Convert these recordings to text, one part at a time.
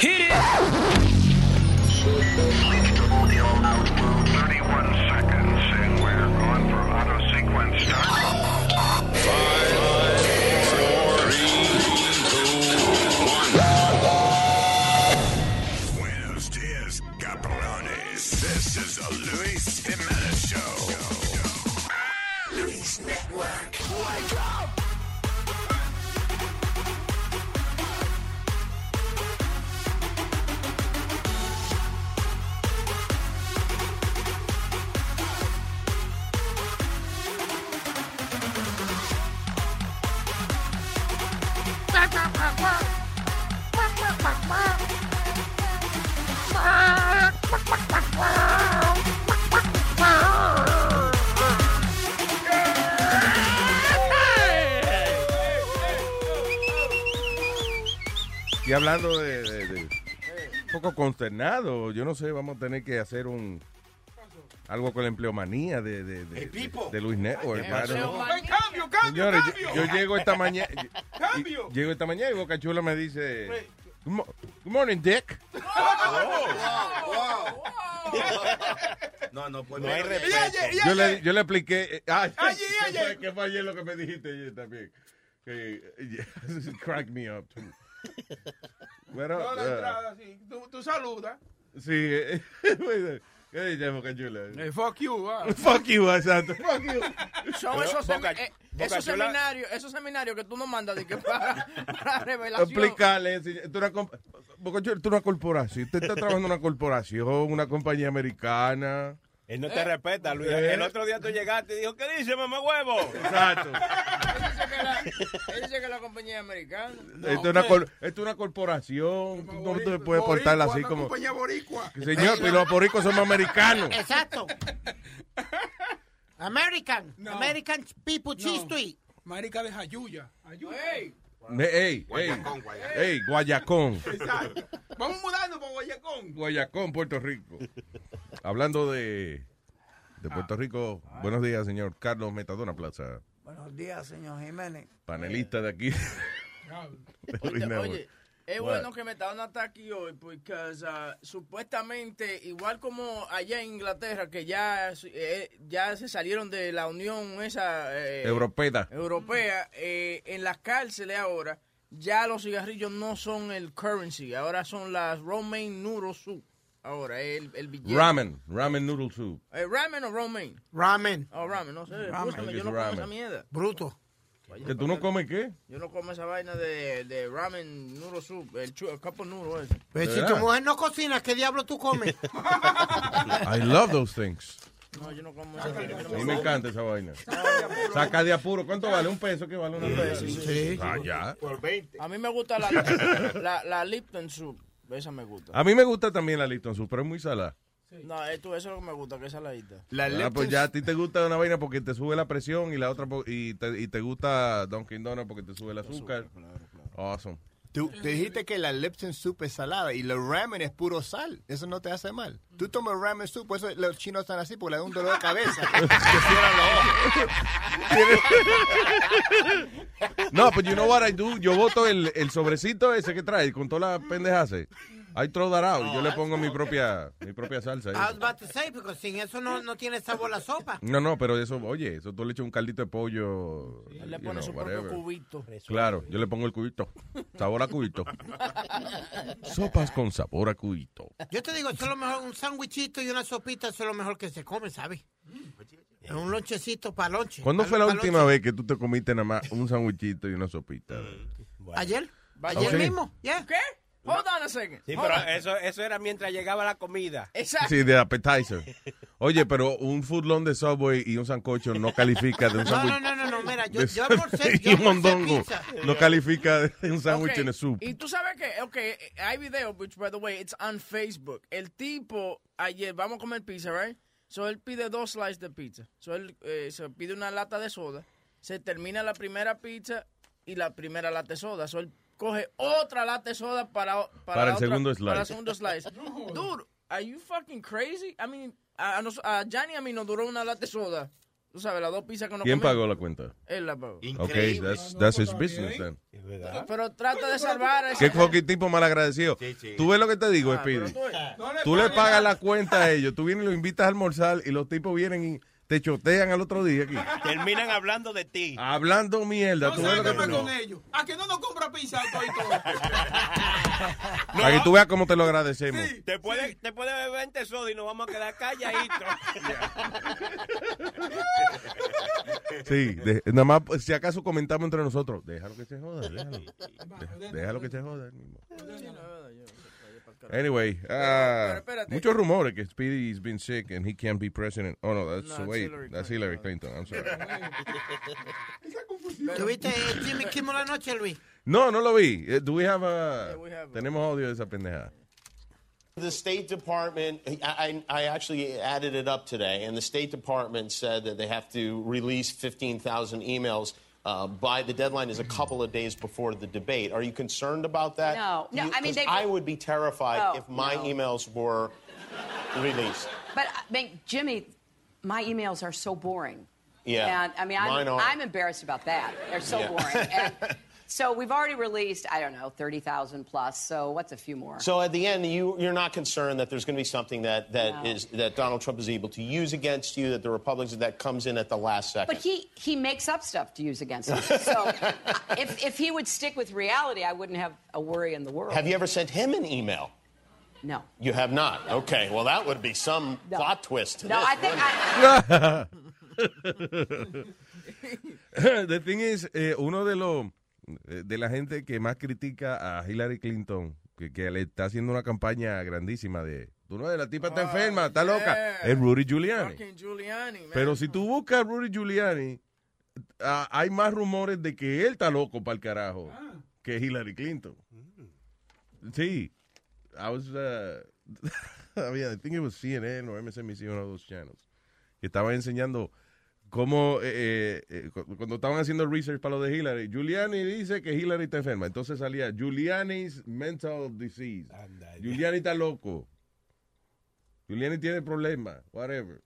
Hit it! Buenos días, cabrones. This is a Luis Jimenez show. Luis Network. Wake up! Y hablando de, de- de- un poco consternado, yo no sé, vamos a tener que hacer un algo con la empleomanía de, de, de, de- de Luis Network. claro. cambio, Señores, yo- yo, llego esta mañana, llego esta mañana y Boca Chula me dice, "Good mo- good morning, Dick. Oh, No, no, pues No mira, hay oye, respeto. oye, Yo oye. le, yo le expliqué. eh, ay, que ayer. fue- que fue ayer lo que me dijiste ayer también. Que, eh, yeah, crack me up. too. Bueno, No, la eh, entrada, sí. Tú, tú saludas. sí. eh, ¿Qué dices, Boca Chula? Eh, fuck you. ah. Fuck you, exacto. Fuck you. Son Pero esos, semi- Boca- eh, Boca esos Chula- seminarios, esos seminarios que tú nos mandas de que para, para revelación. Explicarle, enseñ- tú una, comp- Boca Chula, tú una corporación. Usted está trabajando en una corporación, una compañía americana. Él no te Eh. respeta, Luis. Eh. El otro día tú llegaste y dijo, ¿qué dice, mamá huevo? Exacto. Él dice que la, él dice que la compañía es americana. esto, es una cor- esto es una corporación. Tú no te puedes portar así como. Señor, pero los boricos somos americanos. Exacto. American. American people cheese to eat. Marica de Jayuya. Ayuya. Eh, Ey, ey, ey, Guayacón. Exacto. Vamos mudando para Guayacón. Guayacón, Puerto Rico. Hablando de, de Puerto Rico, buenos días, señor Carlos Metadona Plaza, Buenos días, señor Jiménez. panelista de aquí. De Luis Oye, Network. oye, es What? bueno que Metadona está aquí hoy porque ah, supuestamente, igual como allá en Inglaterra, que ya, eh, ya se salieron de la Unión esa eh, Europea. europea, eh, en las cárceles ahora ya los cigarrillos no son el currency, ahora son las romaine noodle soup, ahora el, el billete. Ramen, ramen noodle soup. Eh, ¿Ramen o romaine? Ramen. Oh, ramen, no sé, Ramen. búscame, yo It's no como ramen. esa mierda. Bruto. ¿Que tú no comes qué? Yo no como esa vaina de, de ramen noodle soup, el, chu- el capo noodle ese. Pero ¿De si tu verdad? mujer no cocina, ¿qué diablo tú comes? I love those things. No, yo no como esa A mí me encanta esa vaina. Saca de apuro. ¿Cuánto vale? ¿Un peso? ¿Qué vale una peso? Sí. Ah, ya. Por 20. A mí me gusta la, la, la Lipton soup, esa me gusta. A mí me gusta también la Lipton Soup, pero es muy salada. No, esto, eso es lo que me gusta, que es saladita. Ah, pues ya a ti te gusta una vaina porque te sube la presión y la otra po- y te, y te gusta Dunkin' Donuts porque te sube el azúcar. Awesome. Tú te dijiste que la Lipton soup es salada y la ramen es puro sal. Eso no te hace mal. Tú tomas ramen soup, por eso los chinos están así, porque le da un dolor de cabeza. Te cierran los ojos. No, pero you know what I do? Yo boto el, el sobrecito ese que trae con todas las pendejas. I throw that out. y Yo le pongo mi propia mi propia salsa. eh. I ahí. was about to say, porque sin eso no, no tiene sabor la sopa. No, no, pero eso, oye, eso tú le echas un caldito de pollo. Él le you pone su propio cubito. Claro, yo le pongo el cubito. Sabor a cubito. Sopas con sabor a cubito. Yo te digo, eso es lo mejor, un sándwichito y una sopita, eso es lo mejor que se come, ¿sabes? Es un lonchecito para lonche. ¿Cuándo Pa- fue la pa' última lonche. vez que tú te comiste nada más un sandwichito y una sopita? Mm. Ayer. Ayer Ah, Ok. mismo, ¿Qué? Hold on a second. Sí, Hold pero on. eh, eso, eso era mientras llegaba la comida. Exacto. Sí, de appetizer. Oye, pero un footlong de Subway y un sancocho no califica de un No, sándwich. no, no, no, no, mira, yo, de- yo almorcé, yo y un almorcé mondongo pizza. no califica de un sándwich Ok, en el soup. Y tú sabes que, ok, eh, hay video, which by the way, it's on Facebook. El tipo, ayer, vamos a comer pizza, right? So él pide dos slices de pizza. So él eh, se pide una lata de soda. Se termina la primera pizza y la primera lata de soda. So él coge otra lata de soda para, o- Para el otra- segundo slice. Para el segundo slice. Dude, are you fucking crazy? I mean, a, a nos- a Johnny a mí nos duró una lata de soda. Tú sabes, las dos pizzas que nos ¿Quién comimos. pagó la cuenta? Él la pagó. Okay, Increíble. that's, that's his business then. Pero trata de salvar a ese... Qué fucking tipo malagradecido. Tú ves lo que te Ah, digo, Speedy. Tú le pagas la cuenta a ellos, tú vienes y los invitas a almorzar y los tipos vienen y te chotean al otro día aquí. Terminan hablando de ti. Hablando mierda, tú ves lo que te digo. con ellos. A que no nos compra pizza todo y todo. Para que tú veas cómo te lo agradecemos. Te puede, te puede beber 20 sodas y nos vamos a quedar calladitos. Sí, de- nada más pues, si acaso comentamos entre nosotros. Déjalo que se joda, déjalo. Deja- Déjalo que se joda. él mismo. Anyway, ah, espérate. muchos rumores que Speedy's been sick and he can't be president. Oh no, that's No, it's wait, Hillary that's Clinton. Hillary Clinton. I'm sorry. ¿Tuviste eh, Jimmy Kimmel anoche, Luis? No, no lo vi. Eh, Do we have a, we have a- tenemos audio de esa pendejada. The State Department, I, I I actually added it up today, and the State Department said that they have to release 15,000 emails uh, by the deadline is a couple of days before the debate. Are you concerned about that? No. No, You- I mean, 'cause they- I would be terrified Oh, if my no. emails were released. But I mean, Jimmy, my emails are so boring. Yeah. And I mean, I'm, Mine are. I'm embarrassed about that. They're so Yeah. boring. And so we've already released, I don't know, 30,000 plus. So what's a few more? So at the end, you, you're not concerned that there's going to be something that, that, No. is, that Donald Trump is able to use against you, that the Republicans, that comes in at the last second. but he, he makes up stuff to use against us. So if, if he would stick with reality, I wouldn't have a worry in the world. Have you ever sent him an email? No. You have not? Okay, well, that would be some plot twist. To No, this, I think wouldn't it? The thing is, eh, uno de los eh, de la gente que más critica a Hillary Clinton, que, que le está haciendo una campaña grandísima de tú no, la tipa está enferma, está loca, es Rudy Giuliani. Ah, Fucking Giuliani, man. Pero si tú buscas a Rudy Giuliani, ah, hay más rumores de que él está loco para el carajo Ah. que Hillary Clinton. Sí. I was, uh, I, mean, I think it was CNN or MSNBC, one of those channels. Que estaban enseñando cómo, eh, eh, cu- cuando estaban haciendo el research para lo de Hillary, Giuliani dice que Hillary está enferma. Entonces salía Giuliani's mental disease. Giuliani está loco. Giuliani tiene problemas, whatever.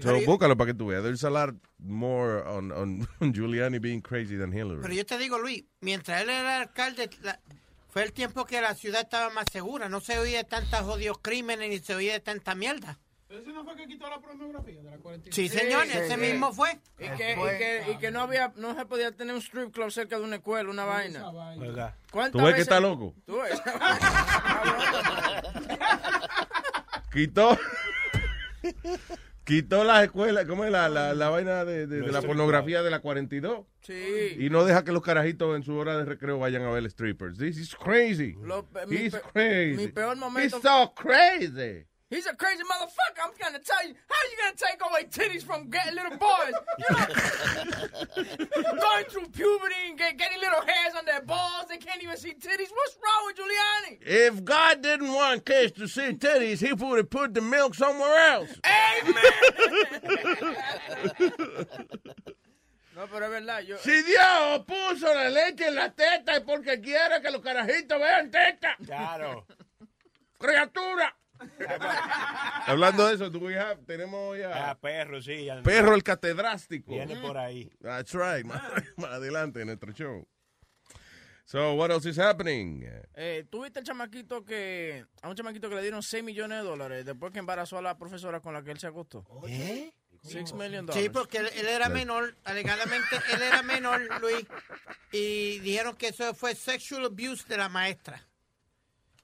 So, búscalo para que tú veas. There's a lot more on, on, on Giuliani being crazy than Pero Hillary. yo te digo, Luis, mientras él era alcalde, la- fue el tiempo que la ciudad estaba más segura. No se oía de tantos jodidos crímenes ni se oía de tanta mierda. ¿Ese no fue que quitó la pornografía de la 45? Sí, señor, ese mismo fue. Y que, y que, y que no había, no se podía tener un strip club cerca de una escuela, una vaina. ¿Verdad? ¿Cuántas ¿Tú ves que veces- está loco? Tú ves. Quitó. Quitó las escuelas, ¿cómo es la, la, la vaina de, de- de la pornografía de la 42? Sí. Y no deja que los carajitos en su hora de recreo vayan a ver strippers. This is crazy. Lo- mi He's pe- crazy. mi peor momento- He's so crazy. He's a crazy motherfucker. I'm gonna tell you. How you gonna take away titties from get, little boys? You know, going through puberty and get, getting little hairs on their balls. They can't even see titties. What's wrong with Giuliani? If God didn't want kids to see titties, he would have put the milk somewhere else. No, pero es verdad. Yo, Si Dios puso la leche en la teta es porque quiere que los carajitos vean teta. Claro. Criatura. Hablando de eso, do we have- tenemos hoy a Ah, perro, sí. ya- Perro el catedrástico. Viene por ahí. That's right. Más, más adelante en nuestro show. So, what else is happening? Eh, Tuviste el chamaquito que. A un chamaquito que le dieron 6 millones de dólares después que embarazó a la profesora con la que él se acostó. ¿Eh? 6 million dólares. Sí, porque él, él era menor, alegadamente él era menor, Luis, y dijeron que eso fue sexual abuse de la maestra.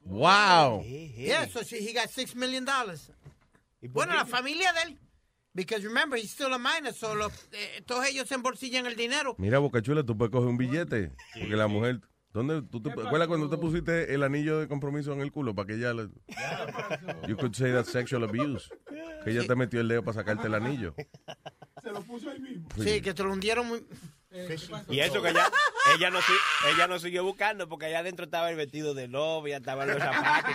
Wow. Yeah, so she, he got six million dollars. Bueno, la familia de él, because remember, he's still a minor, so los- eh, todos ellos se embolsillan el dinero. Mira, Bocachula, tú puedes coger un billete. Porque la mujer. ¿Dónde? ¿Tú te, ¿Recuerdas cuando te pusiste el anillo de compromiso en el culo para que ella. le- You could say that sexual abuse. Que ella te metió el dedo para sacarte el anillo. Se lo puso ahí mismo. Sí, que te lo hundieron muy... Y eso que ella, ella, no, si- ella no siguió buscando porque allá adentro estaba el vestido de novia, estaban los zapatos.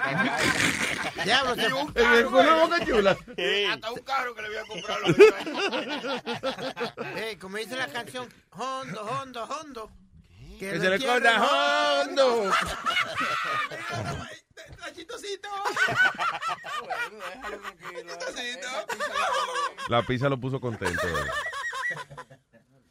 Diablo, se- En el culo de Bocachula. Hasta un carro que le voy a comprar. como dice la canción, hondo, hondo, hondo. Que se le corta corta hondo. chistosito. La pizza lo puso contento.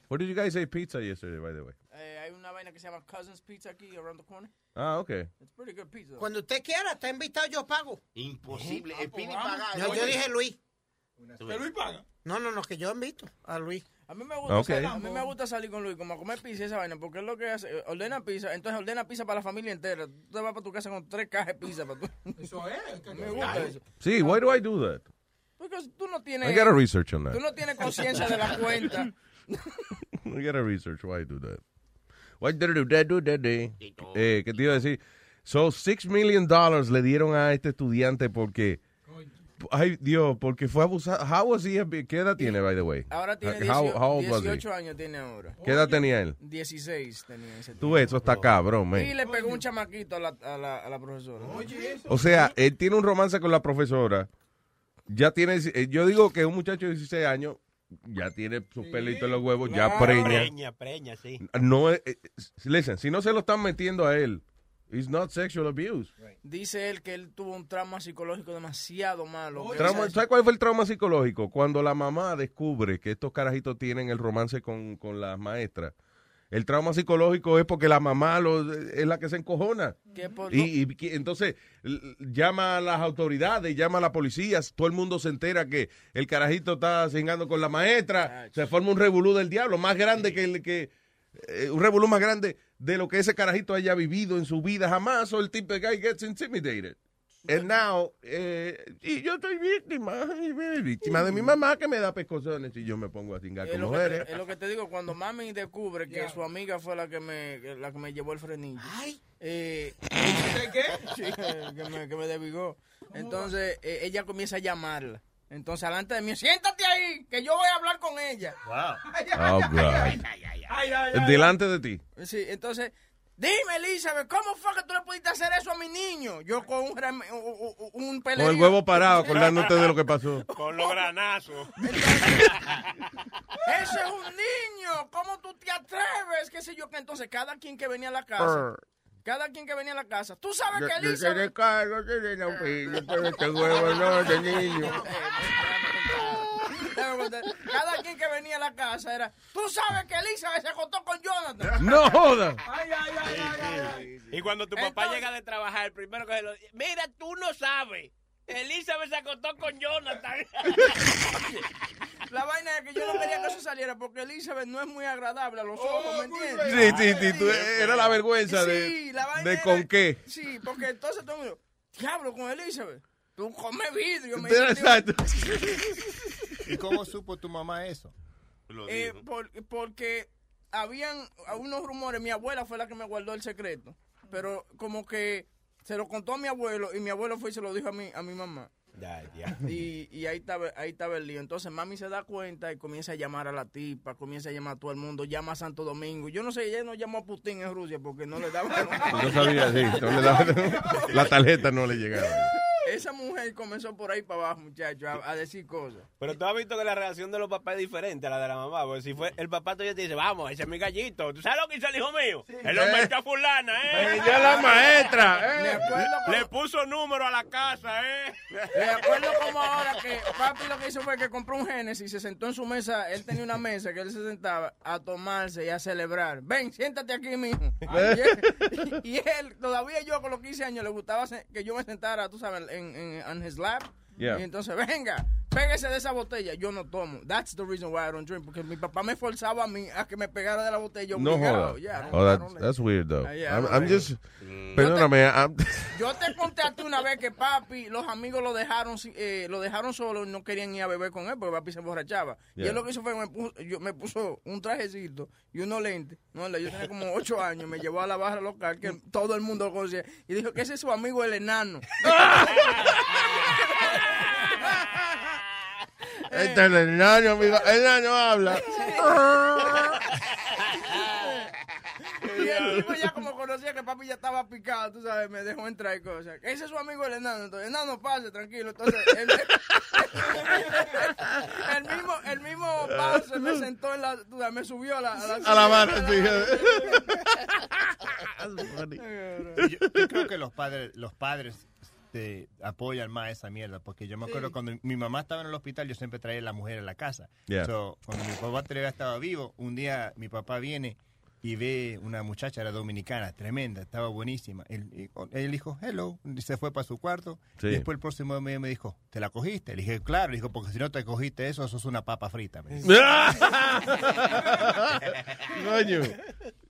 What did you guys say pizza yesterday, by the way? Eh, hay una vaina que se llama Cousins Pizza aquí, around the corner. Ah, okay. It's pretty good pizza. though. Cuando usted quiera, está invitado, yo pago. Imposible. Ah, El pues Pini vamos. paga. No, yo Oye. dije Luis. ¿Que Luis paga? No, no, no, que yo invito a Luis. A mí me gusta, Ok. salir, a mí me gusta salir con Luis, como a comer pizza y esa vaina, porque es lo que hace. eh, Ordena pizza, entonces ordena pizza para la familia entera. Tú te vas para tu casa con tres cajas de pizza para tu... Eso es. Me gusta eso. Sí, why do I do that? Porque tú no tienes... I gotta research on that. Tú no tienes conciencia de la cuenta. We gotta research why I do that. Why did I do that, do that, eh? Eh, ¿Qué te iba a decir? So, six million dollars le dieron a este estudiante porque... Ay, Dios, porque fue abusado. How was he abi- ¿Qué edad tiene, by the way? Ahora tiene How- how old 18, was he? 18 años tiene ahora. ¿Qué edad tenía él? 16 tenía ese Tú ves, eso está cabrón, man. Y le pegó un chamaquito a la, a la, a la profesora. Oye, eso. O sea, él tiene un romance con la profesora. Ya tiene, eh, yo digo que un muchacho de 16 años ya tiene sus pelitos en los huevos, ya Claro. preña. Preña, preña, sí. No, eh, eh, listen, si no se lo están metiendo a él, it's not sexual abuse. Dice él que él tuvo un trauma psicológico demasiado malo. que Trauma- esa- ¿Sabes cuál fue el trauma psicológico? Cuando la mamá descubre que estos carajitos tienen el romance con, con las maestras. El trauma psicológico es porque la mamá lo- es la que se encojona. que por- Y, y que- entonces l- llama a las autoridades, llama a la policía, todo el mundo se entera que el carajito está cingando con la maestra, se forma un revolú del diablo, más grande que el que eh, un revolú más grande de lo que ese carajito haya vivido en su vida jamás, o el tipo de guy gets intimidated. And now, eh, y yo estoy víctima, y ve- víctima de mi mamá que me da pescozones y yo me pongo a cingar Uh. Es con lo, que mujeres. te, es lo que te digo, cuando mami descubre que su amiga fue la que me, que- la que me llevó el frenillo. ¡Ay! ¿Qué? Sí, que me, que me desvigó. Entonces eh, ella comienza a llamarla. Entonces, adelante de mí, siéntate ahí, que yo voy a hablar con ella. Oh, God. Delante de ti. Sí, entonces, dime, Elizabeth, ¿cómo fue que tú le pudiste hacer eso a mi niño? Yo con un, ram- un, un- un Con el pelerío. huevo parado, acordándote de lo que pasó. Con los granazos. Ese es un niño, ¿cómo tú te atreves? ¿Qué sé yo? Que entonces, cada quien que venía a la casa, cada quien que venía a la casa, tú sabes que Elizabeth... cargo, tiene Ah. la pila, pero este huevo no es de niño. Cada quien que venía a la casa era, tú sabes que Elizabeth se acostó con Jonathan. No joda. Y cuando tu papá llega de trabajar, el primero que se lo dice, mira, tú no sabes. Elizabeth se acostó con Jonathan. La vaina es que yo no quería que eso saliera porque Elizabeth no es muy agradable a los ojos, ¿me entiendes? Sí, Oh, sí, sí, tú- era la vergüenza Sí, de, la vaina de era- con qué. Sí, porque entonces todo el mundo, diablo con Elizabeth, tú comes vidrio. me Pero dice, exacto. ¿Y cómo supo tu mamá eso? Eh, por- porque habían unos rumores, mi abuela fue la que me guardó el secreto, pero como que se lo contó a mi abuelo y mi abuelo fue y se lo dijo a mi, a mi mamá. Y, y ahí estaba ahí estaba el lío. Entonces mami se da cuenta y comienza a llamar a la tipa, comienza a llamar a todo el mundo, llama a Santo Domingo. Yo no sé, ella no llamó a Putin en Rusia porque no le daba. No sabía, sí, no le daba- la tarjeta no le llegaba. Esa mujer comenzó por ahí para abajo, muchachos, a, a decir cosas. Pero tú has visto que la reacción de los papás es diferente a la de la mamá. Porque si fue el papá tuyo te dice, vamos, ese es mi gallito. ¿Tú sabes lo que hizo el hijo mío? El hombre Eh. está fulana, ¿eh? Ella es la maestra, ¿eh? Me acuerdo Le puso número a la casa, ¿eh? Me acuerdo como ahora que papi lo que hizo fue que compró un Génesis, se sentó en su mesa, él tenía una mesa que él se sentaba a tomarse y a celebrar. Ven, siéntate aquí mismo. eh. Y, y él, todavía yo con los 15 años le gustaba se- que yo me sentara, tú sabes, en, en, en his lap. Yeah. Y entonces, venga, pégese de esa botella. Yo no tomo. That's the reason why I don't drink, porque mi papá me forzaba a mí a que me pegara de la botella. No obligado. joda. Yeah, I don't- Oh, I that's, don't like- that's weird, though. Ah, yeah, I'm, I I'm don't just... Perdóname, I'm- Yo te conté a ti una vez que papi, los amigos lo dejaron sin- eh, lo dejaron solo y no querían ir a beber con él porque papi se emborrachaba. Y Yeah. él lo que hizo fue que me puso, yo- me puso un trajecito y unos lentes. No, yo tenía como ocho años, me llevó a la barra local que todo el mundo conocía. Y dijo que ese es su amigo el enano. Este es el enano, amigo. El enano habla. Y el tipo ya como conocía que papi ya estaba picado, tú sabes, me dejó entrar y cosas. Ese es su amigo el enano, entonces, enano, pase, tranquilo. Entonces, el, el mismo, el mismo Pau se me sentó en la, tú sabes, me subió a la... A A la barra, sí. Yo, yo creo que los padres, los padres de este, apoyan más esa mierda. Porque yo me Sí. acuerdo cuando mi mamá estaba en el hospital, yo siempre traía a la mujer a la casa. Yeah. So, cuando mi papá todavía estaba vivo, un día mi papá viene y ve una muchacha, era dominicana, tremenda, estaba buenísima. Él, y- él dijo, hello, y se fue para su cuarto. Sí. Y después el próximo día me dijo, ¿te la cogiste? Le dije, claro, le dijo, porque si no te cogiste eso, eso es una papa frita. me dijo. Coño.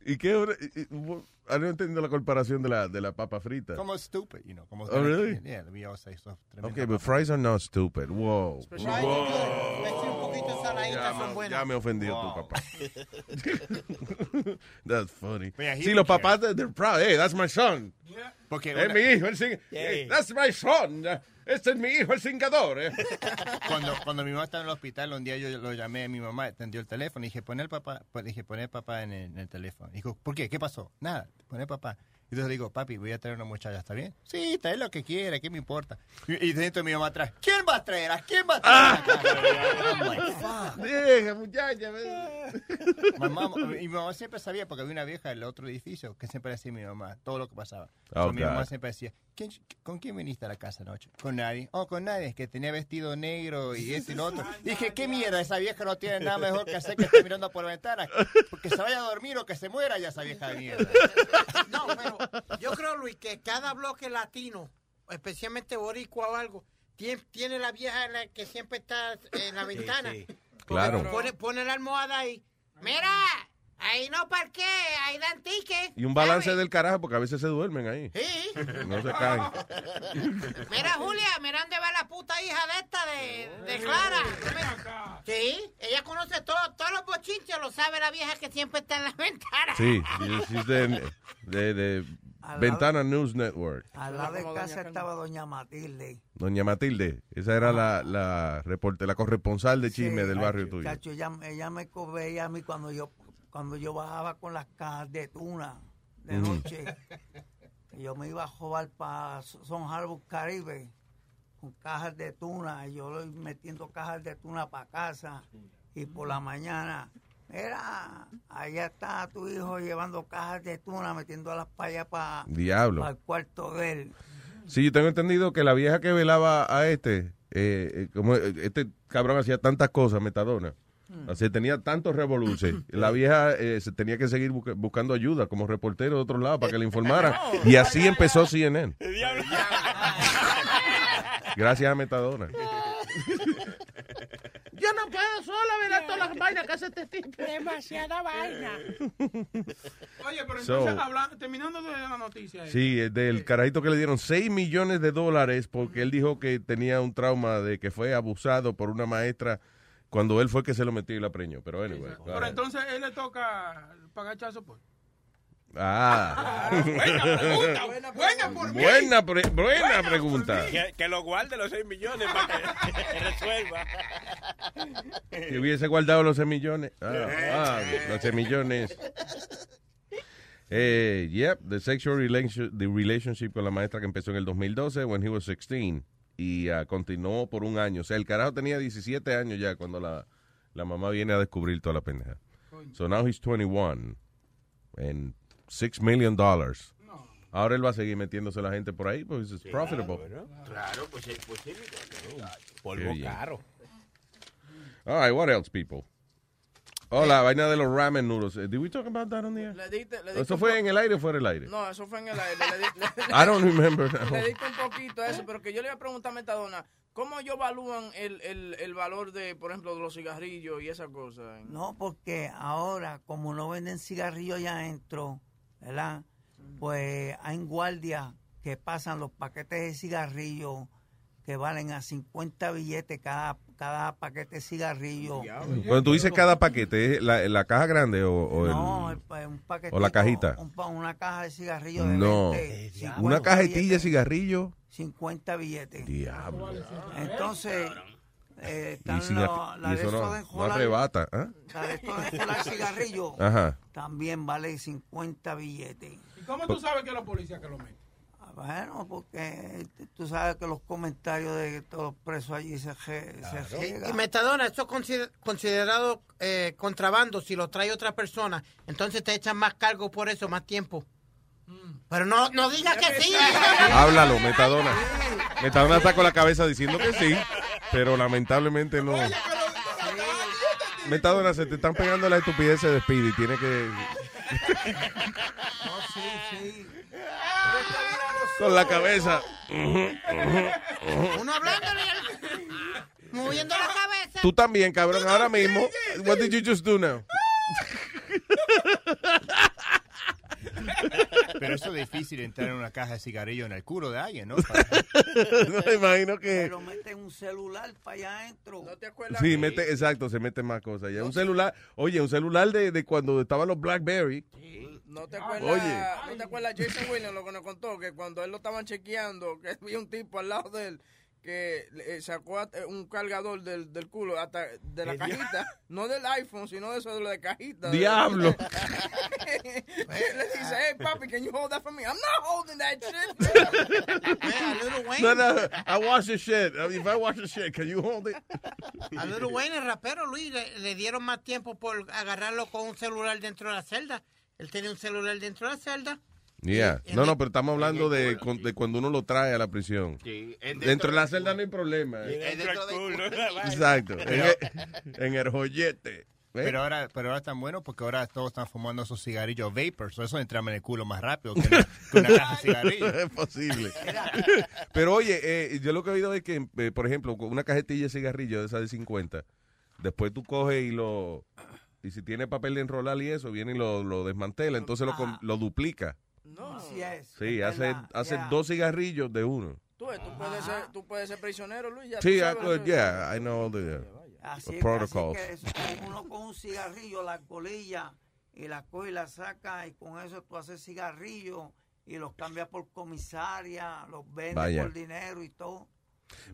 ¿Y qué hora? y- y- wo- ah, no entiendo la comparación de la, de la papa frita. Como stupid, you know. Como Oh, really? Yeah, we all say stuff tremendo. Okay, but fries are not stupid. Wow. Especially- Wow. Le eché un poquito de saladita, Ya son me- buenas. Ya me ofendió tu Wow. papá. that's funny. Mira, he sí, los don't care. papás, they're proud. Hey, that's my son. Porque es una- mi hijo, él sigue. Hey, that's my son. Este es mi hijo, el cingador. eh. cuando, cuando mi mamá estaba en el hospital, un día yo lo llamé a mi mamá, atendió el teléfono y dije, pon el papá, pon- dije, pon el papá en el, en el teléfono. Dijo, ¿por qué? ¿Qué pasó? Nada, pon el papá. Y entonces le digo, papi, voy a traer una muchacha, ¿está bien? Sí, trae lo que quiera, ¿qué me importa? Y, y dentro mi mamá atrás, ¿quién va a traer? ¿A quién va a traer? Deja, Ah. muchacha. ve. mamá, mi mamá siempre sabía, porque había una vieja del otro edificio que siempre decía mi mamá todo lo que pasaba. Oh, So, mi mamá God. siempre decía, "¿Quién- ¿con quién viniste a la casa anoche? Con nadie. Oh, con nadie, que tenía vestido negro y esto y lo otro. Dije, ¿qué mierda? Esa vieja no tiene nada mejor que hacer que estar mirando por la ventana. Porque se vaya a dormir o que se muera ya esa vieja de mierda. Yo creo, Luis, que cada bloque latino, especialmente boricua o algo, tiene, tiene la vieja en la que siempre está eh, en la ventana. Claro. Pone, pone la almohada ahí. Mira, ahí no parqué, ahí dan ticket. Y un balance del carajo, porque a veces se duermen ahí. Sí. No se caen. Mira, Julia, mira dónde va la puta hija de esta de, de Clara. Sí, ella conoce todo- todos los bochinches, lo sabe la vieja que siempre está en la ventana. Sí, she's de, de, de Al lado- Ventana News Network. Al lado de casa estaba doña Matilde. Doña Matilde, esa era la, la, reporte- la corresponsal de chisme del barrio tuyo. Chacho, ella, ella me co- veía a mí cuando yo, cuando yo bajaba con las cajas de tuna de Ujú. noche. Y yo me iba a jugar para Son Harbor Caribe con cajas de tuna. Y yo lo iba metiendo cajas de tuna para casa. Y por la mañana, mira, allá está tu hijo llevando cajas de tuna, metiendo las payas para Diablo. el cuarto de él. Sí, yo tengo entendido que la vieja que velaba a este, eh, eh, como eh, este cabrón hacía tantas cosas, Metadona. Mm. Hmm. O sea, tenía tantos revoluces. La vieja eh, se tenía que seguir busca- buscando ayuda como reportero de otro lado para que le informaran. Y así empezó CNN. Gracias a Metadona. Yo no puedo sola ver todas las vainas que hace este tipo. Demasiada vaina. Oye, pero So- entonces, habla- terminando de la noticia. eh. Sí, es del carajito que le dieron 6 millones de dólares porque él dijo que tenía un trauma de que fue abusado por una maestra cuando él fue que se lo metió y la preñó. Pero anyway. Pero entonces él le toca pagar chazo por. Ah. Buena pregunta, buena por mí. Buena, pre- buena pregunta. Que, que lo guarde los 6 millones para que resuelva. Si hubiese guardado los 6 millones. Ah, ah, los 6 millones. Eh, yep, the sexual relation- the relationship con la maestra que empezó en el 2012 when he was 16 y ah, continuó por un año. O sea, el carajo tenía 17 años ya cuando la, la mamá viene a descubrir toda la pendeja. So now he's 21 and 6 million dollars. Ahora él va a seguir metiéndose la gente por ahí, pues it's profitable. Claro, pues es posible. Polvo Qué bien. caro. All right, what else, people? Oh, la vaina de los ramen noodles. Eh, Did we talk about that on the air? Le diste- le diste ¿Eso un fue po- en el aire o fuera del aire? No, eso fue en el aire. Le, di- le- I don't remember now. Le diste un poquito a eso, pero que yo le iba a preguntar a Metadona, ¿cómo ellos evalúan el, el, el valor de, por ejemplo, de los cigarrillos y esas cosas? No, porque ahora, como no venden cigarrillos ya adentro, ¿verdad? Pues hay guardias que pasan los paquetes de cigarrillos que valen a 50 billetes cada, cada paquete de cigarrillo. Cuando tú dices cada paquete, ¿es la, la caja grande o, o el- No, el pa- un paquetito, o la cajita? un pa- una caja de cigarrillos de No. Eh, 20, 50 Una cajetilla de billetes, cigarrillo. 50 billetes. Diablo. Entonces, eh, Y, están cigarri- los- la y de eso esos no, de no enjolar- arrebata. ¿ah? La de esto de colar cigarrillo Ajá. también vale 50 billetes. ¿Y cómo tú sabes que es la policía que lo mete? Ah, Bueno, porque tú sabes que los comentarios de todos los presos allí se, ge- se Y, riegan. y metadona, esto es consider- considerado eh, contrabando si lo trae otra persona. Entonces te echan más cargo por eso, más tiempo. Pero no, no diga que sí. Háblalo, Metadona. Metadona está con la cabeza diciendo que sí, pero lamentablemente no. Metadona, se te están pegando las estupideces de Speedy. Tiene que. No, sí, sí. Con la cabeza. Uno hablándole, y el- moviendo la cabeza. Tú también, cabrón, ahora mismo. What did you just do now? Pero eso es difícil entrar en una caja de cigarrillo en el culo de alguien, ¿no? No me imagino que- Pero meten un celular para allá adentro. No te acuerdas. Sí, mete, exacto, se mete más cosas. Ya. Un celular, oye, un celular de, de cuando estaban los Blackberry. ¿No te acuerdas, Ah, Oye. ¿no te acuerdas Jason Williams lo que nos contó? Que cuando él lo estaban chequeando, que había un tipo al lado de él que eh, sacó at- eh, un cargador del, del culo hasta de la ¿Qué cajita, no del iPhone, sino de eso de la cajita. Diablo. le dice, hey papi, can you hold that for me? I'm not holding that shit. No, no, I wash the shit. I mean, if I wash the shit, can you hold it? A Little Wayne, el rapero Luis, le, le dieron más tiempo por agarrarlo con un celular dentro de la celda. Él tenía un celular dentro de la celda. Yeah. No, no, pero estamos hablando de, con- de cuando uno lo trae a la prisión. Sí, es dentro, dentro de la celda no hay problema. ¿eh? Exacto. En el, en el joyete. ¿Ves? Pero ahora, pero ahora tan bueno porque ahora todos están fumando esos cigarrillos vapor. so eso entrame en el culo más rápido que una, que una caja de cigarrillos. es posible. Pero oye, eh, yo lo que he oído es que, eh, por ejemplo, con una cajetilla de cigarrillo de esa de 50, después tú coges y lo... Y si tiene papel de enrolar y eso, viene y lo, lo desmantela, entonces lo, com- lo duplica. No, así es. Sí, Es hace, verdad, hace yeah. dos cigarrillos de uno. Tú, eh, tú puedes ser, tú puedes ser prisionero, Luis. Ya, Sí, pues, tú I sabes, could- eso- yeah, I know all the, uh, Así, the es- protocols. así que eso, uno con un cigarrillo la colilla y la coge y la saca y con eso tú haces cigarrillo y los cambias por comisaria, los vendes Vaya. por dinero y todo.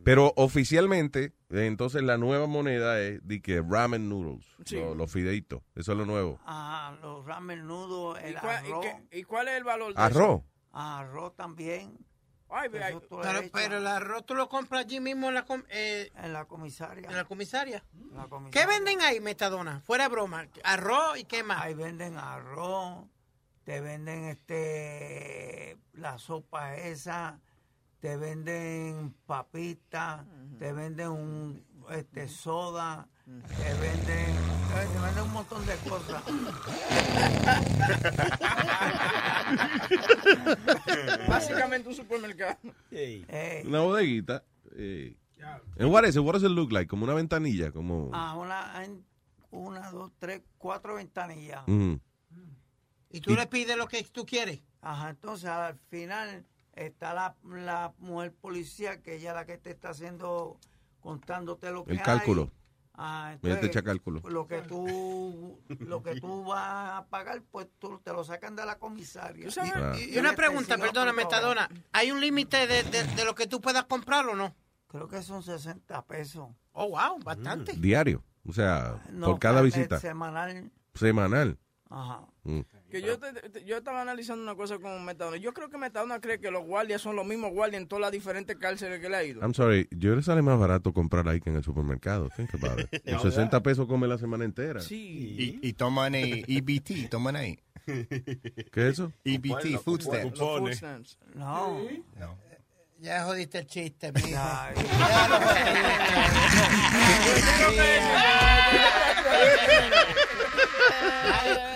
Pero oficialmente, eh, entonces la nueva moneda es de que ramen noodles, Sí. lo- los fideitos, eso es lo nuevo. Ajá, los ramen nudos, el ¿Y cuál, y arroz. qué- ¿Y cuál es el valor de Arroz. Arroz también. Pero, pero el arroz tú lo compras allí mismo en la, com- eh, Ah. en la comisaria. Mm. En la comisaria. La comisaria. ¿Qué venden ahí, Metadona? Fuera de broma. Arroz y qué más. Ahí venden arroz, te venden este la sopa esa, te venden papitas, te venden un este soda, te venden, eh, te venden un montón de cosas. eso? Básicamente un supermercado. Eh, Una bodeguita. Eh. And what is it? What does it look like? Como una ventanilla, como... Ah, una, hay una, dos, tres, cuatro ventanillas. Mm. Y tú le pides lo que tú quieres. Ajá, entonces al final está la, la mujer policía que ella es la que te está haciendo, contándote lo que El hay. cálculo. Ah, Ella te entonces, echa cálculo. Lo que tú, lo que tú vas a pagar, pues tú te lo sacan de la comisaria. Ah. Y una este, pregunta, perdona, pues, Metadona. ¿Hay un límite de, de- de lo que tú puedas comprar o no? Creo que son 60 pesos. Oh, wow, bastante. Mm, Diario. O sea, No, por cada eh, visita. Semanal. Semanal. Ajá. Mm. Que yo, te- te- yo estaba analizando una cosa con Metadona. Yo creo que Metadona cree que los guardias son los mismos guardias en todas las diferentes cárceles que le ha ido. I'm sorry, yo le sale más barato comprar ahí que en el supermercado. Think about it. Con No, 60 pesos come la semana entera. Y, y toman ahí EBT, toman ahí. ¿Qué es eso? EBT, food stamps. No. Ya jodiste el chiste, mijo.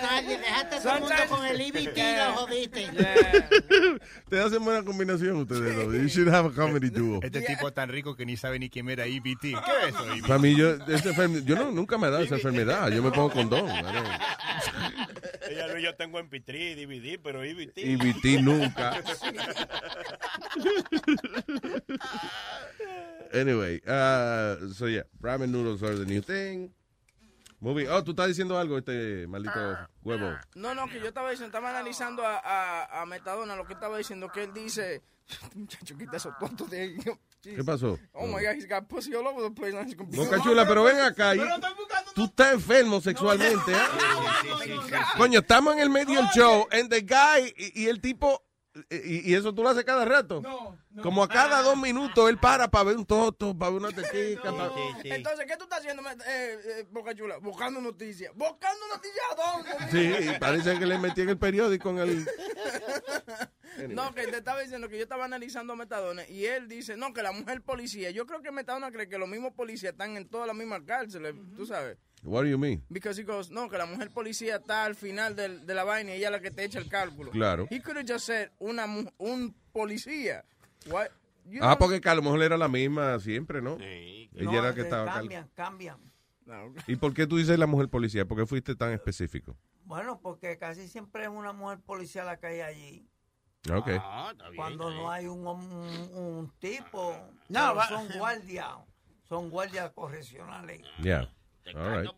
Nadie, dejaste a todo el mundo con el E IBT, lo jodiste. Te hacen buena combinación ustedes dos. You should have a comedy duo. Este tipo es tan rico que ni sabe ni quién era EBT. ¿Qué es eso, EBT? Para mí, yo, esa enferme- yo no, nunca me he dado esa enfermedad. Yo me pongo condón. I don't- Ella, Luis, yo tengo MP3, DVD, pero EBT. EBT nunca. Anyway, uh, so yeah, ramen noodles are the new thing. Moving. Oh, tú estás diciendo algo, este maldito huevo. No, no, que yo estaba diciendo, estaba analizando a, a, a Metadona lo que estaba diciendo, que él dice, muchacho, quita esos tontos de ahí. ¿Qué pasó? Oh my God, he's got pussy all over the place. on his computer. Boca chula, pero ven acá. y- Tú estás enfermo sexualmente, ¿eh? Coño, estamos en el medio del show, and the guy, y, y el tipo, y, y eso tú lo haces cada rato. Como a cada dos minutos él para para ver un toto, para ver una tetica. pa- Entonces, ¿qué tú estás haciendo, Met- eh, eh, Boca Chula? Buscando noticias. ¿Buscando noticias a dónde? Sí, parece que le metí en el periódico en el Anyway. No, que te estaba diciendo que yo estaba analizando a Metadona y él dice, no, que la mujer policía. Yo creo que Metadona cree que los mismos policías están en todas las mismas cárceles, tú sabes. What do you mean? Because he goes, no, que la mujer policía está al final del- de la vaina y ella es la que te echa el cálculo. Claro. He could have just said, una, mu- un policía. What? You Ah, know- porque que a lo mejor era la misma siempre, ¿no? Ella No, era que de- estaba cal- cambian, cambian. ¿Y por qué tú dices la mujer policía? ¿Por qué fuiste tan específico? Bueno, porque casi siempre es una mujer policía la que hay allí. Ok. Ah, Ah, Cuando no hay un, hom- un, un tipo, No, pero va- son guardias, son guardias correccionales. Yeah. All right.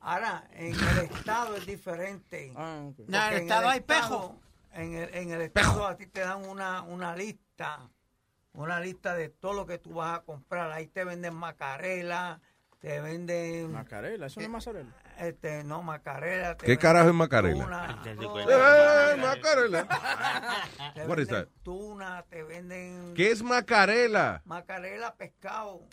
Ahora, en el Estado es diferente. Porque No, en el Estado hay pejo. En el, en el Estado a ti te dan una, una lista, una lista de todo lo que tú vas a comprar. Ahí te venden macarela, te venden... Macarela, eso no es mozzarella. Este, no, macarela. te ¿Qué venden carajo es macarela? tuna. ¡Eh, macarela! Te What is venden that? Tuna, te venden... ¿Qué es macarela? Macarela, pescado.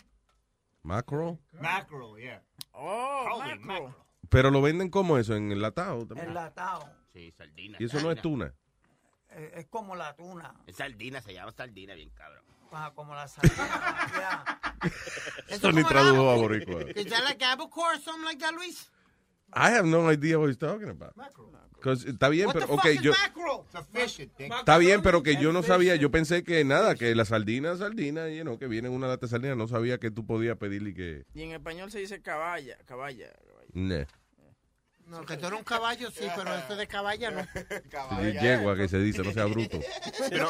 Macro. Macro, yeah. Oh, macro. Pero lo venden como eso, en el latado también. Enlatado. Sí, sardina. Y eso no es tuna. Eh, Es como la tuna. Es sardina, se llama sardina, bien cabrón. Ah, como la sardina. Eso ni tradujo a boricua. Is that like Abacore or something like that, Luis? I have no idea what he's talking about. 'Cause Está bien, What pero the fuck okay, is yo mackerel? Está bien, pero que yo no sabía, yo pensé que nada, que la sardina, sardina, you know, que viene en una lata de sardina, no sabía que tú podías pedirle que... Y en español se dice caballa, caballa. Nah. No, que tú eres un caballo, sí, pero este de caballa no. Ah, Sí, Yegua que se dice, no sea bruto. Pero,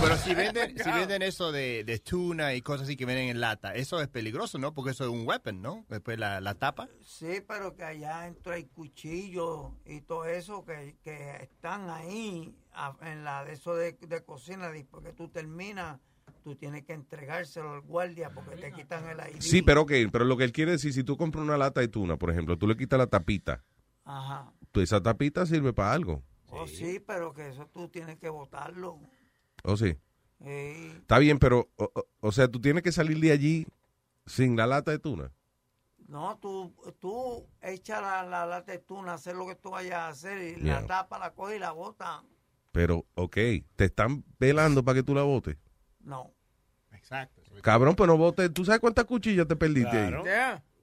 pero si venden, si venden eso de, de tuna y cosas así que venden en lata, eso es peligroso, ¿no? Porque eso es un weapon, ¿no? Después la, la tapa. Sí, pero que allá entra el cuchillo y todo eso que, que están ahí a- en la de eso de, de cocina, porque tú terminas, tú tienes que entregárselo al guardia porque te quitan el ID. Sí, pero ok, pero lo que él quiere decir, si tú compras una lata de tuna, por ejemplo, tú le quitas la tapita, Ajá. tú- esa tapita sirve para algo, Oh, sí, pero que eso tú tienes que botarlo. ¿o sí? Eh, Está bien, pero, o, o- o sea, tú tienes que salir de allí sin la lata de tuna. No, tú, tú echa la, la, la tetuna, hacer lo que tú vayas a hacer y Yeah. la tapa, la coge y la bota. Pero, ok, te están velando para que tú la botes. No. Exacto. Cabrón, pues no botes. ¿Tú sabes cuántas cuchillas te perdiste ahí?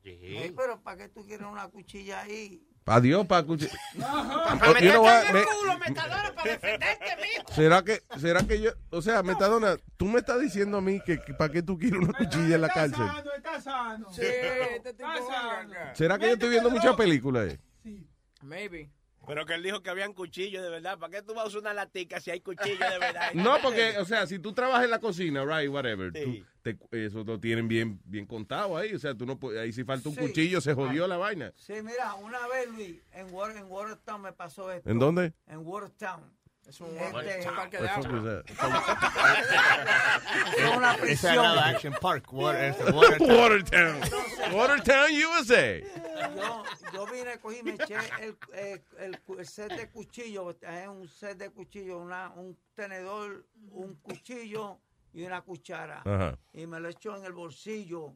Sí, pero ¿para qué tú quieres una cuchilla ahí? Adiós, para cuchillas. Para You know what? meterte en el Me- culo, metadora, para defenderte, mijo. ¿Será que, será que yo, o sea, Metadona, tú me estás diciendo a mí que, que para qué tú quieres una cuchilla en la cárcel? sano, está sano. Sí, este tipo Está sano. ¿Será que yo estoy viendo muchas películas? eh? Maybe. Pero que él dijo que habían cuchillos de verdad. ¿Para qué tú vas a usar una latica si hay cuchillos de verdad? No, porque, o sea, si tú trabajas en la cocina, right, whatever, tú- te- eso lo tienen bien, bien contado ahí, o sea, tú no puedes- ahí si falta un Sí. cuchillo se jodió la vaina. Sí, mira, una vez, Luis, en, Wa- en Watertown me pasó esto. ¿En dónde? En Watertown. Este, Es un, Watertown. Parque What the fuck was that? Es una Esa prisión. era la Action Park. Water, Watertown. Watertown, USA. Yo, yo vine, cogí, me eché el, eh, el, cu- el set de cuchillos, es un set de cuchillos, una, un tenedor, un cuchillo y una cuchara. Ajá. Y me lo echó en el bolsillo.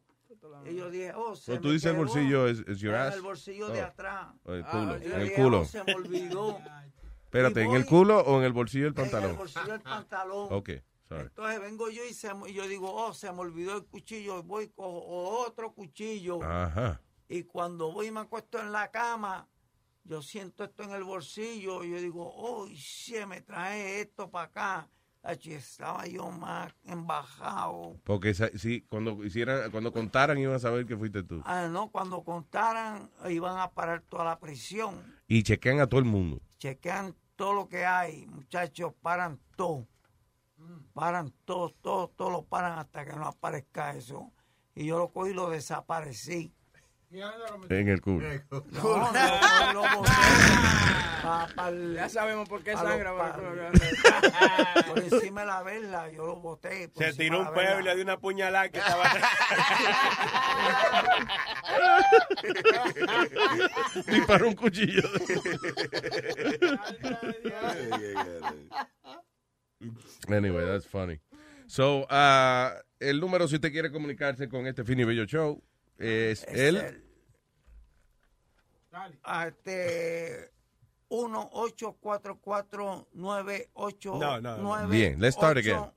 Y yo dije, oh, se No, Pues me tú dices el quedó bolsillo, es- es your en ass. el bolsillo de Oh. atrás. O el Ah, culo, yo en el dije, culo. "Oh, se me olvidó. Espérate, Y ¿en voy el culo o en el bolsillo del En el pantalón? bolsillo del pantalón. Oh. Ok, sorry. Entonces vengo yo y, se me- y yo digo, oh, se me olvidó el cuchillo. Y voy, cojo otro cuchillo. Ajá. Y cuando voy y me acuesto en la cama, yo siento esto en el bolsillo. Y yo digo, oh, se me trae esto para acá. Allí estaba yo más embajado. Porque esa- sí, cuando hicieran, cuando contaran iban a saber que fuiste tú. Ah, no, cuando contaran, iban a parar toda la prisión. Y chequean a todo el mundo. Chequean todo lo que hay, muchachos, paran todo. Paran todo, todo, todo lo paran hasta que no aparezca eso. Y yo lo cogí y lo desaparecí. En el culo. No, no, no, lo boté. Pa- pa'l- Ya sabemos por qué pa' lo- sangra, pa- Por encima de la vela, yo lo boté. por Pues, Se encima tiró de la un vela. pueblo de una puñalada que estaba. Disparó un cuchillo. Anyway, that's funny. So, ah, el número si usted quiere comunicarse con este Fini Bello Show es Es el... el- Ah, Este, 1-844-989. No, no, no. Bien, let's start again.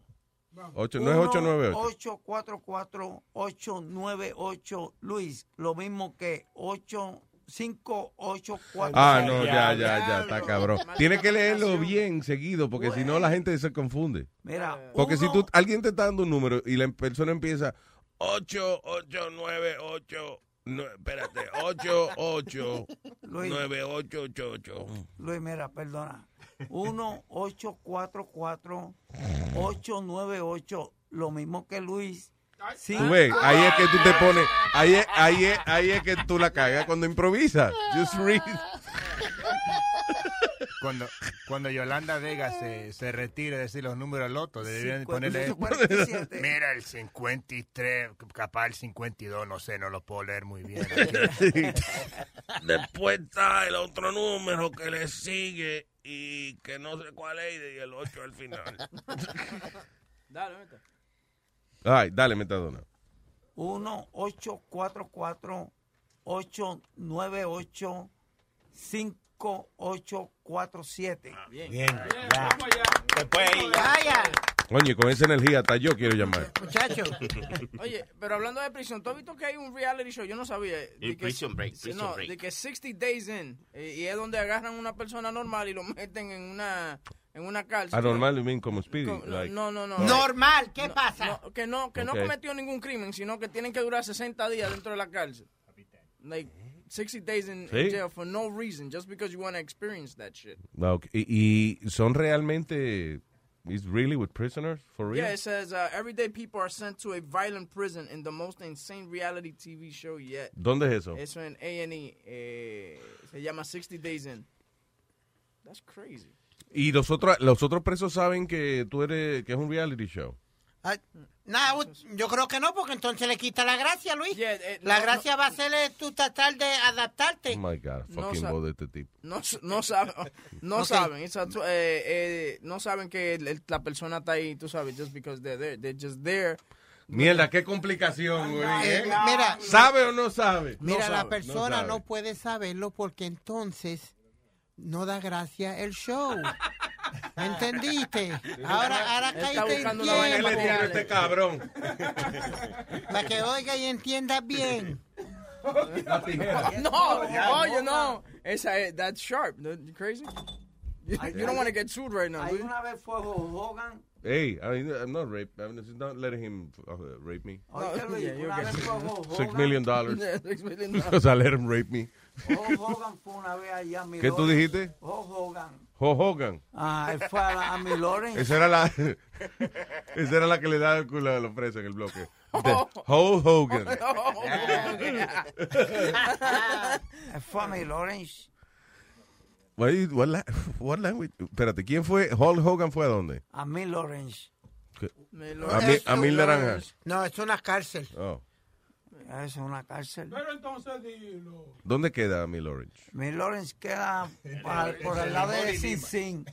Ocho- no es 898. 844-898 Luis, lo mismo que 8584. Ah, no, ya, ya, ya, está cabrón. Tienes que leerlo bien seguido, porque si no la gente se confunde. Mira, Porque si tú, alguien te está dando un número y la persona empieza 8, 8, 9, 8, espérate, 8, 8, Luis. 9, 8, 8, 8. Luis, mira, perdona. 1-844-898, lo mismo que Luis. Sí. Tú ves, ahí es que tú te pones, ahí es, ahí es, ahí es que tú la cagas cuando improvisas. Just read. Cuando, cuando Yolanda Vega se, se retire de decir los números al otro, deberían ponerle. 57. Mira el 53, capaz el 52, no sé, no lo puedo leer muy bien. Después está el otro número que le sigue y que no sé cuál es y el 8 al final. Dale, vete. Ay, dale, metadona. 1-844-898-5847. Bien. Bien, Ah, Bien, ya. vamos allá. Después ahí ya. Vaya, Coño, y con esa energía hasta yo quiero llamar. muchacho. Oye, pero hablando de prisión, ¿tú has visto que hay un reality show? Yo no sabía. De El que- Prison Break, sí, Prison no, Break. de que 60 Days In. eh, Y es donde agarran una persona normal y lo meten en una, en una cárcel. Anormal, you mean como speedy. No, like- no, no, no. Normal, ¿qué No, pasa? no, que no, que no Ok. cometió ningún crimen, sino que tienen que durar 60 días dentro de la cárcel. Like 60 days in, in Sí. jail for no reason, just because you want to experience that shit. Ah, ok. Y, y son realmente, is really with prisoners, for real? Yeah, it says uh, everyday people are sent to a violent prison in the most insane reality TV show yet. ¿Dónde es eso? Eso en A&E. eh, se llama 60 Days In. That's crazy. Y los otros, los otros presos saben que tú eres, que es un reality show. Ay, Mm. Nada, u- yo creo que no, porque entonces le quita la gracia, Luis. la no, gracia va a ser eh, tú tratar de adaptarte. Oh my God, No fucking sa- voz de este tipo. No, s- no saben, no Ok. saben, it's a tw- eh, eh, no saben que el- el- la persona está ahí, tú sabes, just because they're there, they're just there. Mierda, qué complicación, güey. Eh, mira. ¿Sabe o no sabe? Mira, No la sabe, persona sabe. no, puede saberlo porque entonces no da gracia el show. ¿Entendiste? Ahora, ahora Él está caíste en buscando una vaina ¿Qué le tiene este cabrón? Para que oiga y entienda bien. La tijera. Oh, Oh, No, oh, oye, no, esa es, eh, that's sharp, no, you crazy? You, you don't want to get sued right now, Ahí dude. una vez fue Hogan. Hey, I mean, I'm not rape. I'm just not letting him uh, rape me. Oye, Luis, yeah, you're una okay. vez fue Hulk Six Hogan. million dollars. Yeah, six million dollars. Because I let him rape me. Hulk Oh, Hogan fue una vez allá a mi ¿Qué tú Lawrence. dijiste? Hulk Hogan. Ho Hogan. Ah, él fue a, la- a mi Lawrence. Esa era la, esa era la que le daba el culo a los presos en el bloque. The Ho Hogan. Oh, yeah. Él fue a mi Lawrence. What, is- what, la- what language? Espérate, ¿quién fue? Hulk Hogan fue a dónde? A mi Lawrence. Me lo- A, mil- a mil naranjas. No, es una cárcel. Oh. Eso Ah, es una cárcel. Pero entonces dilo. ¿Dónde queda Mil Orange? Mi Lawrence queda por, por el lado de Sin Sin.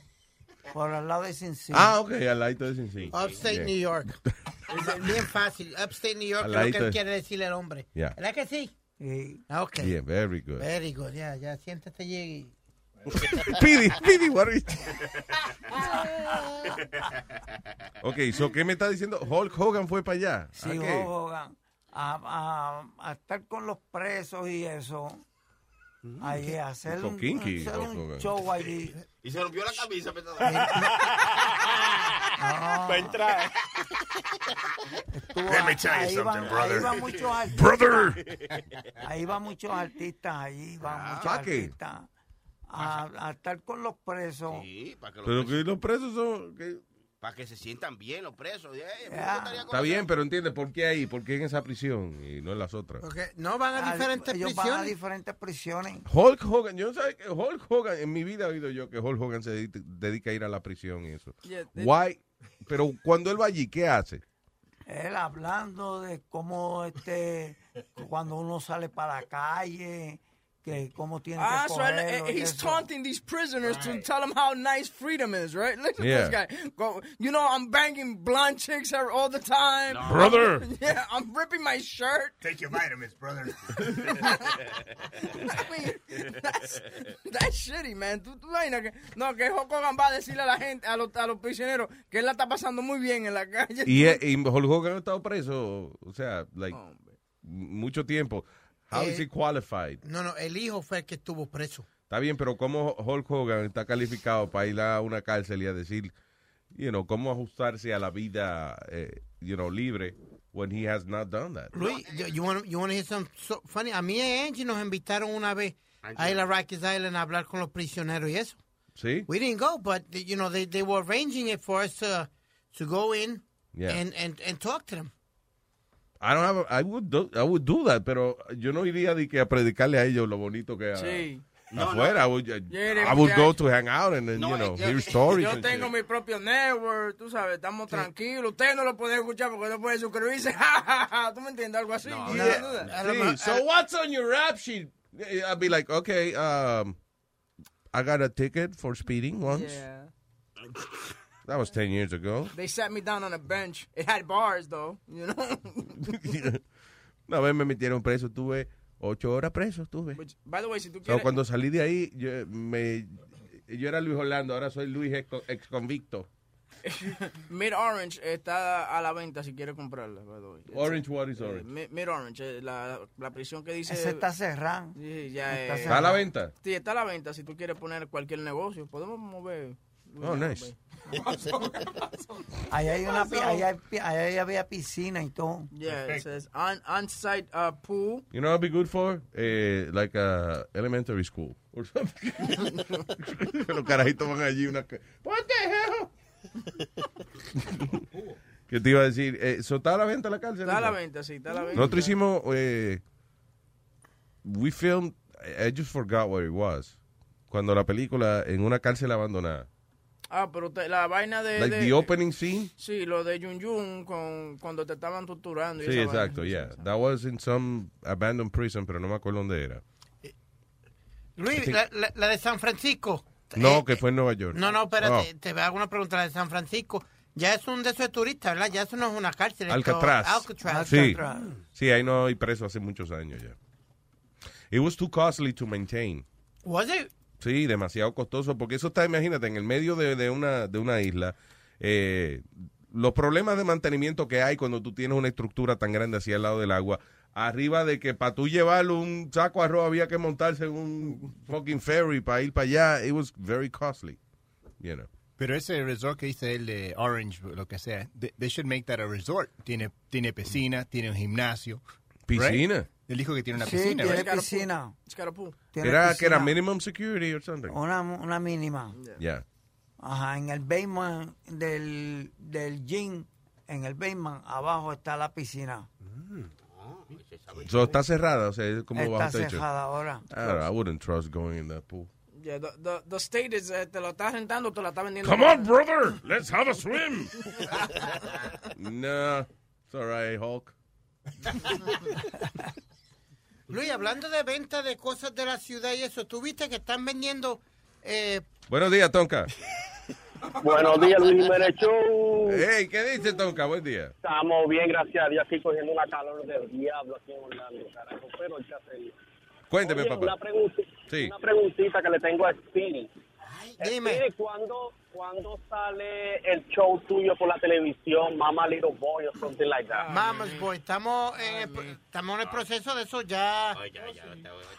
Por el lado de Sin Sin. Ah, ok, al ladito de Sin Sin. Bien. Upstate New York. bien fácil. Upstate New York Al es lo que ladito él de- quiere decirle al hombre. Yeah. ¿Verdad que sí? Y- Ah, ok. Yeah, very good. Eh, Very good. Ya, ya, siéntate y... Pidi, Pidi, what are you- Ok, so, ¿qué me está diciendo? Hulk Hogan fue para allá. Sí, ¿A qué? Hulk Hogan. A, a- a estar con los presos y eso. Ahí, a hacer Con un, Mm, kinky, hacer Hulk un Hogan. show allí. Y se rompió la camisa, pensador. Ah, Para entrar. estuvo- Let me tell you ah, ahí van- something, Ahí brother. van muchos artistas. Brother. Ahí van muchos artistas. Ahí van muchos ¿pa' qué? artistas. A, a estar con los presos. Sí, para que, los Pero presos- que los presos son... que- para que se sientan bien los presos. Ya, eh, me Ya. gustaría Está conocer- bien, pero entiende, ¿por qué ahí? ¿Por qué en esa prisión y no en las otras? Porque no van a diferentes ellos van a prisiones. diferentes prisiones. Hulk Hogan, yo no sabía que Hulk Hogan, en mi vida he oído yo que Hulk Hogan se dedica- dedica a ir a la prisión y eso. Yeah, they- Why? Pero cuando él va allí, ¿qué hace? Él hablando de cómo este cuando uno sale para la calle, que cómo tiene Ah, que so él- cogerlo eh, y he's eso. taunting these prisoners to tell them how nice freedom is, right? Look at Yeah. this guy. Go, you know, I'm banging blonde chicks every- all the time. No. Brother. yeah, I'm ripping my shirt. Take your vitamins, brother. I mean, that's, that's shitty, man. Tú, tú imaginas que, no, que Hulk Hogan va a decirle a la gente, a los, a los prisioneros, que él la está pasando muy bien en la calle. Y, eh, y Hulk Hogan ha estado preso, o sea, like, mucho tiempo. How is Eh, he qualified? No, no, el hijo fue el que estuvo preso. Está bien, pero ¿cómo Hulk Hogan está calificado para ir a una cárcel y a decir, you know, cómo ajustarse a la vida, eh, you know, libre when he has not done that? Luis, you, you wanna- you wanna hear something so funny? A mí y a Angie nos invitaron una vez a ir a Rikers Island a hablar con los prisioneros y eso. ¿Sí? We didn't go, but you know they, they were arranging it for us to to go in Yeah. and, and and talk to them. I don't have, a- I would do, I would do that, pero yo no iría de que a predicarle a ellos lo bonito que a- Sí. No, eh, afuera. no. I would, Yere, I would go muchacho. to hang out and, then, you know, yo- hear stories. Yo and tengo shit. mi propio network, tú sabes, estamos tranquilos. Ustedes no lo pueden escuchar porque no pueden suscribirse. Ja, ja, ja. ¿Tú me entiendes? Algo así. No, You no. can do that. Sí, so what's on your rap sheet? I'd be like, okay, um, I got a ticket for speeding once. Yeah. That was 10 years ago. They sat me down on a bench. It had bars, though, you know? Una vez me metieron preso, tuve ocho horas preso, estuve. By the way, si tú So, quieres... cuando salí de ahí, yo, me, yo era Luis Orlando, ahora soy Luis ex, ex convicto. Mid Orange está a la venta si quieres comprarla, by the way. Orange, what is Eh, orange? Mi- Mid Orange, eh, la, la prisión que dice... Ese está cerrado. Sí, ya Está eh, ¿Está a la venta? Sí, está a la venta si tú quieres poner cualquier negocio. Podemos mover... pues. Oh, nice. Ahí hay una pi- ahí hay pi- ahí había piscina y todo. Yeah, it says on, on-site uh, pool. You know what would be good for? Eh, like a elementary school or something. Los carajitos van allí, una, ca- What the hell? que te iba a decir, eh, so, está a la venta la cárcel. Está a la ¿no? venta, sí, está a la venta. Nosotros hicimos, eh, we filmed, I I just forgot what it was, cuando la película en una cárcel abandonada. Ah, pero te- la vaina de... Like de- the opening scene. Sí, lo de Yun Yun con, cuando te estaban torturando. y Sí, esa exacto, vaina. yeah. That was in some abandoned prison, pero no me acuerdo dónde era. Luis, Sí. la, la- la de San Francisco. No, que fue en Nueva York. Eh, No, no, espérate, Oh, te hago una pregunta. La de San Francisco ya es un de esos turistas, ¿verdad? Ya eso no es una cárcel. esto- Alcatraz. Alcatraz. Sí. sí, ahí no hay preso hace muchos años ya. It was too costly to maintain. Was it? Sí, demasiado costoso, porque eso está, imagínate, en el medio de, de una, de una isla. eh, los problemas de mantenimiento que hay cuando tú tienes una estructura tan grande así al lado del agua, arriba de que para tú llevar un saco de arroz había que montarse en un fucking ferry para ir para allá, it was very costly, you know. Pero ese resort que dice el de Orange, lo que sea, they, they should make that a resort. Tiene, tiene piscina, tiene un gimnasio. right? Piscina. Él dijo que tiene una Sí, piscina. tiene right? piscina. It's got a pool. Tiene Era que era piscina. minimum security or something. Una, una mínima. Yeah. Ajá, en el basement del, del gym, en el basement, abajo está la piscina. So, está cerrada, o sea, es como Está bajo techo. cerrada ahora. I, don't know, I wouldn't trust going in that pool. Yeah, the, the, the state is, eh, te lo está rentando, te la está vendiendo. Come on, brother, let's have a swim. No, it's all right, Hulk. Luis, hablando de venta de cosas de la ciudad y eso, ¿tú viste que están vendiendo eh, Buenos días, Tonka. Buenos días, Luis Jiménez Show. Hey, ¿qué dice Tonka? Buen día. Estamos bien, gracias a Dios, aquí cogiendo una calor del diablo aquí en Orlando, carajo, pero hay que hacerlo. Cuénteme, Oye, Una, papá. pregunti- Sí. una preguntita que le tengo a Speedy. Dime. ¿cuándo, ¿Cuándo sale el show tuyo por la televisión, Mama Little Boy o something like that? Mamas Boy? Estamos en el, pro- estamos en el proceso de eso Ah. ya.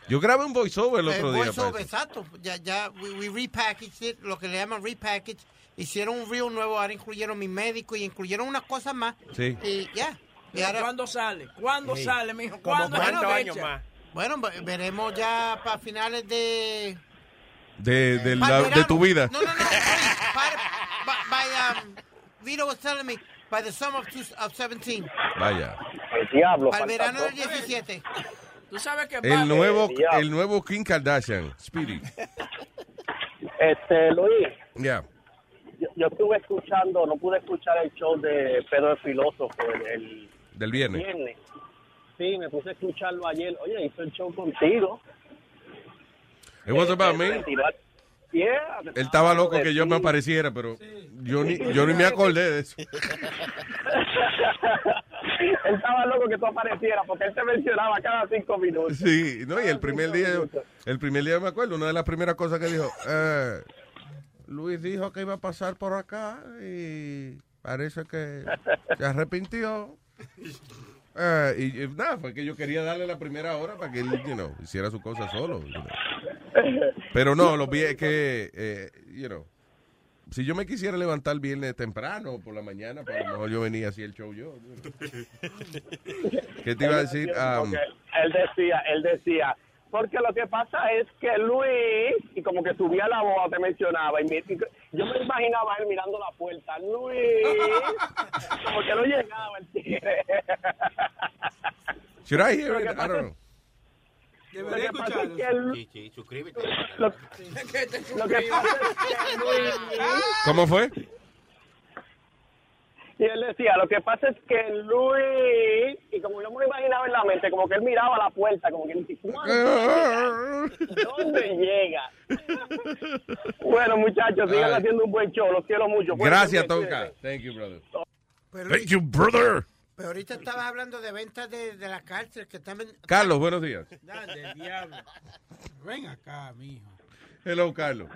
Yo grabé un voiceover el otro Eh, día. pues, voiceover, para eso. exacto. Ya, ya, we, we repackaged it, lo que le llaman repackage. Hicieron un reel nuevo, ahora incluyeron mi médico y incluyeron unas cosas más. Sí. Y ya. Y ahora- ¿Cuándo sale? ¿Cuándo Sí. sale, mijo? Como ¿Cuándo es la cuántos fecha? años más. Bueno, ve- veremos ya para finales de... De, de, Para la- de verano. tu vida. No, no, no. Para, by, by, um, Vito was telling me, by the summer of, two, of 17. Vaya. El diablo. Para el verano del 17. Tú sabes que El nuevo, el nuevo Kim Kardashian, Speedy. Este, Luis, Yeah. yo, yo estuve escuchando, no pude escuchar el show de Pedro el Filósofo, el- el Del viernes. viernes. Sí, me puse a escucharlo ayer. Oye, hizo el show contigo. It was Este, about me. Yeah. Él estaba loco que yo me apareciera, pero yo ni, yo ni me acordé de eso. él estaba loco que tú aparecieras porque él te mencionaba cada cinco minutos. Sí, no, y el primer día, el primer día me acuerdo, una de las primeras cosas que dijo, eh, Luis dijo que iba a pasar por acá y parece que se arrepintió. Eh, y y nada, fue que yo quería darle la primera hora para que él, you know, hiciera su cosa solo. you know. Pero no, lo vi es que, eh, you know, si yo me quisiera levantar el viernes temprano por la mañana, pues a lo mejor yo venía así el show yo. ¿Qué te iba a decir? Um, Porque él decía, él decía, porque lo que pasa es que Luis, y como que subía la voz, te mencionaba, y mi- y yo me imaginaba él mirando la puerta, Luis, como que no Ah, llegaba el tigre. should I hear Lo it? que I pasa don't es- know. Lo que pasa es que él- Sí, sí, suscríbete. lo- lo que pasa es que Luis... ¿Cómo fue? Y él decía, lo que pasa es que Luis, y como yo me lo imaginaba en la mente, como que él miraba la puerta, como que él dice, "¿Cuándo va a llegar? ¿dónde llega? bueno, muchachos, sigan Ay. haciendo un buen show, los quiero mucho. Gracias, Cuídense, Tonka. Thank you, brother. Pero, Thank you, brother. pero ahorita estabas hablando de ventas de, de la cárcel que están... ven- Carlos, buenos días. Dale, diablo. Ven acá, mijo. Hello, Carlos.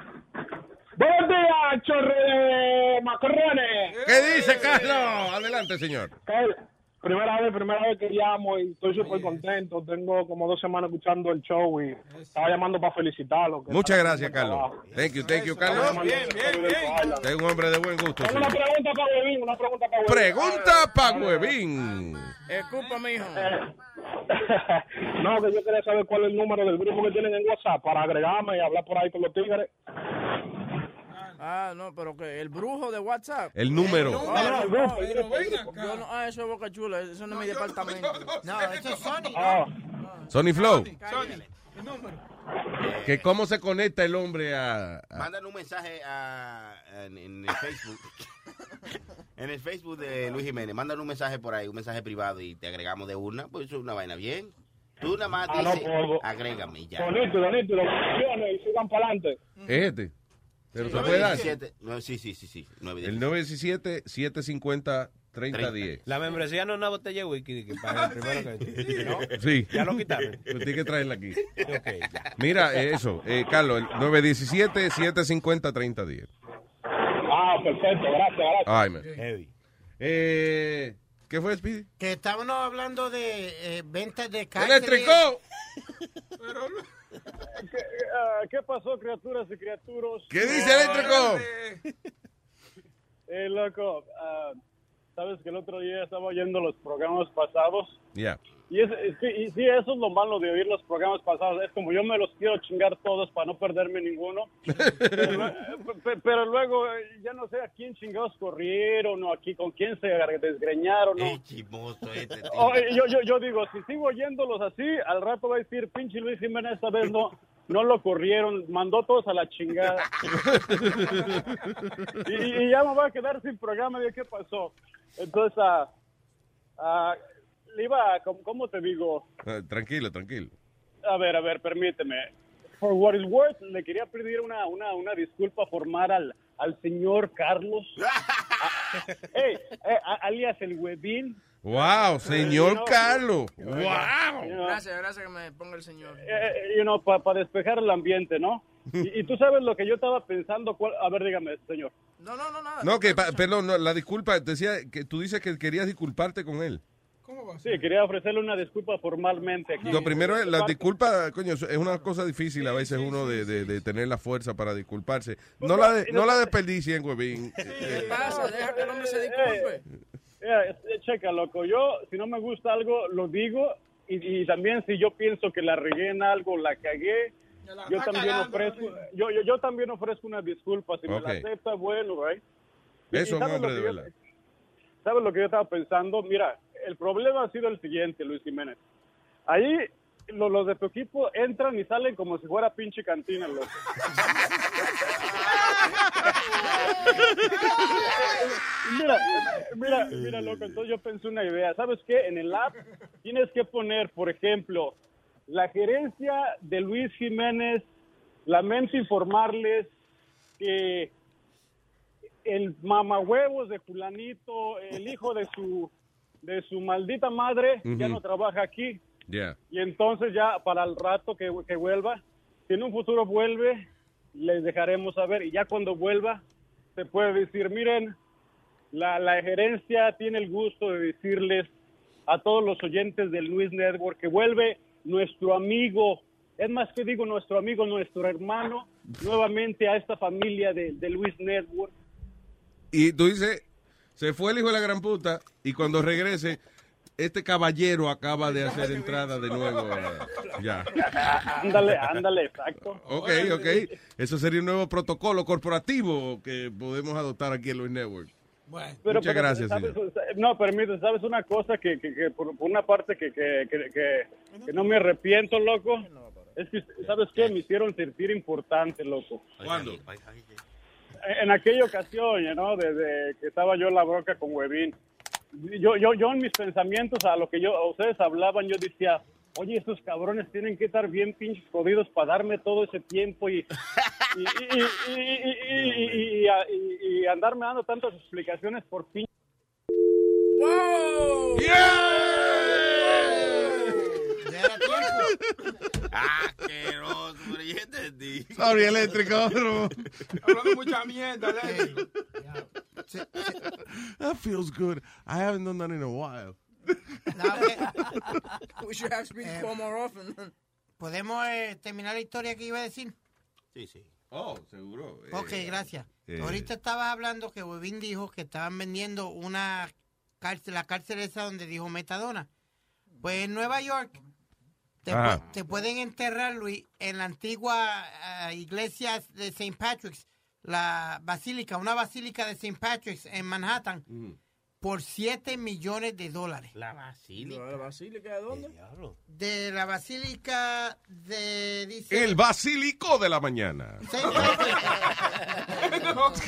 Buenos días, chorre de macarrones. ¿Qué dice, Carlos? Adelante, señor. Carl, primera vez, primera vez que llamo y estoy súper contento. Tengo como dos semanas escuchando el show y estaba llamando para felicitarlo. que Muchas está gracias, haciendo un Carlos. Thank you, thank you, trabajo. Carlos. Es un hombre de buen gusto. Tengo una señor. pregunta para Huevín, una pregunta para Huevín. Pregunta para Huevín. Escupa, mijo. No, que yo quería saber cuál es el número del grupo que tienen en WhatsApp para agregarme y hablar por ahí con los tigres. Ah, no, pero que el brujo de WhatsApp. El número. No, Ah, no, el no, grupo. pero ven acá. Yo no, ah, eso es Boca Chula, eso no es mi departamento. No, eso es Sony. Ah. Sony Flow, El número. que cómo se conecta el hombre a... a- Mándale un mensaje a, en, en el Facebook. en el Facebook de Luis Jiménez. Mándale un mensaje por ahí, un mensaje privado y te agregamos de una. Pues eso es una vaina bien. Tú nada más Ah, no, dices, pues, agrégame y ya. Bonito, bonito, los campeones y sigan para adelante. Es este. Pero se puede dar. 917, no, sí, sí, sí, sí. El 917-750-3010. La membresía no es una botella de whisky que paga el primero que ¿no? Sí. Ya lo quitaron. Pero tiene que traerla aquí. Ok, Mira, eh, eso, eh, Carlos, el 917-750-3010. Ah, perfecto, gracias, gracias. Ay, man. Eh, ¿Qué fue, Speedy? Que estábamos hablando de eh, ventas de cárcel. ¡Eléctrico! ¿Qué, eh, ¿Qué pasó, criaturas y criaturas? ¿Qué dice, eléctrico? Eh, loco, ah, sabes que el otro día estaba oyendo los programas pasados. Ya. Y, es, es que- y sí, eso es lo malo de oír los programas pasados. Es como yo me los quiero chingar todos para no perderme ninguno. pero, lue- pe- pe- pero luego eh, ya no sé a quién chingados corrieron o aquí con quién se desgreñaron. o- Oh, eh, yo, yo, yo digo, si sigo oyéndolos así, al rato va a decir, pinche Luis Jiménez, esta vez no, no lo corrieron, mandó todos a la chingada. y, y ya me voy a quedar sin programa, de qué pasó. Entonces, ah, ah, le iba, a- ¿cómo, cómo te digo? Ah, Tranquilo, tranquilo. A ver, a ver, permíteme. For what is worth, le quería pedir una, una, una disculpa formal al, al señor Carlos. Ah, hey, eh, a- alias el huevín. Wow, señor No. Carlos. Gracias, gracias que me ponga el señor. eh, you know, para despejar el ambiente, ¿no? Y, y tú sabes lo que yo estaba pensando. cuál- a ver, dígame, señor. No, no, no, nada. No, que, pa- perdón, no, la disculpa, decía que tú dices que querías disculparte con él. Sí, quería ofrecerle una disculpa formalmente. aquí. Este, Lo primero es, la Parte- disculpa, coño, es una cosa difícil a veces uno de, de- de tener la fuerza para disculparse. No la, de- no la desperdicien, huevín. Eh, ¿Qué pasa? Deja que el hombre se disculpe. Eh, eh, checa, loco. Yo, si no me gusta algo, lo digo. Y, y también si yo pienso que la regué en algo, la cagué, yo está también, cagando, ofrezco, yo, yo, yo también ofrezco una disculpa. Si me la Ok. acepta, bueno, right? Y- y Eso es un ¿sabes hombre lo de que yo- verdad. ¿Sabes lo que yo estaba pensando? Mira, el problema ha sido el siguiente, Luis Jiménez. Ahí lo- los, de tu equipo entran y salen como si fuera pinche cantina, loco. mira, mira, mira, loco. Entonces yo pensé una idea. ¿Sabes qué? En el app tienes que poner, por ejemplo, la gerencia de Luis Jiménez Lamento informarles que el mamahuevos de fulanito, el hijo de su de su maldita madre, ya Ujú. no trabaja aquí. Yeah. Y entonces ya para el rato que, que vuelva, si en un futuro vuelve, les dejaremos saber. Y ya cuando vuelva, se puede decir, miren, la, la gerencia tiene el gusto de decirles a todos los oyentes del Luis Network que vuelve nuestro amigo, es más que digo nuestro amigo, nuestro hermano, nuevamente a esta familia de, de Luis Network. Y tú dices, se fue el hijo de la gran puta y cuando regrese, este caballero acaba de hacer entrada de nuevo. a- Ya. Ándale, ándale, exacto. Ah, Ok, ok. Eso sería un nuevo protocolo corporativo que podemos adoptar aquí en Luis Network. Muchas gracias, ¿sabes? No, permíteme, ¿sabes una cosa que, que- que por, por una parte que, que- que- que- que no me arrepiento, loco? Es que, ¿sabes qué? Me hicieron sentir importante, loco. ¿Cuándo? En aquella ocasión, ya ¿no? Desde que estaba yo en la broca con Huevín, yo, yo, yo en mis pensamientos a lo que yo, a ustedes hablaban, yo decía, oye, estos cabrones tienen que estar bien pinches jodidos para darme todo ese tiempo y, y, y- y- y- y- y- y- y- y andarme dando tantas explicaciones por pinches. Ah, Asqueroso, pero yo entendí. Sorry, eléctrico. Hablando mucha mierda, Eléctrico. That feels good. I haven't done that in a while. eh, We should have speak Eh, for more often. ¿Podemos eh, terminar la historia que iba a decir? Sí, sí. Oh, seguro. Ok, gracias. eh. Ahorita estabas hablando que Webin dijo que estaban vendiendo una cárcel, la cárcel esa donde dijo Metadona. Pues en Nueva York te, Ajá. pu- te pueden enterrar, Luis, en la antigua ah, iglesia de St. Patrick's, la basílica, una basílica de St. Patrick's en Manhattan, Mm. por 7 millones de dólares. La basílica. ¿La basílica de dónde? De la basílica de... Dice, El basílico de la mañana. St. Patrick.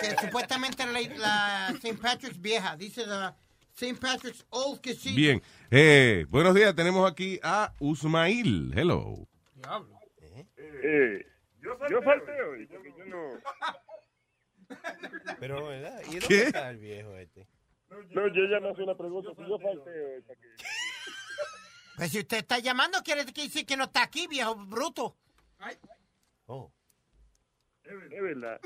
que supuestamente la, la St. Patrick's vieja, dice la St. Patrick's Old Casino. Bien. Eh, buenos días. Tenemos aquí a Usmail. Hello. Eh, yo falté, hoy, porque yo no... Pero, ¿verdad? ¿Y dónde ¿Qué? está el viejo este? No, yo ya no hace una pregunta, si yo falté hoy, ¿para qué? Pues si usted está llamando, quiere decir que no está aquí, viejo bruto. Es verdad.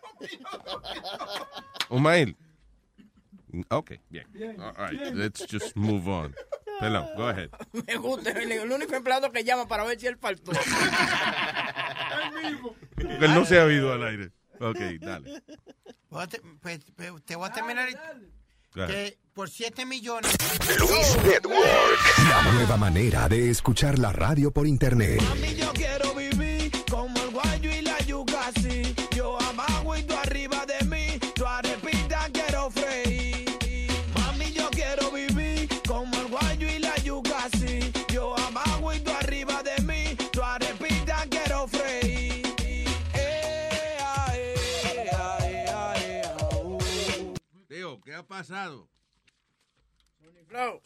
Usmail. Okay, bien. Bien. All right, Bien. let's just move on. Pelón, go ahead. Me gusta, el, el único empleado que llama para ver si él faltó. Porque él no se ha oído al aire. Okay, dale. Voy a te- Pues, pues, te voy a terminar Claro. que por 7 millones. Luis Network. La nueva manera de escuchar la radio por internet. yo quiero vivir como el guayo y la yuca así. Yo abajo y tú arriba de mí. Tu arepita quiero freír. Mami, yo quiero vivir como el guayo y la yuca así. Yo abajo y tú arriba de mí. Tu arepita quiero freír. Ea, ea, ea, ea, uh. Teo, ¿qué ha pasado? Flow.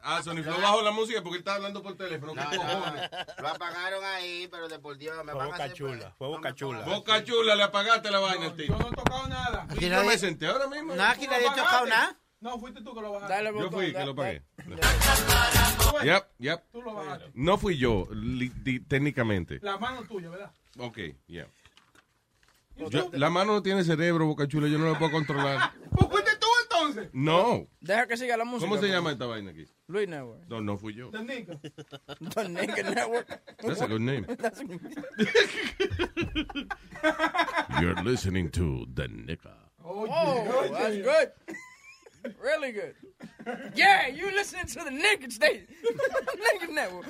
Ah, Sony Flow bajó la música porque él estaba hablando por teléfono. ¿Qué cojones? Lo apagaron ahí, pero de por Dios me van a Ah, hacer... chula, fue boca chula. Boca chula, le apagaste la vaina, tío. Yo no he tocado nada. Aquí Yo nadie- me senté ahora mismo. No, aquí nadie ha tocado nada. No, fuiste tú que lo bajaste. Dale, Yo botón, fui que da- lo da- pagué. Tú, Yep, yep. Tú lo bajaste. No fui yo, li- di- técnicamente. La mano tuya, ¿verdad? Ok, yeah. Yo- la mano no tiene cerebro, Boca Chula, yo no la puedo controlar. Pues fuiste tú entonces. No. Deja que siga la música. pues. ¿Cómo se llama esta vaina aquí? Luis Network. No, no fui yo. The nigga. The Nigga Network. That's a good name. That's a good- You're listening to The Nica. Oh, Oh, that's good. Really good. Yeah, you listening to the nigga station, nigga network,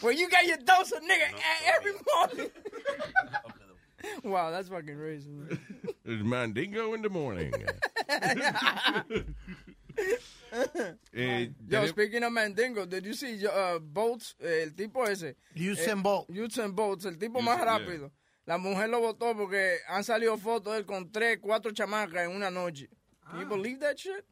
where you got your dose of nigga e- every morning. wow, that's fucking racist. It's Mandingo in the morning. Eh, Yo, tenem- speaking of Mandingo, did you see uh, Bolts, eh, el tipo ese? Usain Eh, Bolt. Usain Bolt, el tipo más Usain, rápido. La mujer lo votó porque han salido fotos de él con tres, cuatro chamacas en una noche. Can you believe that shit?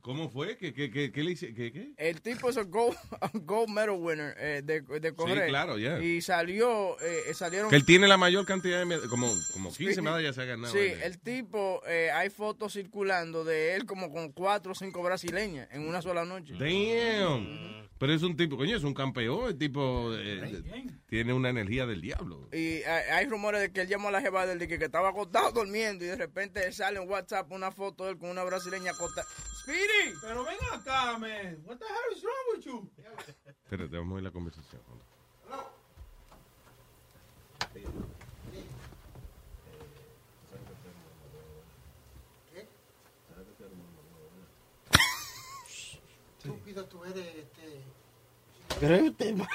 ¿Cómo fue? ¿Qué, qué, qué, qué le hice? ¿Qué, qué? El tipo es un gold, un gold medal winner eh, de, de correr. claro, ya. Y salió, eh, salieron... Que él tiene la mayor cantidad de med- como, como 15 medallas se ha ganado. Sí, él. el tipo, eh, hay fotos circulando de él como con cuatro o cinco brasileñas en una sola noche. Damn. Pero es un tipo, coño, es un campeón. El tipo eh, eh, tiene una energía del diablo. Y hay, hay rumores de que él llamó a la jeva del que, que estaba acostado durmiendo y de repente sale en WhatsApp una foto de él con una brasileña acostada. Speedy. Pero ven acá, man. What the hell is wrong with you? Espérate, vamos a ir a la conversación. Estúpido tú eres, este... Pero es usted, man.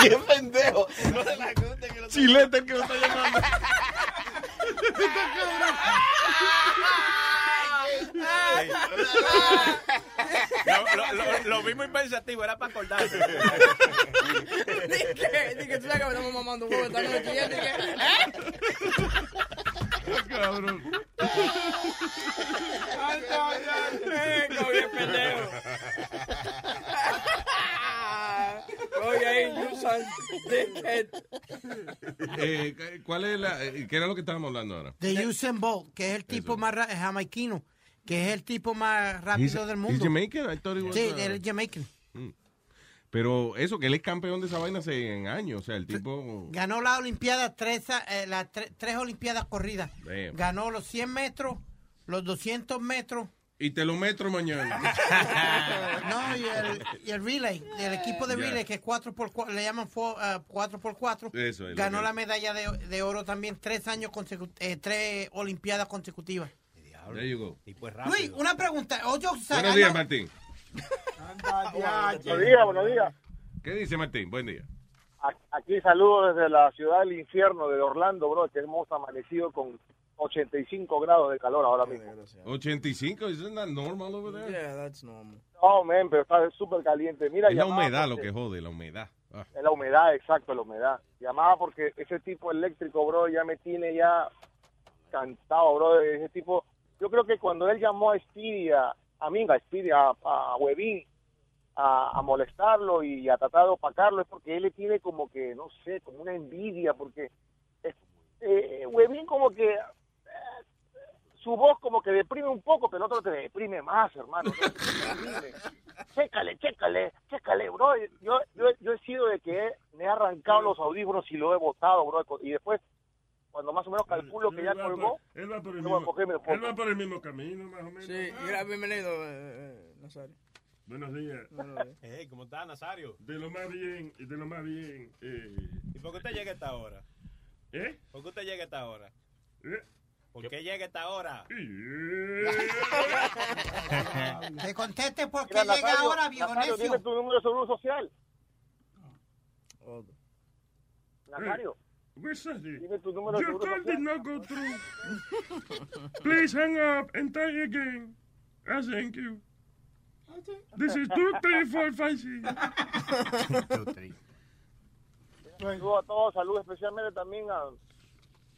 ¡Qué pendejo! No se la cuente que lo Chilete el que lo está llamando. Lo, lo, lo, lo vi muy pensativo, era para acordarse. Dije, dije, tú sabes que me estamos mamando huevo esta noche. Y él dije, ¿eh? Cabrón. Oye, pendejo. Oye, ahí, you son dickhead. Eh, ¿Cuál es la, eh, ¿Qué era lo que estábamos hablando ahora? De Usain Bolt, que es el tipo más ra- eh, jamaiquino, que es el tipo más He's- rápido del mundo. he's Jamaican? I thought he was, Sí, uh, él es Jamaican. Pero eso, que él es campeón de esa vaina hace en años. O sea, el tipo. Ganó las Olimpiadas, tres, eh, las tre- tres Olimpiadas corridas. Damn. Ganó los 100 metros, los 200 metros. Y te lo metro mañana. No, y el, y el relay, del equipo de Ya. relay, que es 4x4, le llaman fo- ah, 4x4. Eso es lo ganó que- la medalla de, de oro también tres años consecu- eh, tres Olimpiadas consecutivas. There you go. Luis, una pregunta. Oh, Oye, Buenos días, Martín. Buenos días, buenos días. ¿Qué dice Martín? Buen día. A- Aquí saludo desde la ciudad del infierno de Orlando, bro, que hemos amanecido con 85 grados de calor ahora mismo. 85, isn't that normal over there? Yeah, that's normal. No, men, pero está súper caliente. Mira, Es la llamaba humedad lo porque- que jode, la humedad. Ah. Es la humedad, exacto, la humedad. Llamaba porque ese tipo eléctrico, bro, ya me tiene ya cansado, bro. Ese tipo, yo creo que cuando él llamó a Speedy, a, a mí, a Speedy, a, a Huevín, a, a molestarlo y a tratar de opacarlo, es porque él le tiene como que, no sé, como una envidia, porque es- eh, Huevín como que eh, su voz como que deprime un poco, pero el otro te deprime más, hermano. chécale, chécale, chécale, bro. Yo, yo, yo he sido de que me he arrancado los audífonos y lo he botado, bro. Y después, cuando más o menos calculo que ya colgó, él va por yo voy a cogerme el foco. Él va por el mismo camino, más o menos. Ah. Sí, gra- bienvenido, eh, eh, Nazario. Buenos días. Eh, ¿Cómo está, Nazario? De lo más bien, de lo más bien. ¿Y por qué usted llega a esta hora? ¿Eh? ¿Por qué usted llega a esta hora? ¿Eh? ¿Por qué llega a esta hora? pues. Te conteste porque Mira, llega Nazario, ahora, viejo Nazario, necio. dime tu número de seguro social. Nazario. Dime tu número de Your seguro call did social. not go through. Please hang up and try again. I thank you. This is 23456. Saludos a todos, saludos especialmente también a,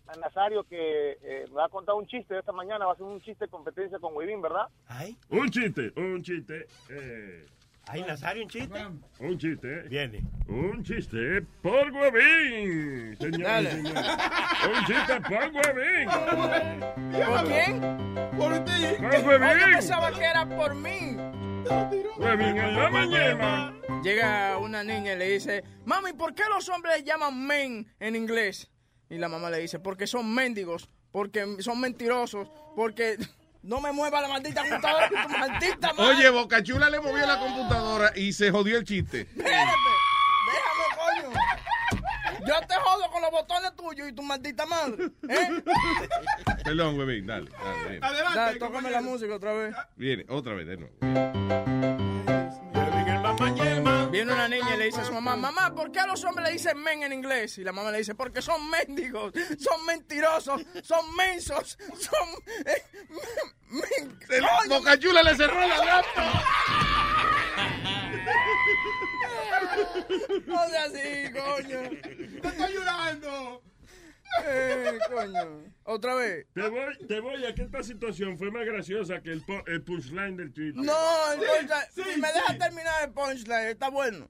a Nazario que eh, me va a contar un chiste esta mañana, va a hacer un chiste de competencia con Huevín, ¿verdad? Ay, un chiste, un chiste. Eh, ay, Nazario, un chiste. un chiste. Viene. Un chiste por Guavín. Dale. Señores, y señores. Un chiste por Guavín. ¿Por quién? Por ti. fue bien. Yo pensaba que era por mí. Fue bien en la mañana. Llega una niña y le dice, mami, ¿por qué los hombres le llaman men en inglés? Y la mamá le dice, porque son mendigos, porque son mentirosos, porque no me mueva la maldita computadora, tu maldita madre. Oye, Bocachula le movió la computadora y se jodió el chiste. Espérate, déjame, coño. Yo te jodo con los botones tuyos y tu maldita madre. ¿eh? Perdón, Guavín, dale. dale viene. Adelante. Dale, tócame la música otra vez. Viene, otra vez de nuevo. Viene una niña y le dice a su mamá, mamá, ¿por qué a los hombres le dicen men en inglés? Y la mamá le dice, porque son mendigos, son mentirosos, son mensos, son... eh, men- Coño. Bocachula le cerró la laptop. No sea así, coño. ¡Te estoy ayudando! Eh, coño. Otra vez. Te voy, te voy a que esta situación fue más graciosa que el, po- el punchline del Twitter. No, el punchline. sí, si me sí. deja terminar el punchline, está bueno.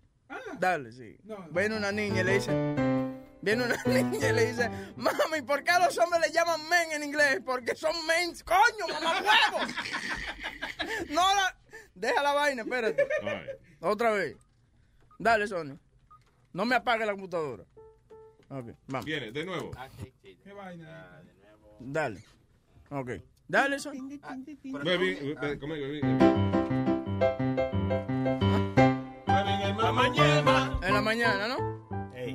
Dale, sí. Viene una niña y le dice. Viene una niña y le dice, mami, ¿por qué a los hombres le llaman men en inglés? Porque son men, coño, mamá huevo. No, la- deja la vaina, espérate. Otra vez. Dale, Sony. No me apague la computadora. Ok, vamos. Viene, de nuevo. Ah, ¿Qué vaina? Dale. Ok. Dale, Sony. Baby, eh, come here, baby. En la mañana. En la mañana, ¿no?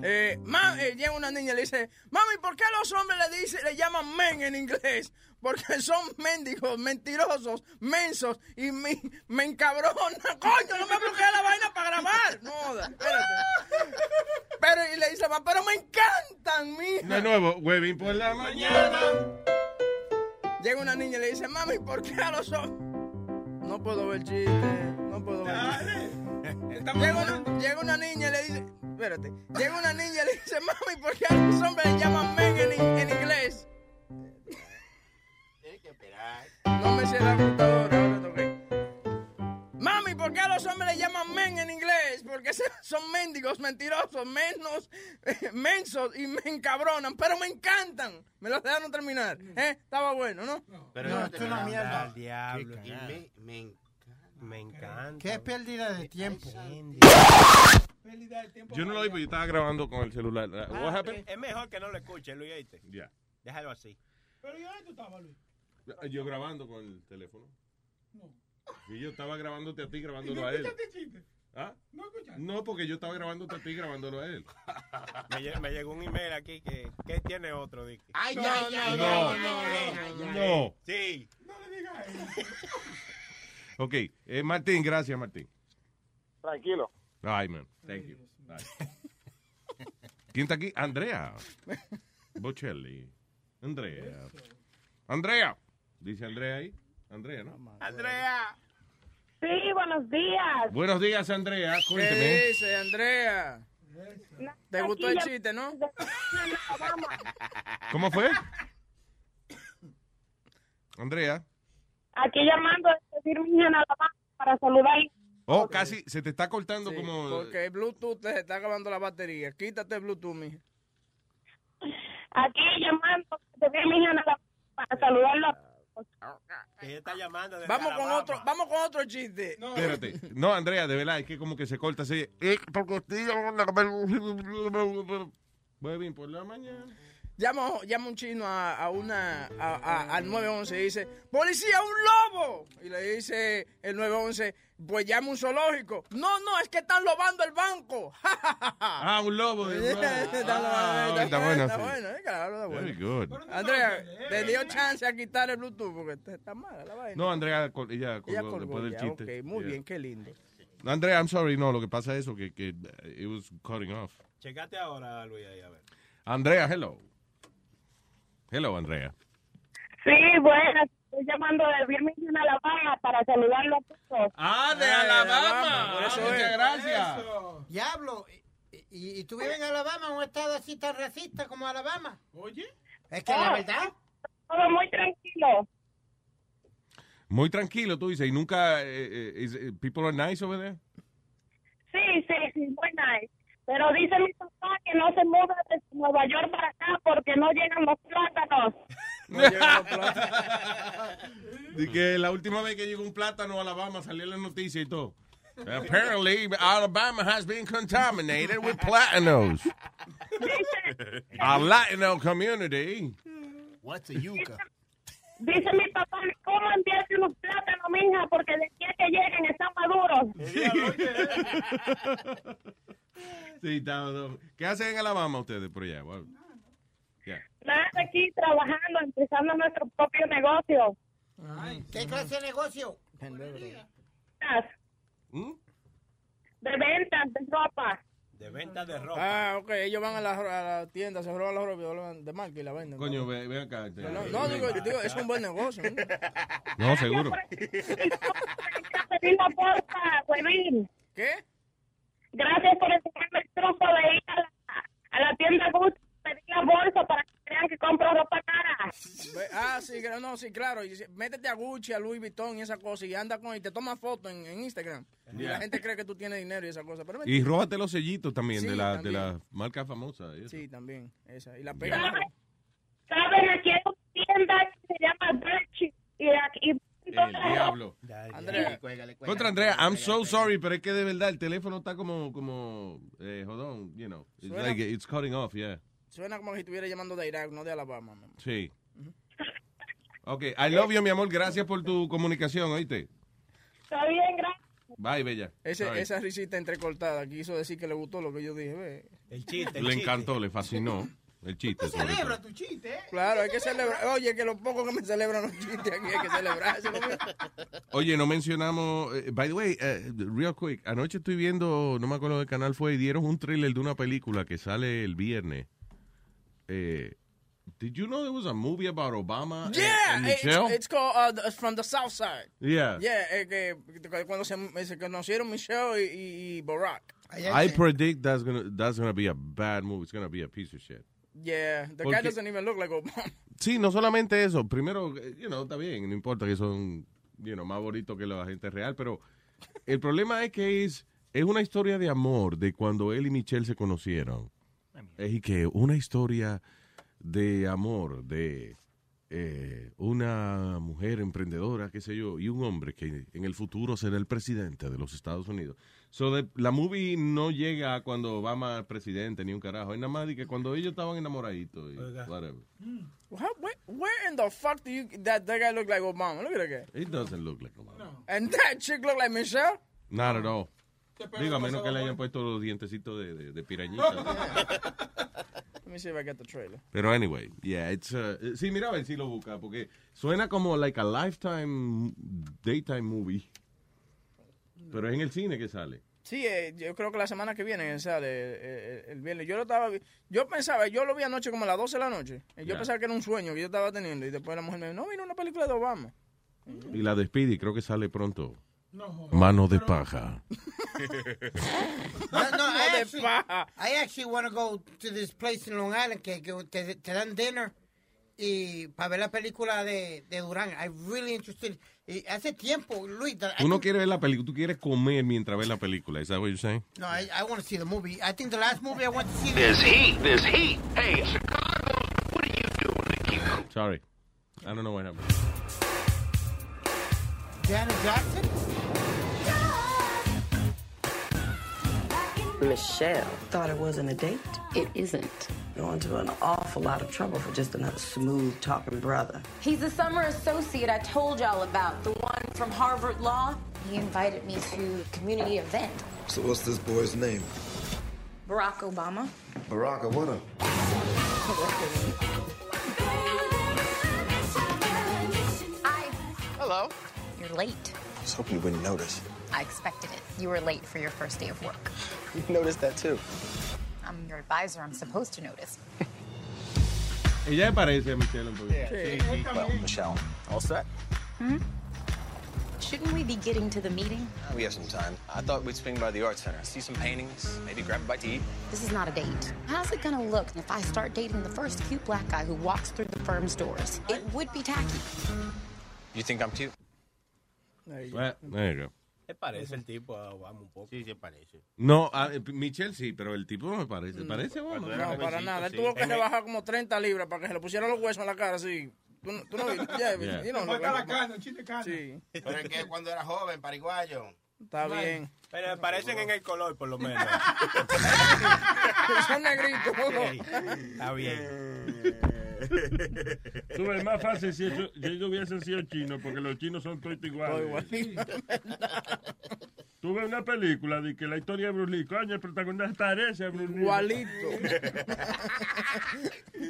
Eh, ma- eh, llega una niña y le dice, mami, ¿por qué a los hombres le, dice, le llaman men en inglés? Porque son mendigos, mentirosos, mensos y me, me encabronan. Coño, no me bloquea la vaina para grabar. No, joda, espérate. Pero, y le dice, "Ma, pero me encantan, mija. De nuevo, huevín por la mañana. Llega una niña y le dice, mami, ¿por qué a los hombres? No puedo ver chiste, no puedo ver chiste. Llega una, llega una niña y le dice, espérate, llega una niña y le dice, mami, ¿por qué a los hombres le llaman men en, in- en inglés? No me sé la computadora, ahora toqué. Mami, ¿por qué a los hombres le llaman men en inglés? Porque se- son mendigos, mentirosos, menos, eh, mensos y me encabronan, pero me encantan. Me lo dejaron terminar, ¿eh? Estaba bueno, ¿no? Pero No, no, esto es una mierda. Al diablo, Y nada. me, me encanta. Me encanta. Qué pérdida de tiempo. Yo no lo oí, pero yo estaba grabando con el celular. Ah, What happened? Es mejor que no lo escuches, Luis, ¿oíste? Ya. Déjalo así. Pero ¿y dónde tú estabas, Luis? Yo grabando con el teléfono. No. Y yo estaba grabándote a ti, ¿Y grabándolo no a él. escuchaste el chiste? ¿Ah? No escuchaste. No, porque yo estaba grabándote a ti, grabándolo a él. Me, lle- me llegó un email aquí que, que tiene otro, Dick. Ay, No, ay, no, ay, no, ay, no, ay, ay, no, ay, no. ay. Sí. Ok, eh, Martín, gracias, Martín. Tranquilo. Ay, man. Thank you. Bye. ¿Quién está aquí? Andrea. Bocelli. Andrea. Andrea. Dice Andrea ahí. Andrea, ¿no? Andrea. Sí, buenos días. Buenos días, Andrea. ¿Qué Cuénteme. dice, Andrea? ¿Te gustó el chiste, no? ¿Cómo fue? Andrea. Aquí llamando a decir un en Alabama para saludar. Oh, casi se te está cortando Sí, como. Porque el Bluetooth te está acabando la batería. Quítate el Bluetooth, mija. Aquí llamando a decir un en Alabama para saludarlo. Ella está llamando desde Ah. Vamos con Alabama. otro, vamos con otro chiste. Espérate. No, Andrea, de verdad, es que como que se corta así. Eh, porque estoy- Bebín por la mañana. Llama, llama un chino a, a una a- a- al 911 y dice, "Policía, un lobo." Y le dice el 911, "Pues llama un zoológico." "No, no, es que están robando el banco." Ah, un lobo. de- Ah, está, bueno, está sí. bueno, eh, claro, está bueno. Very good. Andrea, le dio chance a quitar el Bluetooth porque está- está mala la vaina. No, Andrea, col- ella colgó Ella colgó después del ya, chiste. ok, muy Yeah. bien, qué lindo. Andrea, I'm sorry, no, lo que pasa es eso, que, que eh, it was cutting off. eh, Checate ahora, Luis, ahí, a ver. Andrea, hello. Hello, Andrea. Sí, bueno, estoy llamando de Birmingham, Alabama para saludarlo a todos. Ah, de Alabama. Por eso muchas gracias. Diablo, ¿y, y, y tú vives en Alabama, un estado así tan racista como Alabama? Oye. Es que la Ah. verdad... Todo muy tranquilo. Muy tranquilo, tú dices, y nunca, eh, eh, is- eh, people are nice over there. Sí, sí, sí, muy nice. Pero dice mi papá que no se muda de Nueva York para acá porque no llegan los plátanos. De que la última vez que llegó un plátano a Alabama salió en la noticia y todo. Apparently, Alabama has been contaminated with platanos. A Latino community. What's a yuca? Dice mi papá, ¿cómo enviarte unos plátanos, mija? Porque de aquí a que lleguen están maduros. Sí, está- está- ¿Qué hacen en Alabama ustedes por allá? Well, yeah. Nada, aquí trabajando, empezando nuestro propio negocio. Ah, ¿Qué clase de negocio? De ventas, de ropa. ¿Mm? De venta de ropa. Ah, ok, ellos van a la, a la tienda, se roban la ropa y vuelven de marca y la venden. Coño, ve, ve acá. este, eh, No, no, no, digo, digo, es un buen negocio. ¿no? No, seguro. Pedí la puerta, huevín. ¿Qué? Gracias por enseñarme el truco de ir a la, a la tienda Gucci, pedir la bolsa para que crean No, no, ah, sí, claro. y dice, métete a Gucci, a Louis Vuitton y esa cosa y anda con y te toma fotos en, en Instagram. Y Yeah. la gente cree que tú tienes dinero y esa cosa. Pero Y róbate los sellitos también, Sí, de, la, también. de la marca famosa. y eso. Sí, también. Esa. Y la pega. Saben, aquí hay una tienda que se llama Birch y aquí... El diablo. Andrea. Contra Andrea, I'm so sorry, pero es que de verdad el teléfono está como, como, eh, jodón, you know. It's Suena. like, it's cutting off, yeah. Suena como si estuviera llamando de Irak, no de Alabama. mi amor. Sí. Ok, I love you, mi amor. Gracias por tu comunicación, oíste. Está bien, gracias. Bye, bella. Sorry. esa risita entrecortada quiso decir que le gustó lo que yo dije. ve. El chiste, Le encantó, le fascinó el chiste. sobre todo. tu chiste, eh. Claro, hay que celebrar. Oye, que lo poco que me celebran los chistes aquí hay que celebrarse. ¿no? Oye, no mencionamos, eh, by the way, eh, real quick, anoche estoy viendo, no me acuerdo del canal fue, y dieron un thriller de una película que sale el viernes. Eh, did you know there was a movie about Obama and- Yeah, and it's, Michelle? it's called uh, the- From the South Side. Yeah. Yeah, eh, que, que cuando se, eh, se conocieron Michelle y, y- y Barack. I predict that's gonna that's gonna be a bad movie. It's gonna be a piece of shit. Yeah, the guy Porque- doesn't even look like Obama. Sí, no solamente eso. Primero, eh, you know, está bien, no importa que son, you know, más bonitos que la gente real, pero el problema es que es, es una historia de amor de cuando él y Michelle se conocieron. Es que una historia de amor de eh, una mujer emprendedora, qué sé yo, y un hombre que en el futuro será el presidente de los Estados Unidos. So the- la movie no llega a cuando Obama es presidente ni un carajo. Es nada más de que cuando ellos estaban enamoraditos y whatever. What, where, where in the fuck do you that that guy look like Obama? Look at that guy. It doesn't look like Obama. And that chick look like Michelle. Not at all. pega Digo, a el menos que pasado, le hayan puesto los dientecitos de, de, de pirañita. Let me see if I get the trailer. Pero anyway, yeah, it's uh, eh, sí, mira a ver si lo busca, porque suena como like a lifetime daytime movie. Pero es en el cine que sale. Sí, eh, yo creo que la semana que viene sale eh, eh, el viernes. Yo lo estaba, vi- yo pensaba, yo lo vi anoche como a las 12 de la noche. Y Yo Ya. pensaba que era un sueño que yo estaba teniendo y después la mujer me dijo, no, vino una película de Obama. Y la de Speedy creo que sale pronto. Mano de paja. No, eh. no, I actually, I actually want to go to this place in Long Island que, que te, te dan dinner y para ver la película de, de Durán. I'm really interested. Y hace tiempo, Luis. that I Tú no think- quieres ver la película, tú quieres comer mientras ves la película. ¿Es that what you're saying? No, I, I want to see the movie. I think the last movie I went to see. There's heat, there's heat. Hey, Sorry. I don't know what happened. Janet Jackson. Michelle thought it wasn't a date. It isn't. Going to an awful lot of trouble for just another smooth talking brother. He's the summer associate I told y'all about, the one from Harvard Law. He invited me to a community event. So what's this boy's name? Barack Obama. Barack Obama. Hi. Hello. You're late. I was hoping you wouldn't notice. I expected it. You were late for your first day of work. You noticed that too. I'm your advisor. I'm supposed to notice. Ella me parece a Michelle un poquito. Well, Michelle, all set? Shouldn't we be getting to the meeting? We have some time. I thought we'd swing by the art center, see some paintings, maybe grab a bite to eat. This is not a date. How's it gonna look if I start dating the first cute black guy who walks through the firm's doors? It would be tacky. You think I'm cute? Well, there you go. ¿Te parece el tipo a Obama un poco? Sí, sí, parece. No, a- eh, Michelle sí, pero el tipo no me parece. ¿Parece cuando Obama? era No, para nada. Él tuvo que rebajar como 30 libras para que se le pusieran los huesos en la cara así. Tú, no- tú no viste. Yeah, Yeah. you know, Falta like la Obama. Sí. Pero es que cuando era joven, paraguayo. Está bien. Pero me parecen en el color, por lo menos. Son negritos. Está bien. Eh. Tú ves, más fácil si ellos, si ellos hubiesen sido chinos, porque los chinos son todos iguales. Tú ves una película de que la historia de Bruce Lee, coño, el protagonista parece a Bruce Lee. Este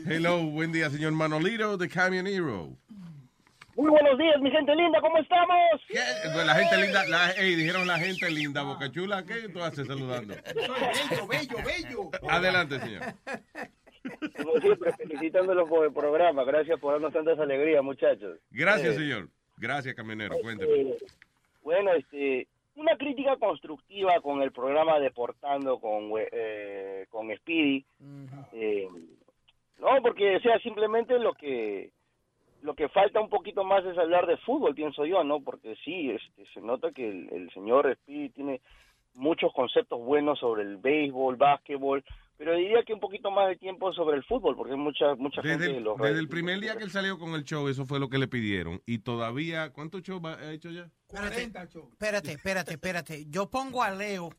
Hello, buen día, señor Manolito de Camionero. Muy buenos días, mi gente linda, ¿cómo estamos? Pues la gente linda, la, ey, dijeron la gente linda, Boca Chula, ¿qué tú haces saludando? Bello, bello, bello. Adelante, señor. Como siempre, felicitándolos por el programa. Gracias por darnos tantas alegrías, muchachos. Gracias, Eh, señor. Gracias, Camionero, cuénteme. eh, bueno, este, una crítica constructiva con el programa Deportando con, eh, con Speedy. Eh, no, porque, o sea, simplemente lo que lo que falta un poquito más es hablar de fútbol, pienso yo, ¿no? Porque sí, este, se nota que el, el señor Speedy tiene muchos conceptos buenos sobre el béisbol, básquetbol, pero diría que un poquito más de tiempo sobre el fútbol, porque hay mucha, mucha gente Desde, de el, los desde el primer día que él salió con el show, eso fue lo que le pidieron. Y todavía, ¿cuántos shows va- ha hecho ya? Espérate, espérate, espérate, espérate. Yo pongo a Leo,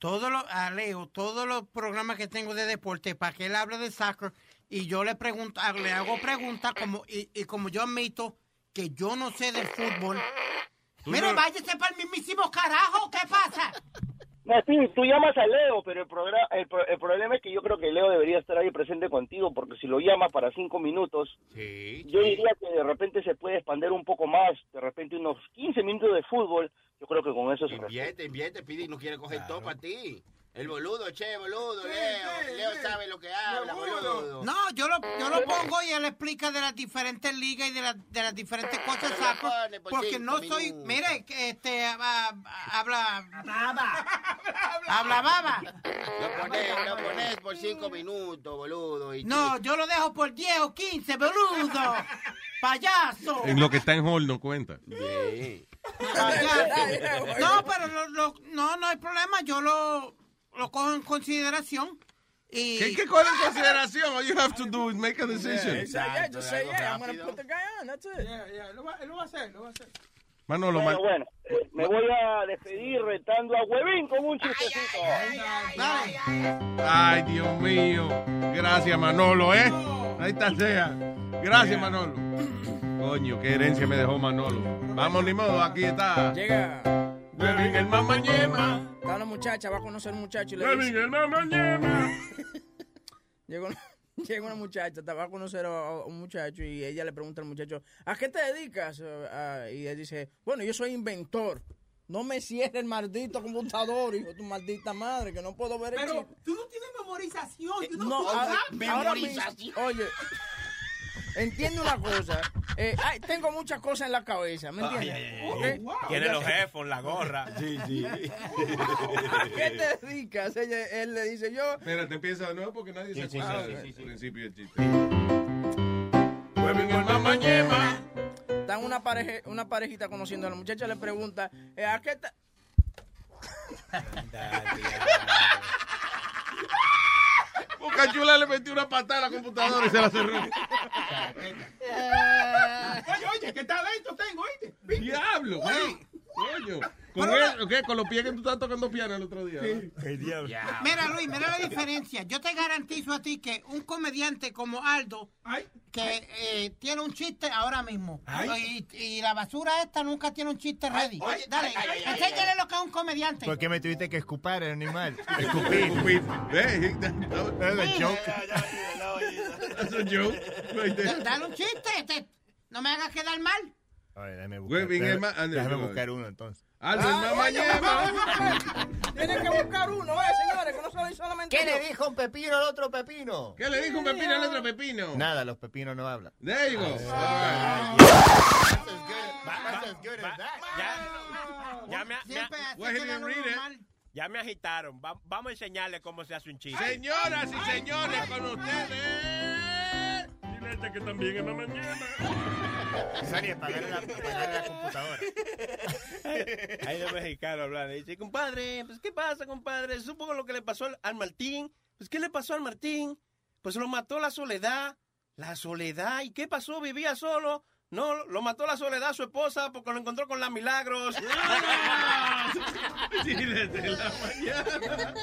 todos los, a Leo, todos los programas que tengo de deporte para que él hable de soccer y yo le pregunto, ah, le hago preguntas como, y, y como yo admito que yo no sé de fútbol. Tú Mira, no- váyase para el mismísimo carajo, ¿qué pasa? No, sí, tú llamas a Leo, pero el, progra- el, pro- el problema es que yo creo que Leo debería estar ahí presente contigo, porque si lo llamas para cinco minutos, yo diría que de repente se puede expandir un poco más, de repente unos 15 minutos de fútbol, yo creo que con eso se resuelve. Invierte, invierte, pide y no quiere coger todo para ti. El boludo, che, boludo, Leo. Leo sabe lo que habla, boludo. No, yo lo, yo lo pongo y él explica de las diferentes ligas y de, las- de las diferentes cosas de soccer, por porque cinco no soy, minutos. mire, que, este, ah, ah, habla... Baba. habla baba. Lo pones, lo pones por cinco minutos, boludo. Y No, yo lo dejo por 10 o 15, boludo. Payaso. En lo que está en hall no cuenta. Payaso. No, pero lo- lo- no, no hay problema. Yo lo, lo cojo en consideración. Y... ¿Qué, qué cosa en consideración? All you have to do is make a decision. yeah, just say yeah. I'm gonna rápido. put the guy on. That's it. Yeah, yeah, Lo va, lo va a hacer, lo va a hacer. Manolo, Bueno, man- bueno, eh, me voy a despedir retando a Huevín con un chistecito. Ay, Dios mío. Gracias, Manolo, ¿eh? Ahí está sea. Gracias, Manolo. Coño, qué herencia me dejó Manolo. Vamos, ni modo, aquí está. Llega. Huevín el mamañema. Está una muchacha, va a conocer un muchacho y le Huevín dice. el mamañema. Llega una, llega una muchacha, te va a conocer a, a un muchacho y ella le pregunta al muchacho, ¿a qué te dedicas? Eh, ah, y él dice, bueno, yo soy inventor. No me cierre el maldito computador, hijo de tu maldita madre, que no puedo ver el Pero chiste". tú no tienes memorización. Tú no, No, sabes. ahora, ahora mismo, oye, entiende una cosa. eh, ay, tengo muchas cosas en la cabeza, ¿me Ay, entiendes? Eh, ay, ay, Ok. Oh, ay. Tiene Ella- los headphones, la gorra. Sí, sí. ¿A qué te dedicas? Ella- él le dice, yo Mira, te empieza de nuevo porque nadie se Sí, sí, acuerda sí, del sí, sí, sí. principio del chiste. Huevín el mamañema. Están una, pareja, una parejita conociendo. La muchacha le pregunta, eh, ¿a qué te...? Boca Chula le metió una patada a la computadora y se la cerró. Oye, oye, que talento tengo, ¿oíste? ¿Viste? Diablo, güey. Coño. ¿Con, el- ¿qué? ¿Con los pies que tú estabas tocando piano el otro día? El diablo. Mira, Luis, mira la diferencia. Yo te garantizo a ti que un comediante como Aldo, que eh, tiene un chiste ahora mismo, y, y la basura esta nunca tiene un chiste ready. Dale, enséñale lo que es un comediante. ¿Por qué me tuviste que escupar, animal? Escupir. That's a joke. That's a joke. Right Da- there. Dale un chiste, te- no me hagas quedar mal. All right, déjame buscar, Huevín el ma- déjame- Ande, déjame no, buscar uno, entonces. Aldo el mamañema. Tienen que buscar uno, eh, señores, que no soy solamente ¿Qué yo. le dijo un pepino al otro pepino? ¿Qué le dijo un pepino al otro pepino? Nada, los pepinos no hablan. There you go. Ya me, me- Siempre así Why he que didn't hablan read it? normal. ya me agitaron. Va- vamos a enseñarle cómo se hace un chiste. Señoras y señores, con ustedes. Dile a esta que también es mamañema. Sari, apagar la, apagar la computadora. Hay dos mexicanos hablando. ¿eh? Y dice, compadre, pues ¿qué pasa, compadre? Supongo lo que le pasó al, al Martín. Pues ¿qué le pasó al Martín? Pues lo mató la soledad. La soledad. ¿Y qué pasó? ¿Vivía solo? No, lo mató la soledad su esposa porque lo encontró con la Milagros. Dile de la mañana.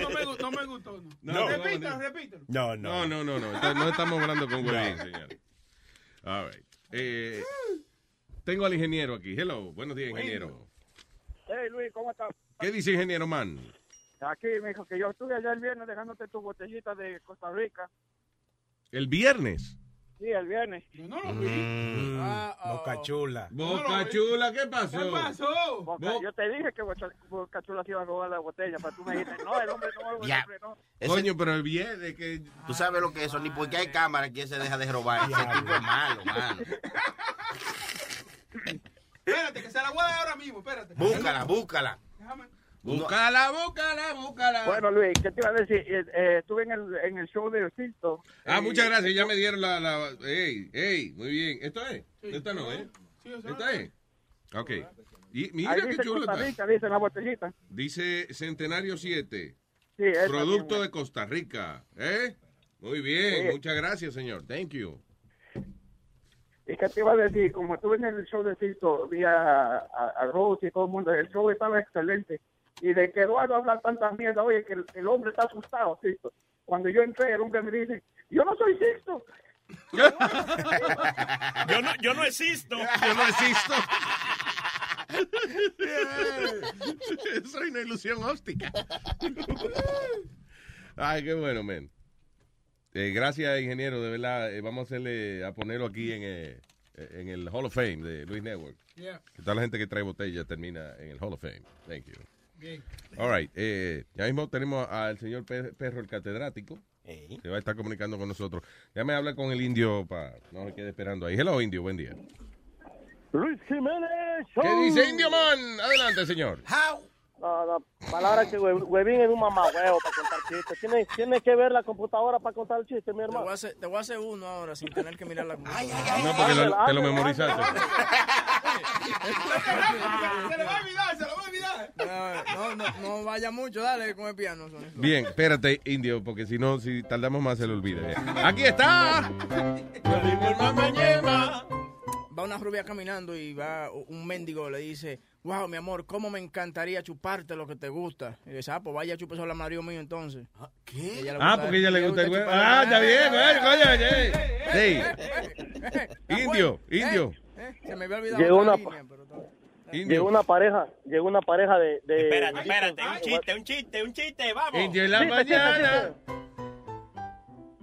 No me, gu- no me gustó, no. No, no, repítelo, no. repítelo. No, no. No, no, no. Esta- No estamos hablando con Huevín, señores. All right. Eh, tengo al ingeniero aquí. Hello. Buenos días, ingeniero. Hey Luis, ¿cómo estás? ¿Qué dice ingeniero man? Aquí me dijo que yo estuve allá el viernes dejándote tu botellita de Costa Rica. El viernes. Sí, el viernes. no Mm. Mm. Boca chula. Boca chula, eh. ¿qué pasó? pasó? yo te dije que Boca, Boca Chula se iba a robar la botella, pero tú me dijiste, no, el hombre no, el Ya. hombre no. Coño, pero el viernes que... Tú sabes lo que es eso, ni porque hay cámara que se deja de robar. Ese tipo es malo, malo. Espérate, que se la voy a dar ahora mismo, espérate. Búscala, búscala. Búscala, búscala, búscala. Bueno, Luis, ¿qué te iba a decir? Eh, eh, estuve en el, en el show de Silto. Ah, muchas gracias, ya me dieron la... la ey, ey, muy bien. ¿Esto es? ¿Esta no es? ¿Esta es? Ok. Y mira Ahí qué dice chulo Costa está. Rica, dice en la botellita. Dice Centenario 7. Sí, esa Producto de Costa Rica. ¿Eh? Muy bien, Sí. muchas gracias, señor. Thank you. ¿Y qué te iba a decir? Como estuve en el show de Tito, vi a, a, a Rose y todo el mundo, el show estaba excelente. Y de que Eduardo habla tantas mierdas, oye, que el, el hombre está asustado, Tito. Cuando yo entré, el hombre me dice, yo no soy Tito. Yo no, yo no existo. Yo no existo. Soy una ilusión óptica. Ay, qué bueno, men. Eh, gracias, ingeniero, de verdad. eh, vamos a hacerle, a ponerlo aquí en, eh, en el Hall of Fame de Luis Network. Yeah. Que Toda la gente que trae botella termina en el Hall of Fame. Thank you. Bien. All right. eh, ya mismo tenemos al señor Pe- Perro, el catedrático. Se va a estar comunicando con nosotros. Ya me habla con el indio para no se quede esperando ahí. Hello, indio. Buen día. Luis Jiménez. ¿Qué show. dice Indio Man? Adelante, señor. No, no, palabra que hue- huevín es un mamahuevo para contar chistes. Tiene, tiene que ver la computadora para contar el chiste, mi Te voy, a hermano. hacer, te voy a hacer uno ahora sin tener que mirar la No, porque lo- te lo memorizaste. Se lo va a olvidar, se lo va a olvidar. No, no, no vaya mucho, dale con el piano. Sony. Bien, espérate, Indio, porque si no, si tardamos más se lo olvida. ya. Aquí está. Va una rubia caminando y va un mendigo, le dice, wow, mi amor, cómo me encantaría chuparte lo que te gusta. Y dice, ah, pues vaya, chúpese al marido mío entonces. ¿Qué? Ah, porque a ella le gusta el huevo. Ah, está bien, bueno, Eh, coño, oye. Sí. Indio, indio. Se me había olvidado. Llegó otra una, línea. llegó una pareja, llegó una pareja de... de Espérate, espérate, un chiste, un chiste, un chiste, vamos. Eh, ah, Indio en la Chiste, chiste, mañana.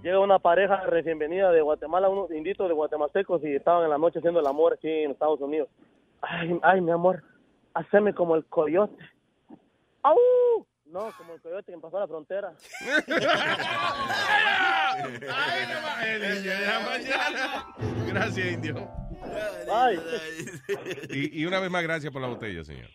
Llega una pareja recién venida de Guatemala, unos inditos de guatemaltecos y estaban en la noche haciendo el amor aquí en Estados Unidos. Ay, ay, mi amor, haceme como el coyote. ¡Au! No, como el coyote que pasó la frontera. Gracias, indio. Y, y una vez más, gracias por la botella, señor.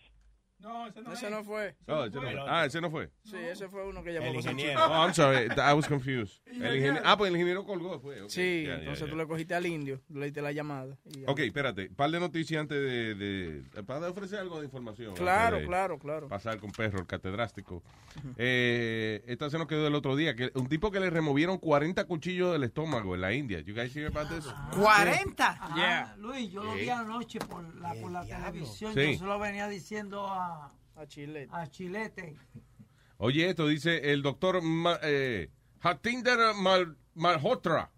No, ese no, fue. Oh, ese no fue. Ah, ese no fue. Sí, ese fue uno que llamó El los ingeniero. Oh, I'm sorry. I was confused. El ingeniero- ah, pues el ingeniero colgó. Fue. Ok, Sí, ya, ya, entonces ya. tú le cogiste al indio, le diste la llamada. y ya. Ok, espérate. Par de noticias antes de, de- Para ofrecer algo de información. Claro, antes de claro, claro. Pasar con perro, el catedrástico. Eh, esta se nos quedó el otro día. que Un tipo que le removieron 40 cuchillos del estómago en la India. You guys hear about this? ¿40? Yeah. Luis, yo lo Sí. vi anoche por la, por Eh, la televisión. Sí. Yo se lo venía diciendo a, a Chilete. A Chilete. Oye, esto dice el doctor Ma- eh, Hatinder Mal- Malhotra.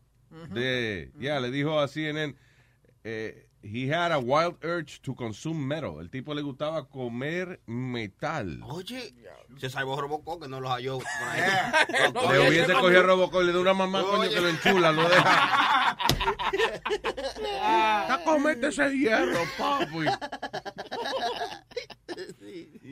de, ya, le dijo a CNN, eh, he had a wild urge to consume metal. El tipo le gustaba comer metal. Oye, se salvó Robocop que no los halló por ahí. Le Eh, hubiese cogido a Robocop, le da una mamá, coño, que lo enchula, lo deja. Ah. Está comete ese hierro, papi.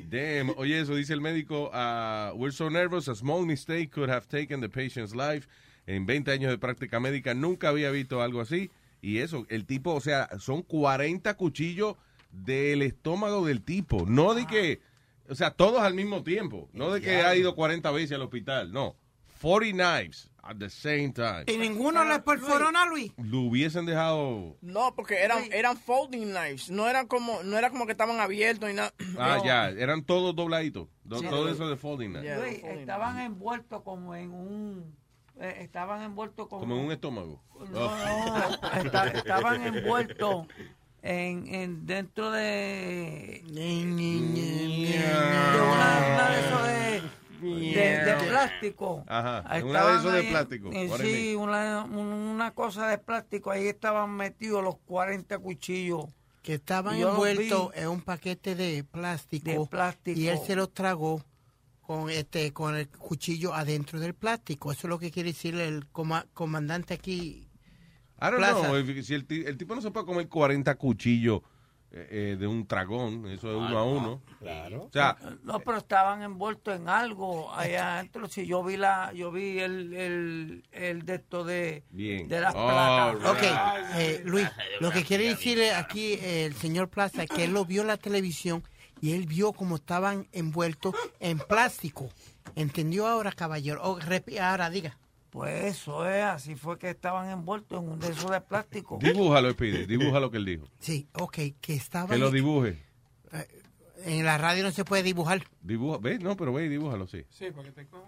Damn, oye, eso dice el médico. ah, we're so nervous, a small mistake could have taken the patient's life. En 20 años de práctica médica nunca había visto algo así. Y eso, el tipo, o sea, son 40 cuchillos del estómago del tipo. No de que, o sea, todos al mismo tiempo. No de que ha ido 40 veces al hospital, no. 40 knives at the same time. ¿Y ninguno le perforó a Luis? Lo hubiesen dejado Ah, No, porque eran, eran folding knives, no eran como, no era como que estaban abiertos y nada. Ah, No. ya, eran todos dobladitos. Do- Sí. todo eso de folding knife. Luis, estaban envueltos como en un... eh, estaban envueltos como... Como en un estómago. Oh. No, no, esta- estaban envueltos en, en dentro de de una, una de esos de, de- de plástico. Ajá, Ahí en una de esos estaban de ahí, plástico. eh, What I sí, una, un- una cosa de plástico. Ahí estaban metidos los 40 cuchillos. Que estaban Yo los envueltos vi. en un paquete de plástico, De plástico. y él se los tragó con este con el cuchillo adentro del plástico. Eso es lo que quiere decir el coma- comandante aquí. I don't Plaza. know, if- si el, ti- el tipo no se puede comer 40 cuchillos eh, eh, de un tragón, eso es Ah, uno a uno. Claro. O sea, Ah, No, pero estaban envueltos en algo allá adentro. Si yo vi la, yo vi el, el, el de esto de, Bien. de las Oh, placas. Ok, eh, Luis, lo que quiere decir aquí eh, el señor Plaza es que él lo vio en la televisión y él vio cómo estaban envueltos en plástico. ¿Entendió ahora, caballero? O, repi- ahora diga. Pues eso es, así fue que estaban envueltos en un de esos de plástico. Dibújalo, Speedy, dibuja lo que él dijo. Sí, ok, que estaban... Que lo dibuje. Eh, En la radio no se puede dibujar. Dibuja, ve, no, pero ve y dibújalo, sí. Sí, para que te coja.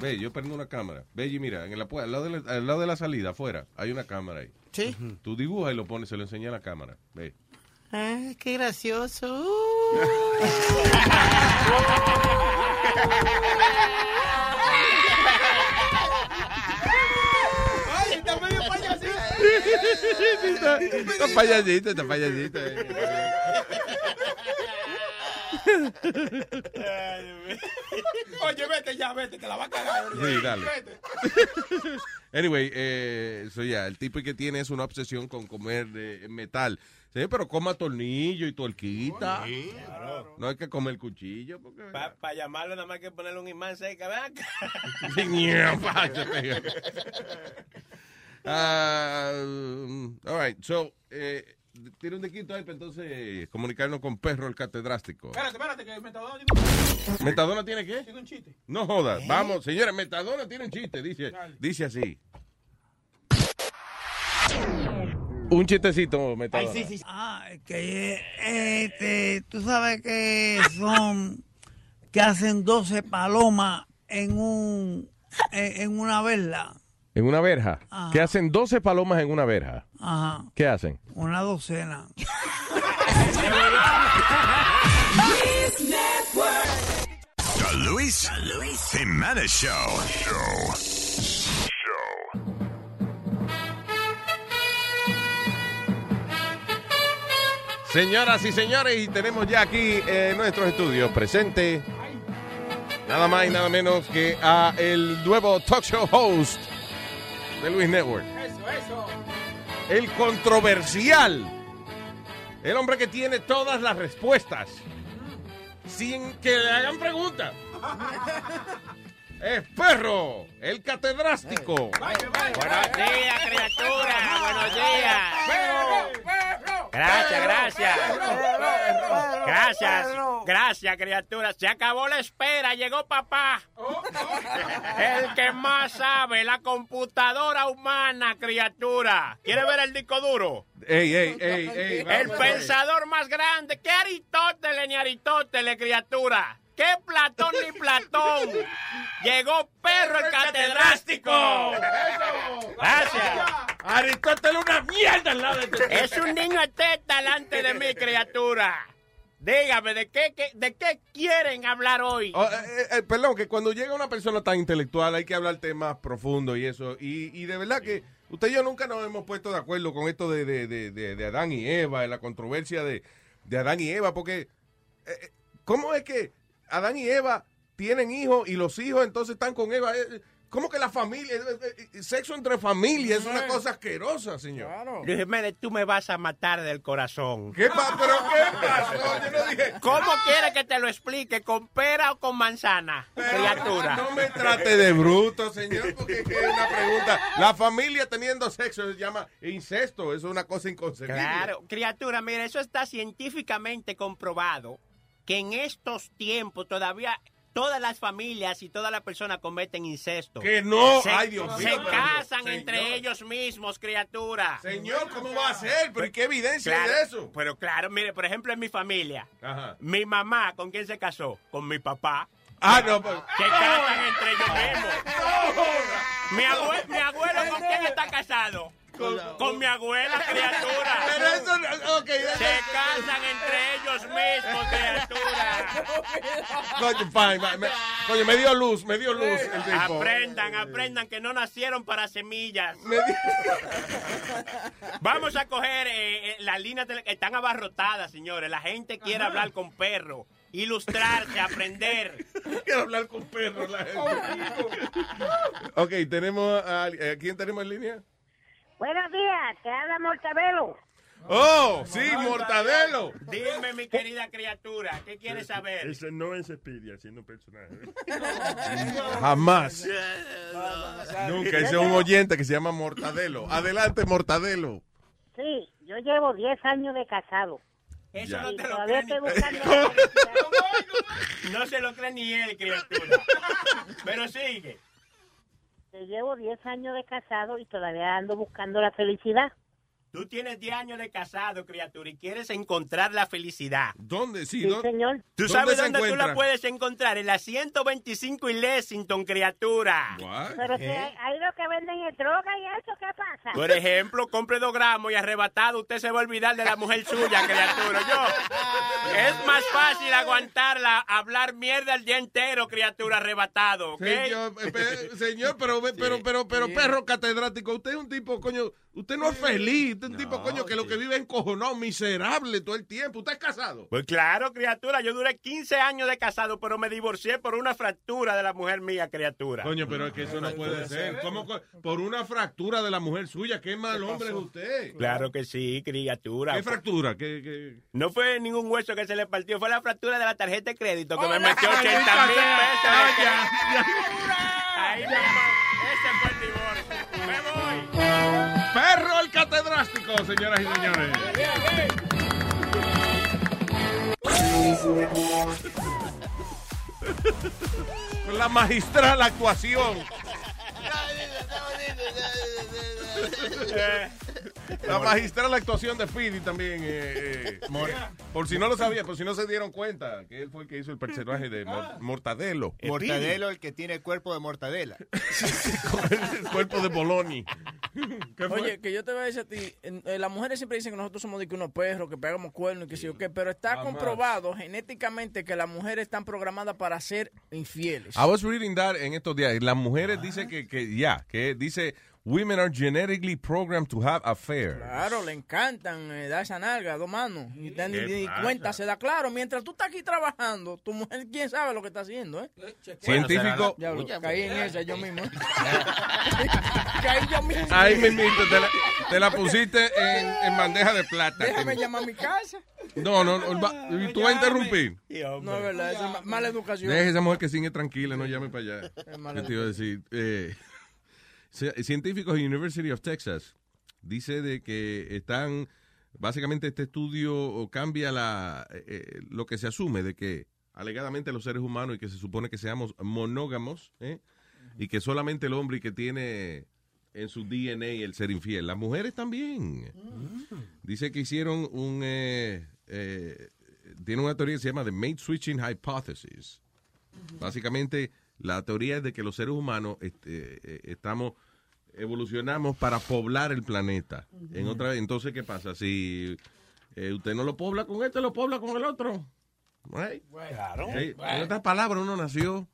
Ve, yo prendo una cámara. Ve y mira, en la pu- al, lado de la, al lado de la salida, afuera, hay una cámara ahí. Sí. Tú dibujas y lo pones, se lo enseña a la cámara. Ve. Ah, qué gracioso. Ay, está medio payasito. está, está payasito, está payasito. eh. Oye, vete ya, vete, te la va a cagar. Sí, dale. Vete. Anyway, eh, so yeah, el tipo que tiene es una obsesión con comer eh, metal. Sí, pero coma tornillo y tuerquita. No hay que comer cuchillo. porque- Para llamarlo nada más que ponerle un imán cerca. Ven acá. Ñapa, se pega. Ah, um, all right, so, eh, tiene un dequito ahí, para entonces comunicarnos con Perro el Catedrástico. Espérate, espérate, que Metadona ¿Metadona tiene qué? Tiene un chiste. No jodas, vamos, señores, Metadona tiene un chiste, dice, dice así. Un chistecito, Metadona. Ah, que eh, este, tú sabes que son que hacen 12 palomas en un en, en una verla. En una verja. Ajá. Que hacen 12 palomas en una verja. Ajá, ¿Qué hacen? una docena. The Luis, Jimenez Show. Show. Señoras y señores, y tenemos ya aquí eh, nuestros estudios presente. Nada más y nada menos que a el nuevo talk show host de Luis Network. Eso, eso. El controversial. El hombre que tiene todas las respuestas. Sin que le hagan preguntas. Es perro, el catedrástico. Buenos días, criatura. Buenos días. Gracias, gracias. Gracias, gracias, criatura. Se acabó la espera, llegó papá. El que más sabe, la computadora humana, criatura. ¿Quiere ver el disco duro? Ey, ey, ey, ey. El pensador más grande. ¿Qué Aristóteles ni Aristóteles, criatura? ¿Qué Platón ni Platón? Llegó perro el catedrástico. Gracias. Aristóteles una mierda al lado de este. Es un niño teta delante de mi criatura. Dígame, ¿de qué, qué- de qué quieren hablar hoy? Oh, eh, eh, perdón, que cuando llega una persona tan intelectual hay que hablar temas profundos y eso. Y, y de verdad que usted y yo nunca nos hemos puesto de acuerdo con esto de, de, de- de- de Adán y Eva, de la controversia de, de Adán y Eva, porque eh, eh, ¿cómo es que Adán y Eva tienen hijos y los hijos entonces están con Eva? Eh, ¿Cómo que la familia, eh, eh, eh, sexo entre familias es una cosa asquerosa, señor? Luis Jiménez, tú me vas a matar del corazón. ¿Qué pa- ¿Pero qué pasó? Yo no dije... ¿Cómo quieres que te lo explique? ¿Con pera o con manzana? criatura. No me trate de bruto, señor, porque es que es una pregunta. La familia teniendo sexo se llama incesto, eso es una cosa inconcebible. Claro, criatura, mira, eso está científicamente comprobado que en estos tiempos todavía todas las familias y todas las personas cometen incesto. Que no, se, ay, Dios Se mío, pero- casan señor. entre ellos mismos, criatura. Señor, ¿cómo va a ser? ¿Pero y qué evidencia hay Claro, de eso? Pero claro, mire, por ejemplo, en mi familia, Ajá. mi mamá, ¿con quién se casó? Con mi papá. Ah, no, pues. Se casan entre ellos mismos. Mi, abue- mi abuelo, ¿con quién está casado? Con, mi abuela, criatura. Pero eso no- ok, Se casan entre ellos mismos, criatura. Coño, fine, ma- me, coño, me dio luz, me dio luz el tipo. Aprendan, aprendan que no nacieron para semillas. Vamos a coger eh, eh, las líneas tele- que están abarrotadas, señores. La gente quiere Ajá. hablar con perro, ilustrarse, aprender. Oh, Quiero hablar con perro, la Ok, tenemos a, eh, ¿quién tenemos en línea? Buenos días, te habla Mortabelo. Oh, sí, Mortadelo. Dime, mi querida criatura, ¿qué quieres saber? Ese no es Speedy haciendo un personaje. Jamás. Nunca, ese es un oyente que se llama Mortadelo. Adelante, Mortadelo. Sí, yo llevo 10 años de casado. Eso Ya. no te lo Todavía cree estoy ni... buscando la No se lo cree ni él, criatura. Pero sigue. Te llevo 10 años de casado y todavía ando buscando la felicidad. Tú tienes 10 años de casado, criatura, y quieres encontrar la felicidad. ¿Dónde? Sí, Sí, ¿dónde? señor. ¿Tú ¿Dónde sabes se dónde tú encuentra? la puedes encontrar? En la 125 y Lexington, criatura. ¿Eh? Pero si hay, hay los que venden es droga y eso, ¿qué pasa? Por ejemplo, compre dos gramos y arrebatado, usted se va a olvidar de la mujer suya, criatura. Ah. Yo, es más fácil aguantarla, hablar mierda el día entero, criatura, arrebatado, ¿ok? Señor, eh, pe- señor, pero, ve- pero, pero, pero, perro catedrático, usted es un tipo, coño, usted no es feliz, usted es un tipo, coño, que lo que vive es encojonado, miserable todo el tiempo. Usted es casado. Pues claro, criatura, yo duré 15 años de casado, pero me divorcié por una fractura de la mujer mía, criatura. Coño, pero es que eso no puede ser. ¿Cómo co- por una fractura de la mujer suya, qué mal hombre es usted. Claro que sí, criatura. ¿Qué fractura? ¿Qué, qué? No fue ningún hueso que se le partió, fue la fractura de la tarjeta de crédito que me Hola, metió 80 mil pesos. Ahí Perro el catedrático, señoras y señores. Con la magistral actuación. Eh. La magistral actuación de Speedy también. eh, eh, More. Por si no lo sabía, por si no se dieron cuenta, que él fue el que hizo el personaje de Mor- Ah. Mortadelo. Mortadelo, el que tiene el cuerpo de mortadela. El cuerpo de Boloni. Oye, que yo te voy a decir a ti, en- eh, las mujeres siempre dicen que nosotros somos de que unos perros, que pegamos cuernos y que sí o qué, pero está Jamás. comprobado genéticamente que las mujeres están programadas para ser infieles. I was reading that en estos días. y Las Ah. mujeres dicen que, que ya, que dice, women are genetically programmed to have affairs. Claro, le encantan eh, dar esa nalga, dos manos. Y te- ni, ¿Qué ni pasa? cuenta se da claro. Mientras tú estás aquí trabajando, tu mujer, quién sabe lo que está haciendo, ¿eh? Científico- Ya lo- Uy, ya, caí en ya. esa yo mismo. caí yo mismo. Ahí mismito, te la, te la pusiste en, en bandeja de plata. Déjame llamar a mi casa. No, no, no, Ah, va- y tú vas a interrumpir. No, es verdad, eso es ma- mala educación. Deja esa mujer que sigue tranquila, no llame para allá. Es mala Yo te iba a decir, eh, ci- científicos de University of Texas dice de que están, básicamente este estudio cambia la, eh, eh, lo que se asume de que alegadamente los seres humanos y que se supone que seamos monógamos ¿eh? y que solamente el hombre y que tiene en su DNA el ser infiel. Las mujeres también. Dice que hicieron un... eh, eh, tiene una teoría que se llama The Mate Switching Hypothesis. Básicamente, la teoría es de que los seres humanos este, eh, estamos evolucionamos para poblar el planeta. En otra entonces qué pasa si eh, usted no lo pobla con este, lo pobla con el otro. Right? Claro. Sí, En otras palabras, uno nació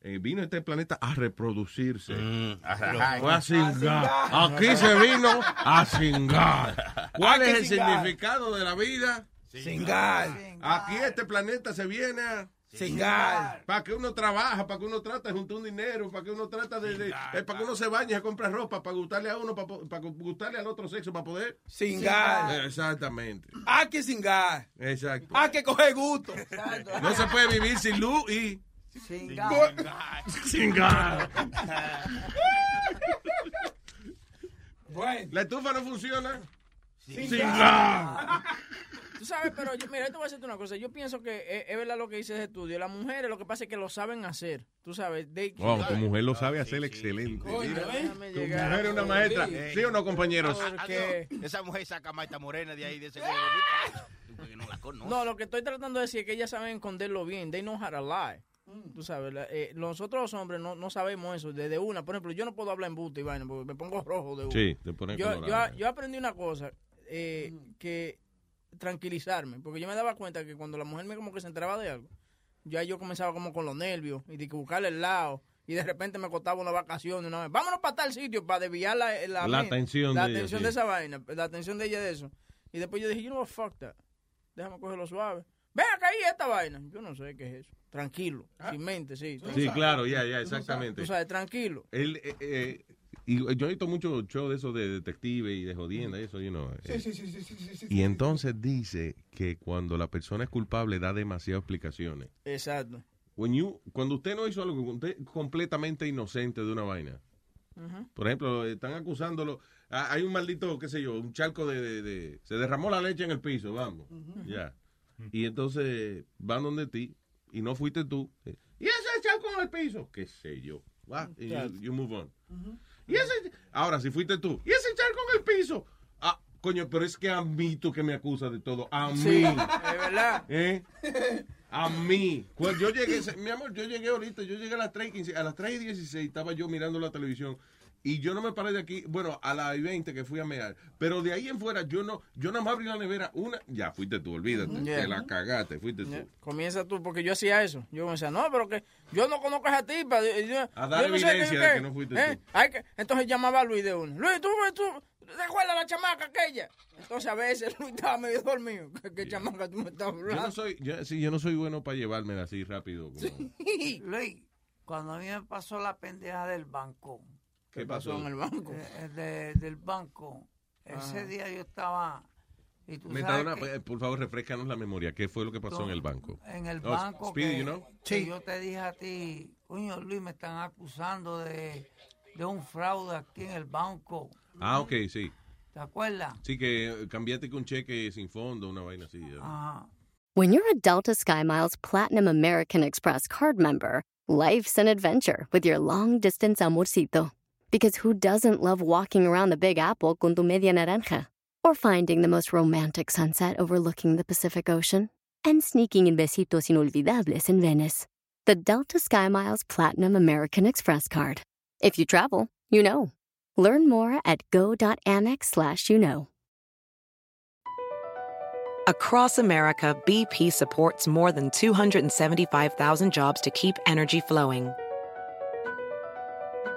eh, vino a este planeta a reproducirse. ajá. Fue a cingar. Mm, A cingar. Aquí se vino a cingar. ¿Cuál Hay que es el cingar. significado de la vida? Cingar. Aquí este planeta se viene a cingar. Para que uno trabaja, para que uno trata de juntar un dinero, para que uno trata de... de- eh, para que uno se bañe, se compra ropa, para gustarle a uno, para, po- para gustarle al otro sexo, para poder... Cingar. Eh, Exactamente. Hay que cingar. Exacto. Hay que coger gusto. No se puede vivir sin luz y... Cingar. La estufa no funciona. Cingar. Tú sabes, pero yo- mira, yo te voy a decirte una cosa. Yo pienso que eh, es verdad lo que dice ese estudio. Las mujeres lo que pasa es que lo saben hacer. Tú sabes. they- Wow, tu mujer lo sabe hacer excelente. Coño, Mira, ¿eh? tu mujer es una maestra. Sí. ¿Sí o no, compañeros? Porque- Ah, Esa mujer saca maestra morena de ahí, de ese Porque no la conoce. No, lo que estoy tratando de decir es que ellas saben esconderlo bien. They know how to lie. Tú sabes, la- eh, nosotros los hombres no, no sabemos eso desde una. Por ejemplo, yo no puedo hablar en busto y vaina porque me pongo rojo de una. Sí, te pones yo, colorado. eh. yo, yo aprendí una cosa eh, que tranquilizarme, porque yo me daba cuenta que cuando la mujer me como que se enteraba de algo, ya yo comenzaba como con los nervios y de que buscarle el lado. Y de repente me costaba una vacación de una vez. Vámonos para tal sitio para desviar la, eh, la, La men- atención la de ella, atención sí. de esa vaina, la atención de ella de eso. Y después yo dije, you know what, fuck that. Déjame cogerlo suave. Ven acá ahí esta vaina. Yo no sé qué es eso. Tranquilo, sin mente, sí. Ah. Sí, claro, ya, ya, exactamente. Tú sabes, tranquilo. Él, eh, eh, y yo he visto muchos shows de esos de detectives y de jodienda y eso, you know. eh. Y entonces dice que cuando la persona es culpable da demasiadas explicaciones. Exacto. When you- cuando usted no hizo algo usted es completamente inocente de una vaina, Por ejemplo, están acusándolo. Ah, hay un maldito, qué sé yo, un charco de, de- de- Se derramó la leche en el piso, vamos. Ujú. Ya. Y entonces van donde ti y no fuiste tú. eh, Y ese charco en el piso. Qué sé yo. Ah, y Ya. you, you move on. Y ese, Ahora, si fuiste tú. y ese charco en el piso. Ah, coño, pero es que a mí tú que me acusas de todo. A mí. Sí, es verdad. ¿Eh? A mí. Cuando yo llegué, mi amor, yo llegué ahorita, yo llegué a las 3 y 15, a las 3 y 16 estaba yo mirando la televisión y yo no me paré de aquí, bueno, a las 20 que fui a mear, pero de ahí en fuera yo no, yo nada más abrí la nevera una, ya fuiste tú, olvídate, Yeah. te la cagaste, fuiste tú. Comienza tú, porque yo hacía eso. Yo me decía, no, pero que yo no conozco a esa tipa. Yo, yo- A dar yo no sé evidencia qué- de que no fuiste ¿eh? tú. Hay que- entonces llamaba a Luis de uno. Luis, tú, tú, recuerda la chamaca aquella. Entonces a veces Luis estaba medio dormido. ¿Qué, qué chamaca tú me estás Yo hablando? no soy, yo, sí, yo no soy bueno para llevármela así rápido. Como, Luis, cuando a mí me pasó la pendeja del banco. ¿Qué pasó? Eh, de- del banco. Ese Ah. Ajá. día yo estaba. Y tú Metadona, sabes que eh, por favor, refrescanos la memoria. ¿Qué fue lo que pasó en el banco? en el Oh, banco. Speedy, que, you know? que yo te dije a ti, coño Luis, me están acusando de, de un fraude aquí en el banco. Ah, ok, sí. ¿Te acuerdas? Sí, que eh, cambiaste con cheque sin fondo, una vaina así. ya. Ah. Ajá. When you're a Delta SkyMiles Platinum American Express card member, life's an adventure with your long distance amorcito. Because who doesn't love walking around the Big Apple con tu media naranja? Or finding the most romantic sunset overlooking the Pacific Ocean? And sneaking in besitos inolvidables in Venice. The Delta SkyMiles Platinum American Express card. If you travel, you know. Learn more at go.amex slash you know. Across America, BP supports more than 275,000 jobs to keep energy flowing.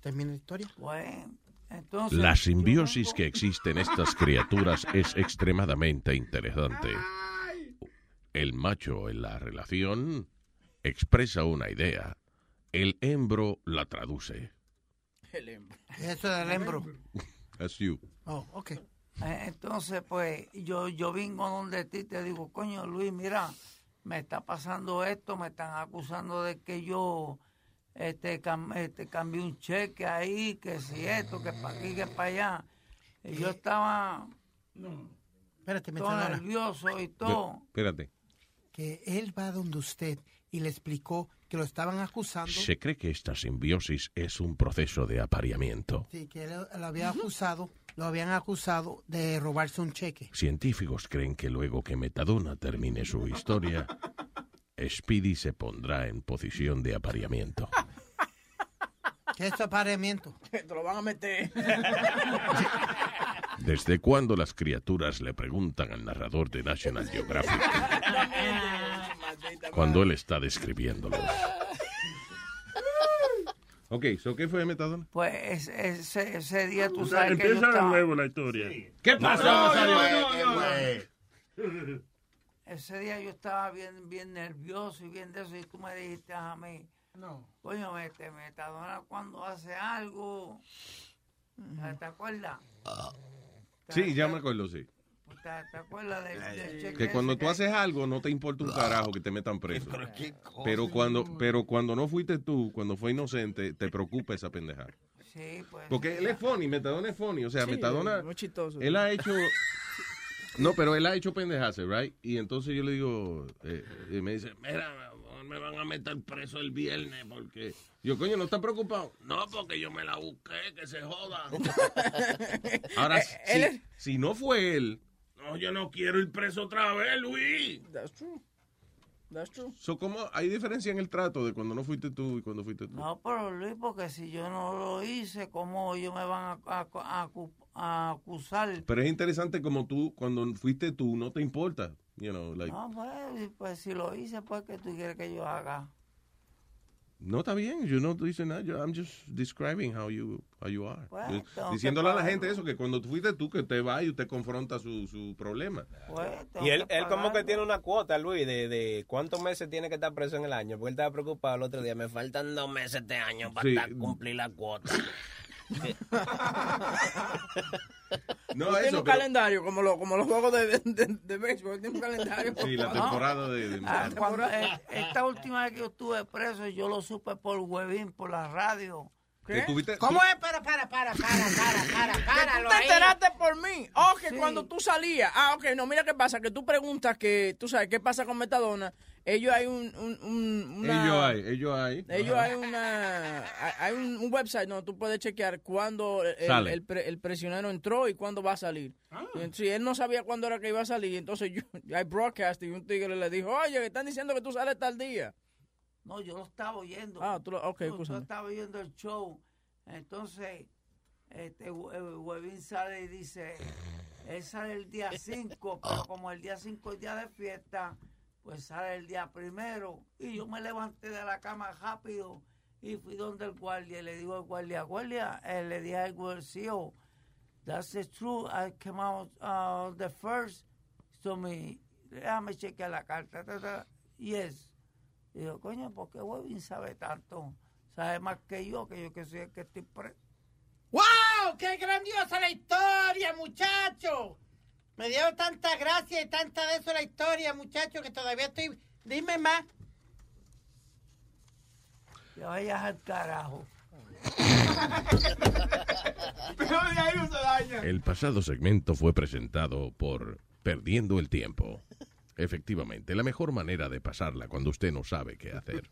termina la historia. Bueno, entonces. La simbiosis que existe en estas criaturas es extremadamente interesante. El macho en la relación expresa una idea, el hembro la traduce. El hembro. Eso del hembro. That's you. Oh, ok. Eh, Entonces, pues, yo, yo vengo donde ti te digo, coño, Luis, mira, me está pasando esto, me están acusando de que yo este, cam- este, cambié un cheque ahí, que si esto, que para aquí, que para allá. Y yo estaba Eh, Espérate, todo Metadona. nervioso y todo. Espérate, Que él va donde usted y le explicó que lo estaban acusando. se cree que esta simbiosis es un proceso de apareamiento. Sí, que lo, lo había acusado, lo habían acusado de robarse un cheque. Científicos creen que luego que Metadona termine su historia, Speedy se pondrá en posición de apareamiento. Que eso es apareamiento. Te lo van a meter. ¿Eh? ¿Desde cuándo las criaturas le preguntan al narrador de National Geographic cuando él está describiéndolo? Ok, ¿so qué fue Metadona? Pues ese, ese- ese día tú O sea, sabes que yo empieza de estaba- nuevo la historia. ¿Qué pasó? No, no, No, no, no, no, no. no, Ese día yo estaba bien, bien nervioso y bien de eso, y tú me dijiste a mí, no. coño, mete metadona cuando hace algo. ¿Te acuerdas? Sí, ya me acuerdo, sí. ¿Te, te acuerdas del, del cheque? Que cuando ese tú haces algo no te importa un carajo que te metan preso. Pero cuando, pero cuando no fuiste tú, cuando fue inocente, te preocupa esa pendejada. Sí, pues. Porque él es funny, Metadona es funny. O sea, Sí, Metadona, Muy chistoso. él ha hecho... No, pero él ha hecho pendejarse, right? Y entonces yo le digo, eh, y me dice, mira, mi amor, me van a meter preso el viernes porque... Yo, coño, ¿no estás preocupado? No, porque yo me la busqué, que se joda. Eh, Eh, Ahora, si, si no fue él, no, yo no quiero ir preso otra vez, Luis. That's true. That's true. So, ¿cómo hay diferencia en el trato de cuando no fuiste tú y cuando fuiste tú? No, pero Luis, porque si yo no lo hice, ¿cómo ellos me van a, a- a- a acusar? Pero es interesante como tú, cuando fuiste tú, no te importa. You know, like, No, pues, pues si lo hice, pues, ¿qué tú quieres que yo haga? No está bien, yo no dice nada. Yo, I'm just describing how you, how you are. Bueno, Yo- Diciéndole a la gente eso, que cuando fuiste tú que te va y usted confronta su, su problema. Y él, él como que tiene una cuota, Luis, de, de cuántos meses tiene que estar preso en el año. Porque él estaba preocupado el otro día. Me faltan dos meses este año para Sí. estar- cumplir la cuota. No, tiene eso, pero- un calendario, como, lo, como los juegos de, de, de- de béisbol. Tiene un calendario. Sí, la temporada de... de- Ah, cuando, eh, esta última vez que yo estuve preso, yo lo supe por huevín, por la radio. ¿Qué? tuviste- ¿Cómo tú- es? Para, para, para, para, para, para, Que tú te enteraste por mí. Oh, que cuando tú salías. Ah, ok, no, mira qué pasa. Que tú preguntas que, tú sabes, qué pasa con Metadona. Ellos hay un. un- un- una- Ellos hay, ellos hay. Ellos Ajá. hay una hay- hay un, un website donde tú puedes chequear cuándo el, el, Sale. Ah. pre- el prisionero entró y cuándo va a salir. Y ent- sí, él no sabía cuándo era que iba a salir, entonces yo, hay broadcast y un tigre le dijo, oye, que están diciendo que tú sales tal día. No, yo lo estaba oyendo. Ah, tú lo- ok, Yo- yo escúchame. estaba oyendo el show. Entonces, este Hue- eh, Huevín sale y dice, él sale el día 5, pero como el día 5 es día de fiesta, pues sale el día primero. Y yo me levanté de la cama rápido y fui donde el guardia y le digo al guardia, guardia, eh, le dije al guardia, that's the truth, I came out uh, the first, so me, déjame chequear la carta, ta, ta, yes. Y yo, coño, ¿por qué Webin sabe tanto? Sabe más que yo, que yo que soy el que estoy preso. ¡Wow! ¡Qué grandiosa la historia, muchacho! Me dio tanta gracia y tanta de eso la historia, muchacho, que todavía estoy... Dime más. Que vayas al carajo. Pero de ahí no se daña. El pasado segmento fue presentado por Perdiendo el Tiempo. Efectivamente, la mejor manera de pasarla cuando usted no sabe qué hacer.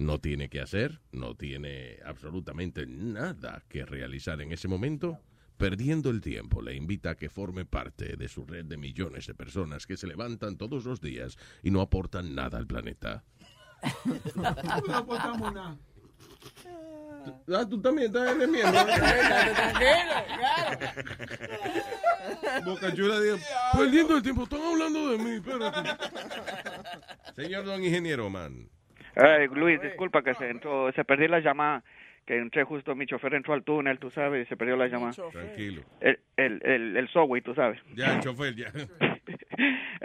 No tiene que hacer, no tiene absolutamente nada que realizar en ese momento. Perdiendo el tiempo le invita a que forme parte de su red de millones de personas que se levantan todos los días y no aportan nada al planeta. No aportamos nada. Ah, tú también estás en Bocachula dijo, perdiendo el tiempo, están hablando de mí, Señor don ingeniero, man. Ay, Luis, disculpa que se, entró, se perdió la llamada, que entré justo, mi chofer entró al túnel, tú sabes, y se perdió la llamada. Tranquilo. El, el, el, el Subway, tú sabes. Ya, el chofer, ya.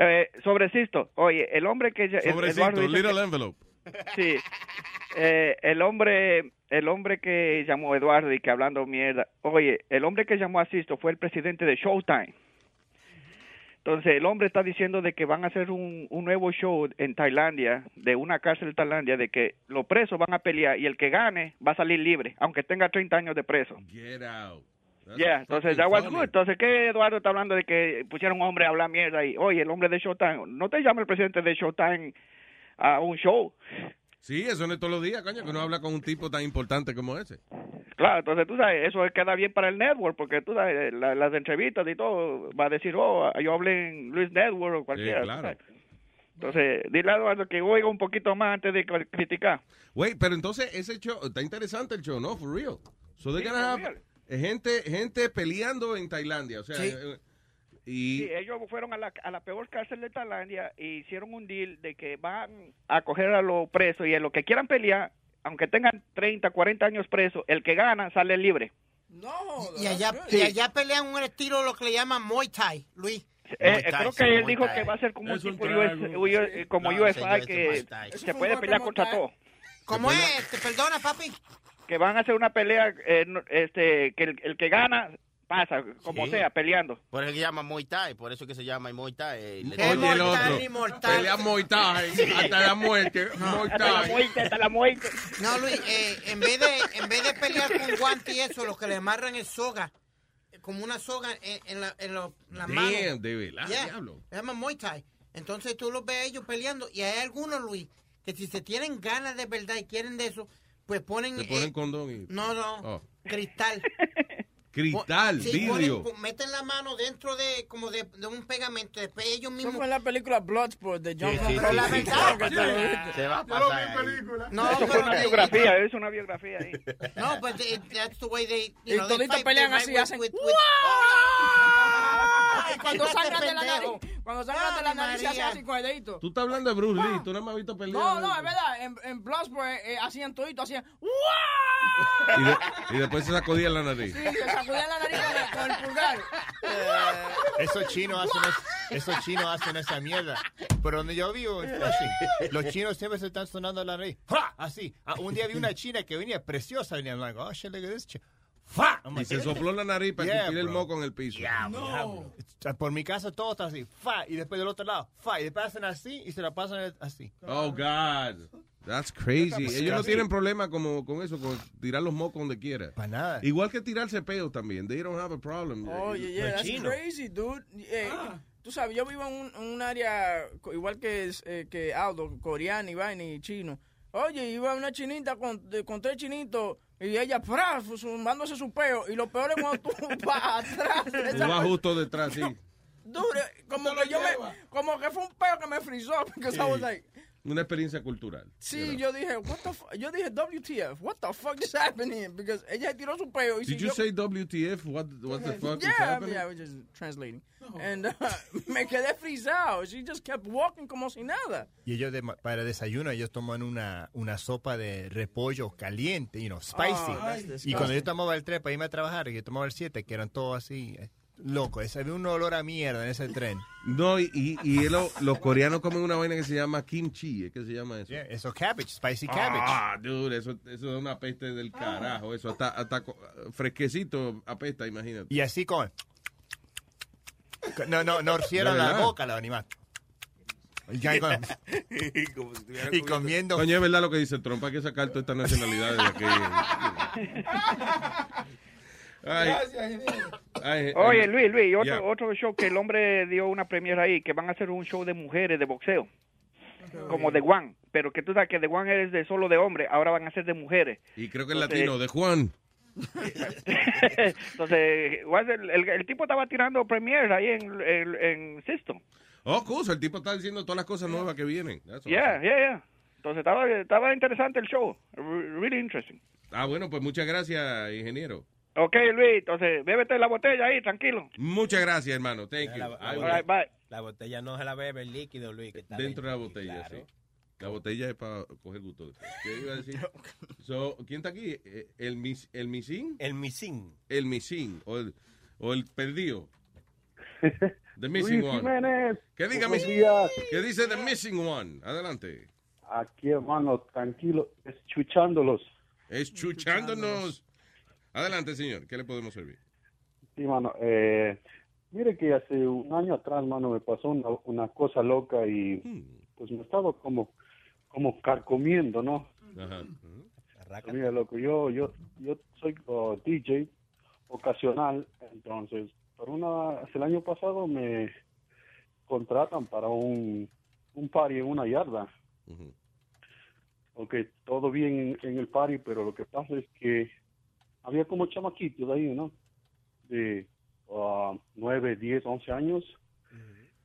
Eh, sobrecisto, oye, el hombre que... ya- Eduardo Sobrecito, dice little que- envelope. Sí, Eh, el hombre... El hombre que llamó Eduardo y que hablando mierda. Oye, el hombre que llamó a Sisto fue el presidente de Showtime. Entonces, el hombre está diciendo de que van a hacer un, un nuevo show en Tailandia, de una cárcel en Tailandia, de que los presos van a pelear y el que gane va a salir libre, aunque tenga 30 años de preso. Get out. Ya, entonces, that was good. Entonces, ¿qué Eduardo está hablando de que pusieron un hombre a hablar mierda y, oye, el hombre de Showtime, no te llama el presidente de Showtime a un show? Sí, eso no es todos los días, coño, que uno habla con un tipo tan importante como ese. Claro, entonces tú sabes, eso queda bien para el network, porque tú sabes, la- las entrevistas y todo, va a decir, oh, yo hablé en Luis Network o cualquiera. tú claro. sabes. Entonces, dile a Eduardo que oiga un poquito más antes de cr- criticar. Güey, pero entonces ese show, está interesante el show, ¿no? For real. So they're gonna have gente, gente peleando en Tailandia, o sea... eh, Y, Sí, ellos fueron a la, a la peor cárcel de Tailandia e hicieron un deal de que van a coger a los presos y a los que quieran pelear, aunque tengan 30, 40 años presos, el que gana sale libre. Y allá, y allá pelean un estilo lo que le llaman Muay Thai, Luis. Eh, eh, creo que él dijo que va a ser como un tipo US, uy, eh, como No, UFI señor, es un que Muay Thai. Eso se fue un puede golpe pelear contra mortal. todo. ¿Cómo es? Te perdona, papi. Que van a hacer una pelea, eh, no- este, que el, el que gana pasa, como Sí. sea, peleando. Por eso que se llama Muay Thai, por eso que se llama Muay Thai. eh, le- Oye, el otro. Pelea Muay Thai Sí. hasta la muerte. Muay hasta la Thai. muerte, hasta la muerte. No, Luis, eh, en, vez de, en vez de pelear con guante y eso, lo que le amarran es soga. eh, Como una soga en, en la, en lo- la mano. Damn, de verdad, Yeah, diablo. Se llama Muay Thai. Entonces tú los ves a ellos peleando. Y hay algunos, Luis, que si se tienen ganas de verdad y quieren de eso, pues ponen... Te ponen eh, condón y... no, no, Oh. cristal. Cristal, Sí, vidrio. ponen- meten la mano dentro de como de, de un pegamento. Después Eso ellos mismos... fue en la película Bloodsport de John Sí, sí, Favreau. sí, sí, sí. Se va a Yo lo vi en pasar. ahí. No, eso fue pero- una biografía, es una biografía ahí. No, but they- that's the way they, Y you know, they toditos fight, pelean they así, fight hacen, with- with- Cuando Este sangran de la nariz, pendejo. cuando sangran de la Ave nariz se hacen María. así con el dedito. Tú estás hablando de Bruce Lee, tú no me has visto pelear. No, no, es verdad. En, en Bloodsport eh, hacían todito, hacían ¡Wow! Y, de- y después se sacudía la nariz. Sí, se sacudían la nariz con el, con el pulgar. Esos chinos hacen, es- esos chinos hacen esa mierda. Pero donde yo vivo, en Flushing, los chinos siempre se están sonando la nariz. ¡Fua! Así. Ah, un día vi una china que venía preciosa. Venía, I'm like, oh shit, look at this chi- ¡Fua! I'm Y like, se sopló la nariz para Yeah, escupir el bro. moco en el piso. Diablo. Por mi casa todo está así. ¡Fa! Y después del otro lado. ¡Fa! Y después hacen así y se la pasan así. Oh, God. That's crazy. That's Ellos no disgusting. tienen problema como, con eso, con tirar los mocos donde quiera. Para nada. Igual que tirarse peos también. They don't have a problem. Oh, yeah, yeah, that's crazy, dude. Eh, Tú sabes, yo vivo en un, en un área co- igual que, eh, que Aldo, coreano y vaina y chino. Oye, iba una chinita con, de- con tres chinitos y ella, ¡pra! sumándose su peo. Y lo peor es cuando tú vas atrás. de Tú esa vas justo detrás, sí. Dude, como que yo me, como que fue un peo que me frizó, porque I was Sí. like, Una experiencia cultural. sí, yo dije, what the fuck, yo dije, WTF, what the fuck is happening? Because ella tiró su peo y Did you siguió- say WTF? What, what the fuck yeah, is I happening? mean, I was just translating. And uh, me quedé frizado. She just kept walking como si nada. Y ellos de- para desayuno ellos toman una, una sopa de repollo caliente, you know, spicy. Oh, that's y cuando yo disgusting. tomaba el 3 para irme a trabajar, yo tomaba el 7, que eran todos así, eh, loco, ese- había un olor a mierda en ese tren. No, y, y, y lo- los coreanos comen una vaina que se llama kimchi. ¿eh? ¿Qué se llama eso? Yeah, eso cabbage, spicy cabbage. Ah, dude, eso, eso es una peste del carajo. Eso hasta, hasta co- fresquecito apesta, imagínate. Y así comen. No, no, no cierran De la verdad. boca los animales. Y ahí con- y comiendo. Coño, es verdad lo que dice Trump. Hay que sacar todas estas nacionalidades de aquí. Ay, Eh, ay, eh, Oye, ay. Luis, Luis, otro, Yeah. otro show que el hombre dio una premiera ahí, que van a hacer un show de mujeres de boxeo, como de Juan, pero que tú sabes que de Juan es de solo de hombre, ahora van a ser de mujeres. Y creo que es Entonces- latino, de Juan. Entonces, Juan, el, el- el tipo estaba tirando premieres ahí en, en, en System. Oh, cosa, el tipo está diciendo todas las cosas nuevas que vienen. That's all. Yeah, yeah, yeah. Entonces estaba, estaba interesante el show, Re- really interesting. Ah, bueno, pues muchas gracias, ingeniero. Ok, Luis, entonces bébete la botella ahí, tranquilo. Muchas gracias, hermano. Thank you. I will- All right, bye. La botella no se la bebe el líquido, Luis. Que está Dentro de la ahí. botella, Claro. sí. La botella es para coger gusto. después. ¿Qué iba a decir? So, ¿Quién está aquí? Eh, ¿El, mis, el misín? El misín. El misín. O el, o el perdido. The missing Luis one. Jiménez. ¿Qué diga, Buenos missing? días. ¿Qué dice The missing one? Adelante. Aquí, hermano, tranquilo, escuchándolos. Escuchándonos. Adelante, señor. ¿Qué le podemos servir? Sí, mano. Eh, mire que hace un año atrás, mano, me pasó una, una cosa loca y pues me estaba como, como carcomiendo, ¿no? Ajá. Mira, loco, yo, yo, yo soy oh, DJ ocasional, entonces, por una, el año pasado me contratan para un, un party en una yarda. Ok, todo bien en el party, pero lo que pasa es que había como chamaquitos ahí, ¿no? De ah, 9, 10, 11 años.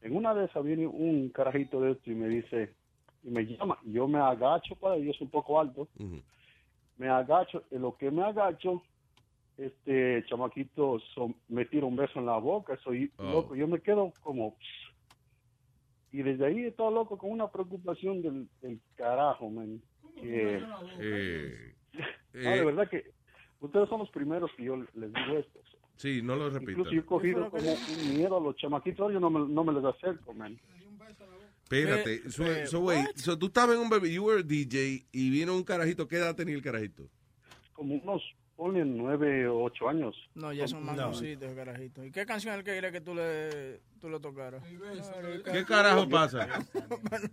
En una de esas viene un carajito de esto y me dice, y me llama, yo me agacho para, yo soy un poco alto, me agacho, en lo que me agacho, este chamaquito so- me tira un beso en la boca, soy loco, yo me quedo como... Y desde ahí todo loco con una preocupación del, del carajo, man. Eh, Que, no, de eh, verdad que ustedes son los primeros que yo les digo esto. sí, no lo repito. Incluso yo he cogido como un miedo a los chamaquitos, ahora yo no me, no me les acerco, man. Espérate. So, so, wait. So, tú estabas en un bebé, you were a DJ, y vino un carajito. ¿Qué edad tenía el carajito? Como unos, ponle nueve o ocho años. No, ya son más No. cositas, carajito. ¿Y qué canción él quería que tú le, tú le tocaras? ¿Qué carajo pasa?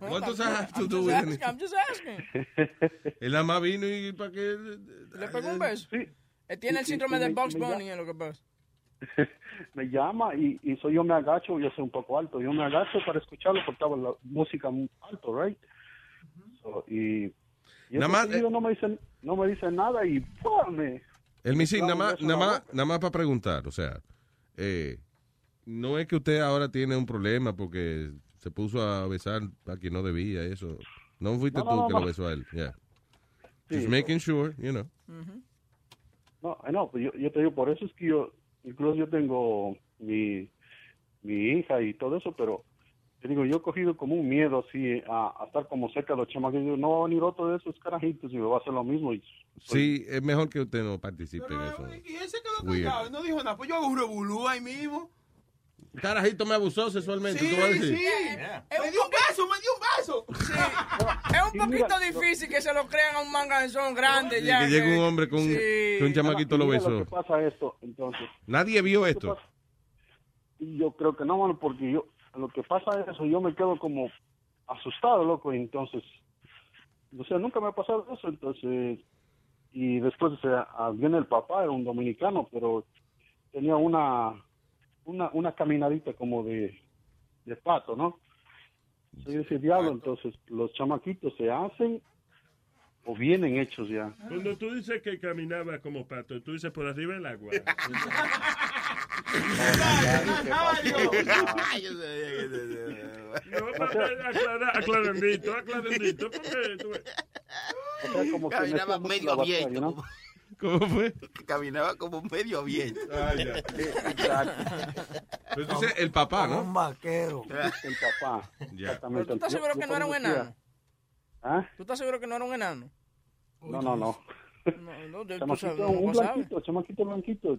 What does that have to I'm do just with asking, anything? I'm just asking. Él nada más vino y para qué. ¿Le pegó un beso? Él tiene el Sí, sí, síndrome sí, de me- Box me da- Bunny, es lo que pasa. Me llama y, y soy yo me agacho, yo soy un poco alto, yo me agacho para escucharlo porque estaba la música muy alto, right? So, y y Nada ese más, tío no me dicen no me dicen nada y ¡pum! me- El misil, nada Claro, más, beso en nada la más, nada más para preguntar, o sea, eh, no es que usted ahora tiene un problema porque se puso a besar a quien no debía, eso. No fuiste No, no, tú no, que no. lo besó a él, yeah. Sí. Just making sure, you know. No, no, pues yo, yo te digo, por eso es que yo, incluso yo tengo mi, mi hija y todo eso, pero te digo, yo he cogido como un miedo así a, a estar como cerca de los chamacos. Yo, no va a venir otro de esos carajitos y me va a hacer lo mismo. Y Sí, es mejor que usted no participe en eso. Y él se quedó Weird. callado, no dijo nada. Pues yo hago un revolú ahí mismo. Carajito me abusó sexualmente. Sí, ¿tú vas a decir? sí. Eh, Me dio un beso, me dio un beso. Es un poquito difícil que se lo crean a un manganzón grande Y ya. que llegue un hombre con Sí. que un chamaquito lo Mira besó. que pasa esto, entonces. Nadie vio esto. Yo creo que no, mano, porque yo, lo que pasa es eso, yo me quedo como asustado, loco, y entonces, o sea, nunca me ha pasado eso, entonces, y después, o sea, ah, viene el papá, era un dominicano, pero tenía una, una, una caminadita como de, de pato, ¿no? Y yo decía, diablo, entonces, los chamaquitos se hacen o vienen hechos ya. Cuando tú dices que caminaba como pato, tú dices por arriba del agua. No, papá, aclara, aclarandito, aclarandito, porque tú ves. como que Caminaba mezcla mucho medio la basura, abierto. ¿no? ¿Cómo fue? Caminaba como medio abierto. Ah, Pero tú dices Pues el papá, ¿no? Un vaquero. El papá. Pero tú estás seguro que no era un enano. ¿Ah? ¿Tú estás seguro que no era un enano? No, no, no. No, no, yo- tú sabes, Chamaquito, uno un no sabe. blanquito, chamaquito blanquito.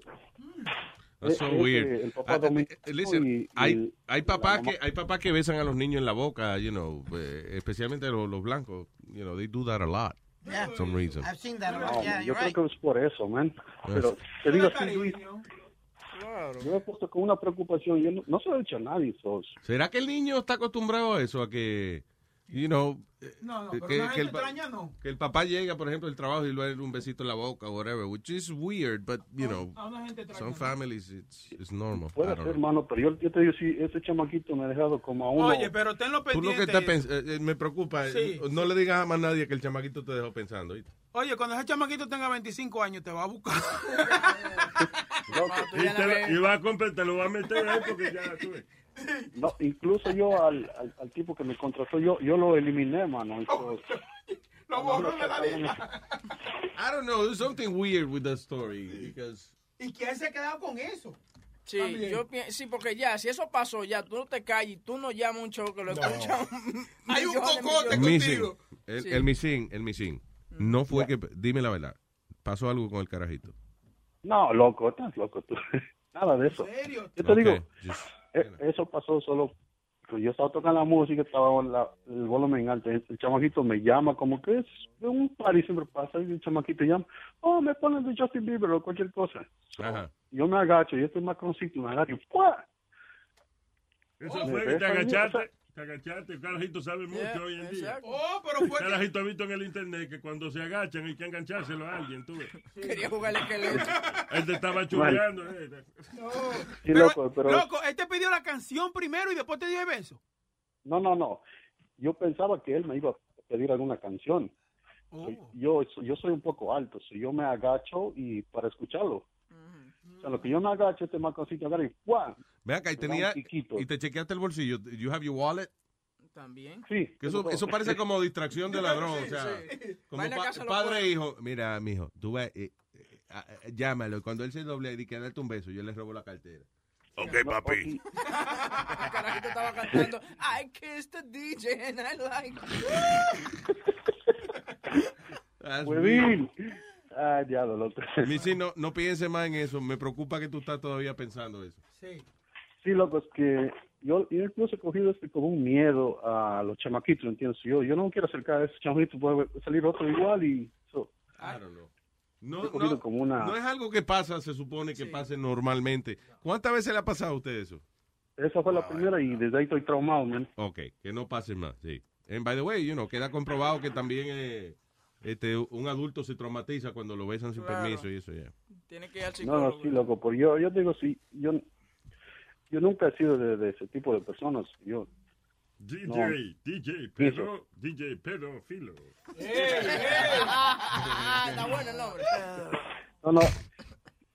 That's so Eh, eh, weird. el papá Ah, dominicano eh, listen, y- hay, y hay papás mamá. que hay papás que besan a los niños en la boca, you know, eh, especialmente los, los blancos, you know, they do that a lot. Yeah. For some reason. I've seen that. No, yeah, yo you're creo right. que es por eso, man. Pero te digo así, Luis, yo me he puesto con una preocupación. Yo no, no se lo he dicho a nadie, sos. ¿Será que el niño está acostumbrado a eso a que you know, eh, No, no, que, pero no es que el pa- extraño, no. que el papá llega, por ejemplo, del trabajo y le da un besito en la boca whatever, which is weird, but Oh. you know, A una gente extraña. some families it's, it's normal. I Puede don't ser, know. hermano, pero yo, yo te digo, sí, ese chamaquito me ha dejado como a uno. Oye, pero tenlo Tú lo que pendiente. estás pens- eh, eh, me preocupa, Sí, eh, no le digas a más nadie que el chamaquito te dejó pensando. ¿oíste? Oye, cuando ese chamaquito tenga 25 años, te va a buscar. Y, te lo- y va a comprar, te lo va a meter ahí porque ya tú ves. No, incluso yo al, al, al tipo que me contrató, yo, yo lo eliminé, mano. entonces, Lo borró de la lista. I don't know, there's something weird with that story because ¿Y quién se ha quedado con eso? Sí, También. yo pien- sí, porque ya, si eso pasó, ya tú no te calles y tú no llamas a un show que lo escuchan. Hay un cocote Missing. contigo. El, Sí. el missing, el missing. No fue que, dime la verdad, pasó algo con el carajito. no, loco, estás loco tú. Nada de eso. Yo te Ok, digo, just- Eh, Eso pasó solo. pues, Yo estaba tocando la música, estaba la- el volumen alto. El el chamaquito me llama, como que es un par y siempre pasa. Y el chamaquito llama, oh, me ponen de Justin Bieber o cualquier cosa. Ajá. Yo me agacho, yo estoy más concito, me agacho. ¡pua! Eso Me fue que te besan, agachaste. Te agachaste, el carajito sabe mucho Yeah, hoy en día. exacto. Oh, pero fue El que- carajito ha visto en el internet que cuando se agachan hay que enganchárselo a alguien, tú ves. Quería jugarle que le Él te estaba chuleando. eh. Sí, loco, pero Loco, él te pidió la canción primero y después te dio el beso. no, no, no. Yo pensaba que él me iba a pedir alguna canción. Oh. Yo, yo soy un poco alto, so yo me agacho y para escucharlo. O sea, lo que yo me agacho, este maconcito agarra y ¡pua! Ve acá, y Me da tenía, un piquito. y te chequeaste el bolsillo. You have your wallet. También. Sí. Que eso, eso parece como distracción de ladrón, o sea, Sí. como Vaina pa- que hace los padre e juegos. hijo. Mira, mijo, tú ves, eh, eh, ah, eh, llámalo. Cuando él se doble y que darte un beso, yo le robo la cartera. Ok, papi. El carajito estaba cantando, I kissed the DJ este and I like That's Huevín. Ay, diablo, loco. weird. Missy, no, no piense más en eso. Me preocupa que tú estás todavía pensando eso. Sí, loco, es que yo, yo incluso he cogido este como un miedo a los chamaquitos, ¿entiendes? Yo, yo no me quiero acercar a esos chamaquitos, puede salir otro igual y... so, I don't know. No, he cogido no, como una... no es algo que pasa, se supone que pase normalmente. ¿Cuántas veces le ha pasado a usted eso? Esa fue Ah, la primera y desde ahí estoy traumado, man. Ok, que no pase más, sí. And by the way, you know, queda comprobado que también eh, este, un adulto se traumatiza cuando lo besan sin Claro. permiso y eso ya. Tiene que ir al No, psicólogo. no, sí, loco, porque yo, yo digo, sí, yo, yo nunca he sido de, de ese tipo de personas. Yo, DJ, DJ, pero, DJ, pero, filo. Está bueno el nombre. no, no,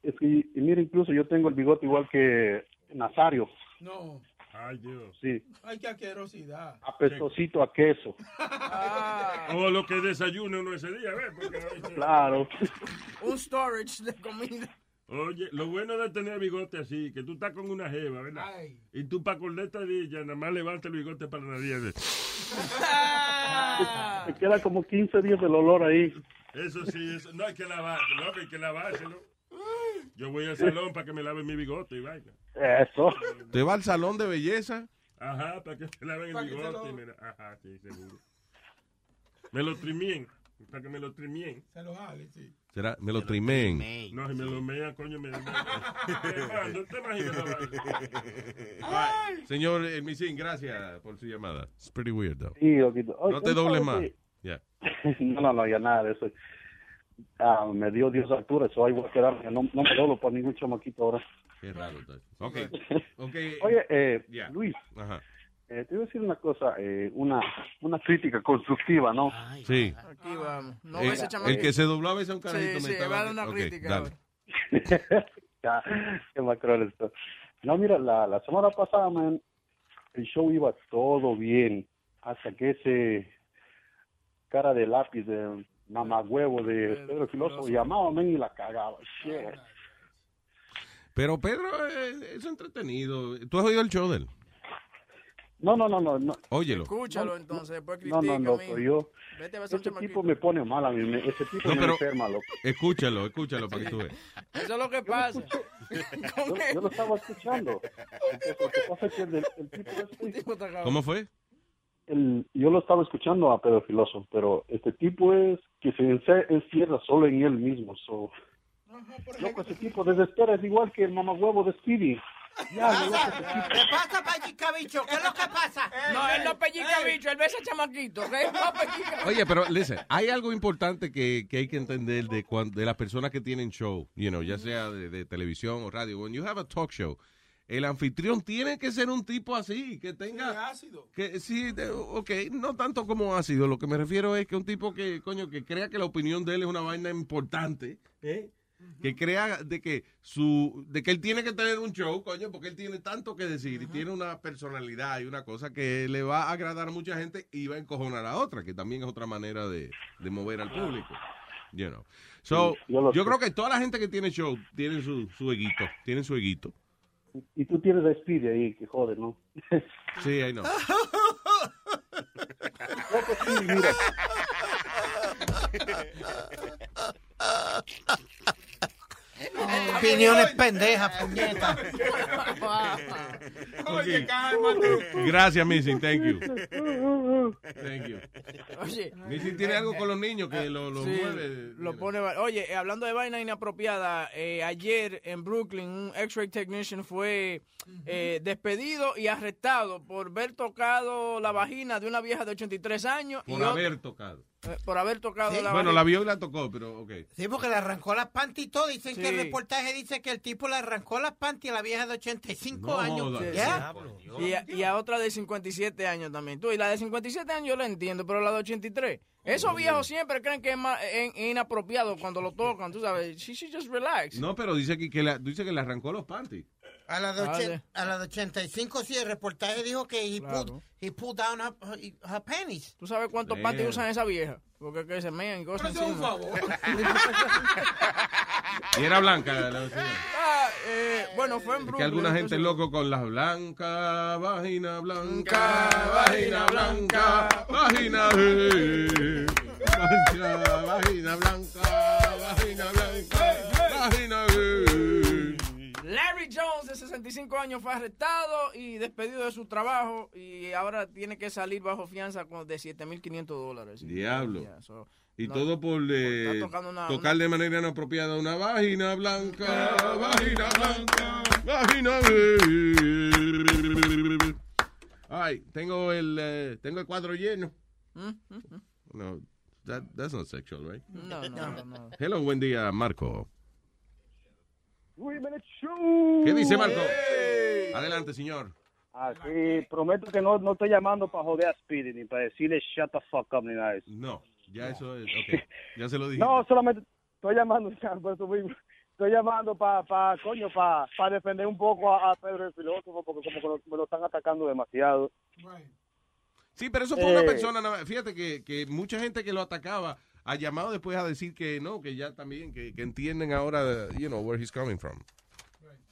es que, y mira, incluso yo tengo el bigote igual que Nazario, No. Ay, Dios. sí, Ay, qué asquerosidad. apestosito a queso, O lo que desayuno uno ese día, ¿ves? Porque, claro. Un storage de comida. Oye, lo bueno de tener bigote así, que tú estás con una jeva, ¿verdad? Y tú para coleta de ella, nada más levantas el bigote para nadie. Te queda como 15 días del olor ahí. Eso sí, eso. No hay que lavárselo, loco, hay que lavárselo. Yo voy al salón para que me laven mi bigote y vaina. Eso. ¿Te va al salón de belleza? Ajá, para que me laven Para el que se bigote. lo- mira. Ajá, sí, seguro. Me lo trimien, para que me lo trimien. Se lo jale, sí. ¿Será? Me lo trimen. No, si me lo mea, coño, me lo mea. No te imaginas la vaina. Right. Señor El Misín, gracias por su llamada. It's pretty weird, though. Sí, loquito. Oye, No te un dobles favor, más. sí. Yeah. no, no, no, ya nada de eso. Ah, me dio Dios altura, eso ahí voy a quedarme. No, no me dolo para ningún chamaquito ahora. Qué raro. está. Ok. Ok. Oye, eh, Yeah. Luis, Ajá. eh, te voy a decir una cosa, eh, una, una crítica constructiva, ¿no? Sí. Aquí vamos. No el, ves ese chamaquito. Eh, el que se doblaba ese un carajito Sí, sí, me estaba- va a dar una Ok, crítica. dale. ahora. Ya, qué más cruel esto. No, mira, la, la semana pasada, man, el show iba todo bien. Hasta que ese cara de lápiz de mamagüevo de Pedro Filósofo llamaba, man, y la cagaba. Shit. Ah, Pero Pedro eh, es entretenido. ¿Tú has oído el show de él? No, no, no, no. no. Óyelo. Escúchalo entonces, pues, después No, critica. no, loco, yo. Vete a ver Ese tipo me pone mal a mí, me- ese tipo No, me pero- enferma, loco. Escúchalo, escúchalo para que tú veas. Eso es lo que pasa. Yo, yo lo estaba escuchando. Entonces, lo que pasa es que el, del- el tipo este- ¿Cómo fue? el- yo lo estaba escuchando a Pedro Filoso, pero este tipo es que se ence- encierra solo en él mismo. So. Loco, ese tipo desespera, es igual que el mamahuevo de Speedy. Ya, loco, ¿Qué pasa, Pellica Bicho? ¿Qué es lo que pasa? No, él no pellica bicho, él ve ese chamaquito, ¿ok? No pellica. Oye, pero listen, hay algo importante que, que hay que entender de, cuan- de las personas que tienen show, you know, ya sea de, de televisión o radio. When you have a talk show, el anfitrión tiene que ser un tipo así, que tenga... ácido. Que sí, de- ok, no tanto como ácido. Lo que me refiero es que un tipo que, coño, que crea que la opinión de él es una vaina importante, ¿eh? que crea de que su de que él tiene que tener un show, coño, porque él tiene tanto que decir y tiene una personalidad y una cosa que le va a agradar a mucha gente y va a encojonar a otra, que también es otra manera de, de mover al público. You know. So, Sí, yo yo, lo sé. creo que toda la gente que tiene show tiene su, su eguito, tienen su eguito. Y tú tienes a Speedy ahí, que jode, ¿no? Sí, ahí no. Loco, sí, mira. Opiniones pendejas, puñeta. Ok. Gracias, Missing, thank you. Thank you. Oye. Missy tiene algo con los niños que lo, lo Sí, mueve. lo pone va- Oye, eh, hablando de vaina inapropiada, eh, ayer en Brooklyn un X-ray technician fue eh, despedido y arrestado por haber tocado la vagina de una vieja de 83 años y Por otro- haber tocado. eh, por haber tocado la Bueno, la vagina. vio y la tocó, pero ok. Sí, porque le arrancó las panties y todo. Dicen Sí. que el reportaje dice que el tipo le arrancó las panties a la vieja de 85 No años. jodas. ¿Ya? Y a, y a otra de 57 años también. Tú, y la de 57 años yo la entiendo, pero la de 83. Esos viejos siempre creen que es ma- en- inapropiado cuando lo tocan, tú sabes. She should just relax. No, pero dice que, que la, dice que le arrancó los panties. A la, de Vale. ochen- a la de 85 sí, el reportaje dijo que he, pulled, he pulled down her, her- her panties. ¿Tú sabes cuántos Damn. panties usan esa vieja? Porque es que se mean y cosas Pero eso es encima. un Y era blanca. la señora. Ah, eh, bueno, fue en que Brooklyn. alguna gente es entonces- loco con las blancas, vagina blanca, vagina blanca, vagina, eh, blanca, vagina blanca, vagina blanca, vagina. eh. Larry Jones, de 65 años, fue arrestado y despedido de su trabajo y ahora tiene que salir bajo fianza con de 7.500 dólares. Diablo. Yeah, so, Y no. todo por eh, Está tocando una- tocar de manera inapropiada una vagina blanca, vagina blanca, vagina. eh. Ay, tengo el eh, tengo el cuadro lleno. Mm, mm, mm. No, that, that's not sexual, right? No, no, no, no. Hello, buen día, Marco. ¿Qué Mm. ¿Qué dice Marco? Adelante, señor. Así, prometo que no, no estoy llamando para joder a Speedy ni para decirle shut the fuck up ni nada de eso. No, ya eso es, ok. Ya se lo dije. No, solamente estoy llamando, por eso mismo. Estoy llamando para, pa, coño, para pa defender un poco a, a Pedro el filósofo, porque como que lo- me lo están atacando demasiado. Sí, pero eso fue una Eh. persona, nada más. fíjate que, que mucha gente que lo atacaba ha llamado después a decir que no, que ya también, que, que entienden ahora, you know, where he's coming from.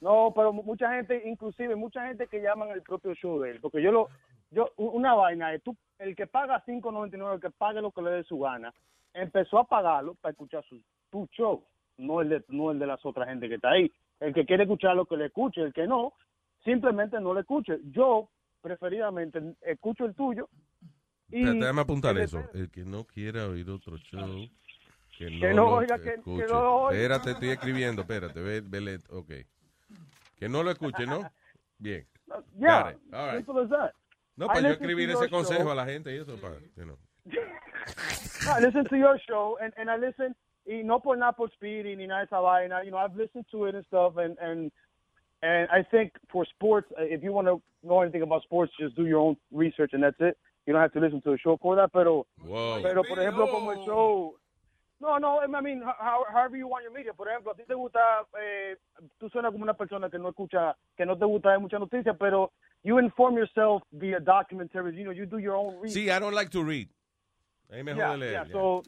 No, pero mu- mucha gente, inclusive mucha gente que llaman al propio show de él, porque yo lo, yo u- una vaina es tú, el que paga 5.99, el que pague lo que le dé su gana, empezó a pagarlo para escuchar su tu show, no el de, no el de las otras gente que está ahí. El que quiere escuchar lo que le escuche, el que no, simplemente no le escuche. Yo preferidamente escucho el tuyo y Espérate, déjame apuntar el de- eso. El que no quiera oír otro show, que no, Que no lo oiga, que- que escuche. no lo oiga. Espérate, estoy escribiendo, espérate, ve, vele, ok. Que no lo escuche, ¿no? Bien. Ya, Got it. All right. simple as that. No, I para yo listen to escribir your ese consejo show. a la gente y eso, para, you know. I listen to your show and, and I listen y no por nada por Speedy ni nada de esa vaina. You know, I've listened to it and stuff and and and I think for sports, uh, if you want to know anything about sports, just do your own research and that's it. You don't have to listen to the show for that. Pero Wow. pero por ejemplo como el show. No, no, I mean, how, however you want your media. Por ejemplo, a ti te gusta, eh, tú suenas como una persona que no escucha, que no te gusta de muchas noticias, pero you inform yourself via documentaries, you know, you do your own research. Sí, I don't like to read. Ahí mejor Ya, de leer. ya, ya. so,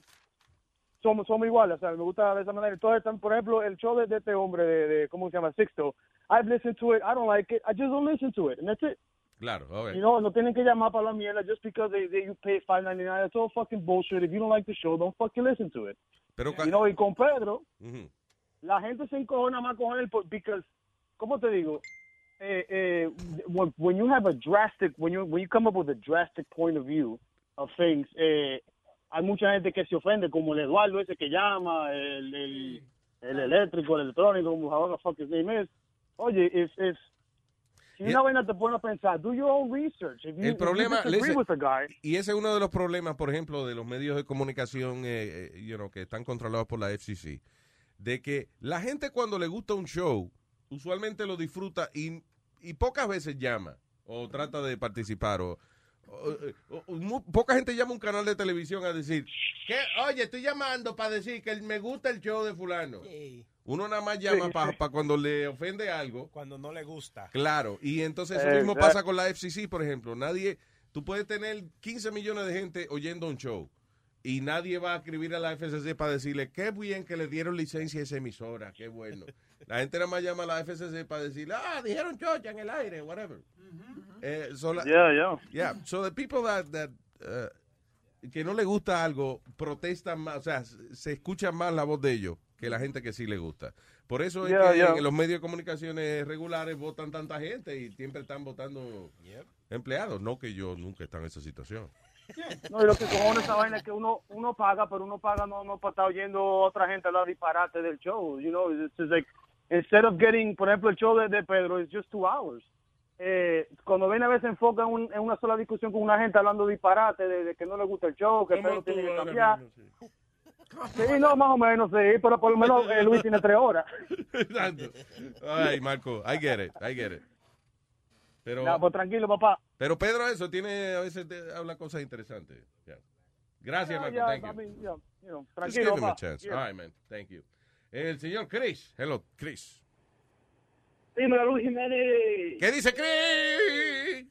somos, somos iguales, o sea, me gusta de esa manera. Entonces, tan- por ejemplo, el show de, de este hombre, de, de- ¿cómo se llama? Sixto. I've listened to it, I don't like it, I just don't listen to it, and that's it. Claro, ok. You know, no tienen que llamar para la mierda just because they, they, you pay $5.99. That's all fucking bullshit. If you don't like the show, don't fucking listen to it. Pero you know, y con Pedro, Ujú. la gente se encojona más con él por- because, ¿cómo te digo? Eh, eh, when, when you have a drastic, when you, when you come up with a drastic point of view of things, eh, hay mucha gente que se ofende, como el Eduardo ese que llama, el, el, el eléctrico, el electrónico, como however the fuck his name is. Oye, if, if, si una vaina te pone a pensar, do your own research. If you, El problema, if you disagree listen, with the guy, y ese es uno de los problemas, por ejemplo, de los medios de comunicación eh, eh, you know, que están controlados por la FCC, de que la gente cuando le gusta un show, usualmente lo disfruta y, y pocas veces llama o trata de participar o, o- o- o- mu- poca gente llama a un canal de televisión a decir, ¿Qué? Oye, estoy llamando para decir que me gusta el show de fulano. uno nada más llama Sí. para cuando le ofende algo. Cuando no le gusta. Claro, y entonces eso mismo Exacto. pasa con la FCC, por ejemplo. Nadie, tú puedes tener 15 millones de gente oyendo un show y nadie va a escribir a la FCC para decirle qué bien que le dieron licencia a esa emisora, qué bueno. La gente nada más llama a la FCC para decirle, ah, dijeron chocha en el aire, whatever. Eh, so la- Yeah, yeah. Yeah, so the people that, that, uh, que no le gusta algo protestan más, o sea, se se escucha más la voz de ellos que la gente que sí le gusta. Por eso es Yeah, que yeah. en los medios de comunicaciones regulares votan tanta gente y siempre están votando empleados. No que yo nunca he estado en esa situación. No, y lo que cojones esa vaina es que uno, uno paga, pero uno paga no, no para estar oyendo otra gente hablar disparate del show. You know, it's just like, instead of getting, por ejemplo, el show de, de Pedro, it's just two hours. Eh, cuando ven a veces se enfocan en un- en una sola discusión con una gente hablando disparate de, de que no le gusta el show, que Pedro tiene que cambiar. Sí, no, más o menos, sí, pero por lo menos eh, Luis tiene tres horas. Exacto. Ay, Marco, I get it, I get it. Pero, Nah, pues tranquilo, papá. pero Pedro, eso tiene, a veces te habla cosas interesantes. Yeah. Gracias, Marco, Yeah, thank yeah, you. I mean, yeah, you know, Just tranquilo, give him a papá. chance. Yeah. All right, man. Thank you. El señor Chris. Hello, Chris. Dímelo, Luis Jiménez. ¿Qué dice Chris?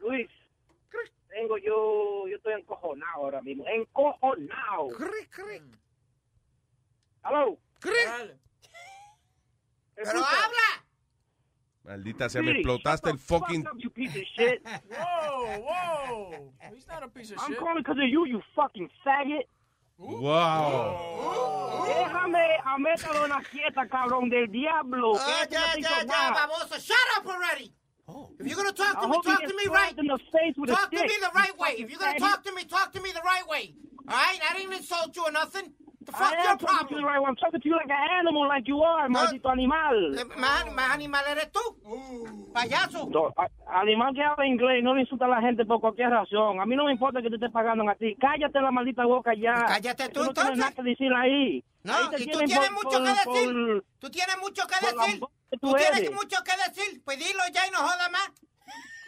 Luis, tengo yo, yo estoy encojonado ahora mismo, encojonado. Mm. Cric, cric. ¿Aló? Cric. Pero habla. Maldita sea, me Sí, explotaste el fucking... You piece of shit. Whoa, whoa. He's not a piece of I'm shit. calling because of you, you fucking faggot. Wow. Déjame a métalo en la fiesta, cabrón del diablo. Ah, Quédate en la ya, pinche ya, ya, guapa. baboso. Shut up already. Oh. If you're gonna talk I to me, hope you talk get to me slapped right. in the face with a Talk to me stick, the you right way. fucking If you're gonna faggot. talk to me, talk to me the right way. All right? I didn't insult you or nothing. The I fuck am your talking to you problem? the right way. I'm talking to you like an animal, like you are, maldito animal. Eh, Más más animal eres tú. Payaso. No, a- animal que habla inglés, no le insulta a la gente por cualquier razón. A mí no me importa que te esté pagando a ti. Cállate la maldita boca ya. Cállate tú, no tienes nada que decir ahí. No, Ahí te y tú tienen tienes por- mucho que por- decir. por- Tú tienes mucho que por decir. lambón que Tú tú tienes eres. mucho que decir. Pues dilo ya y no joda más.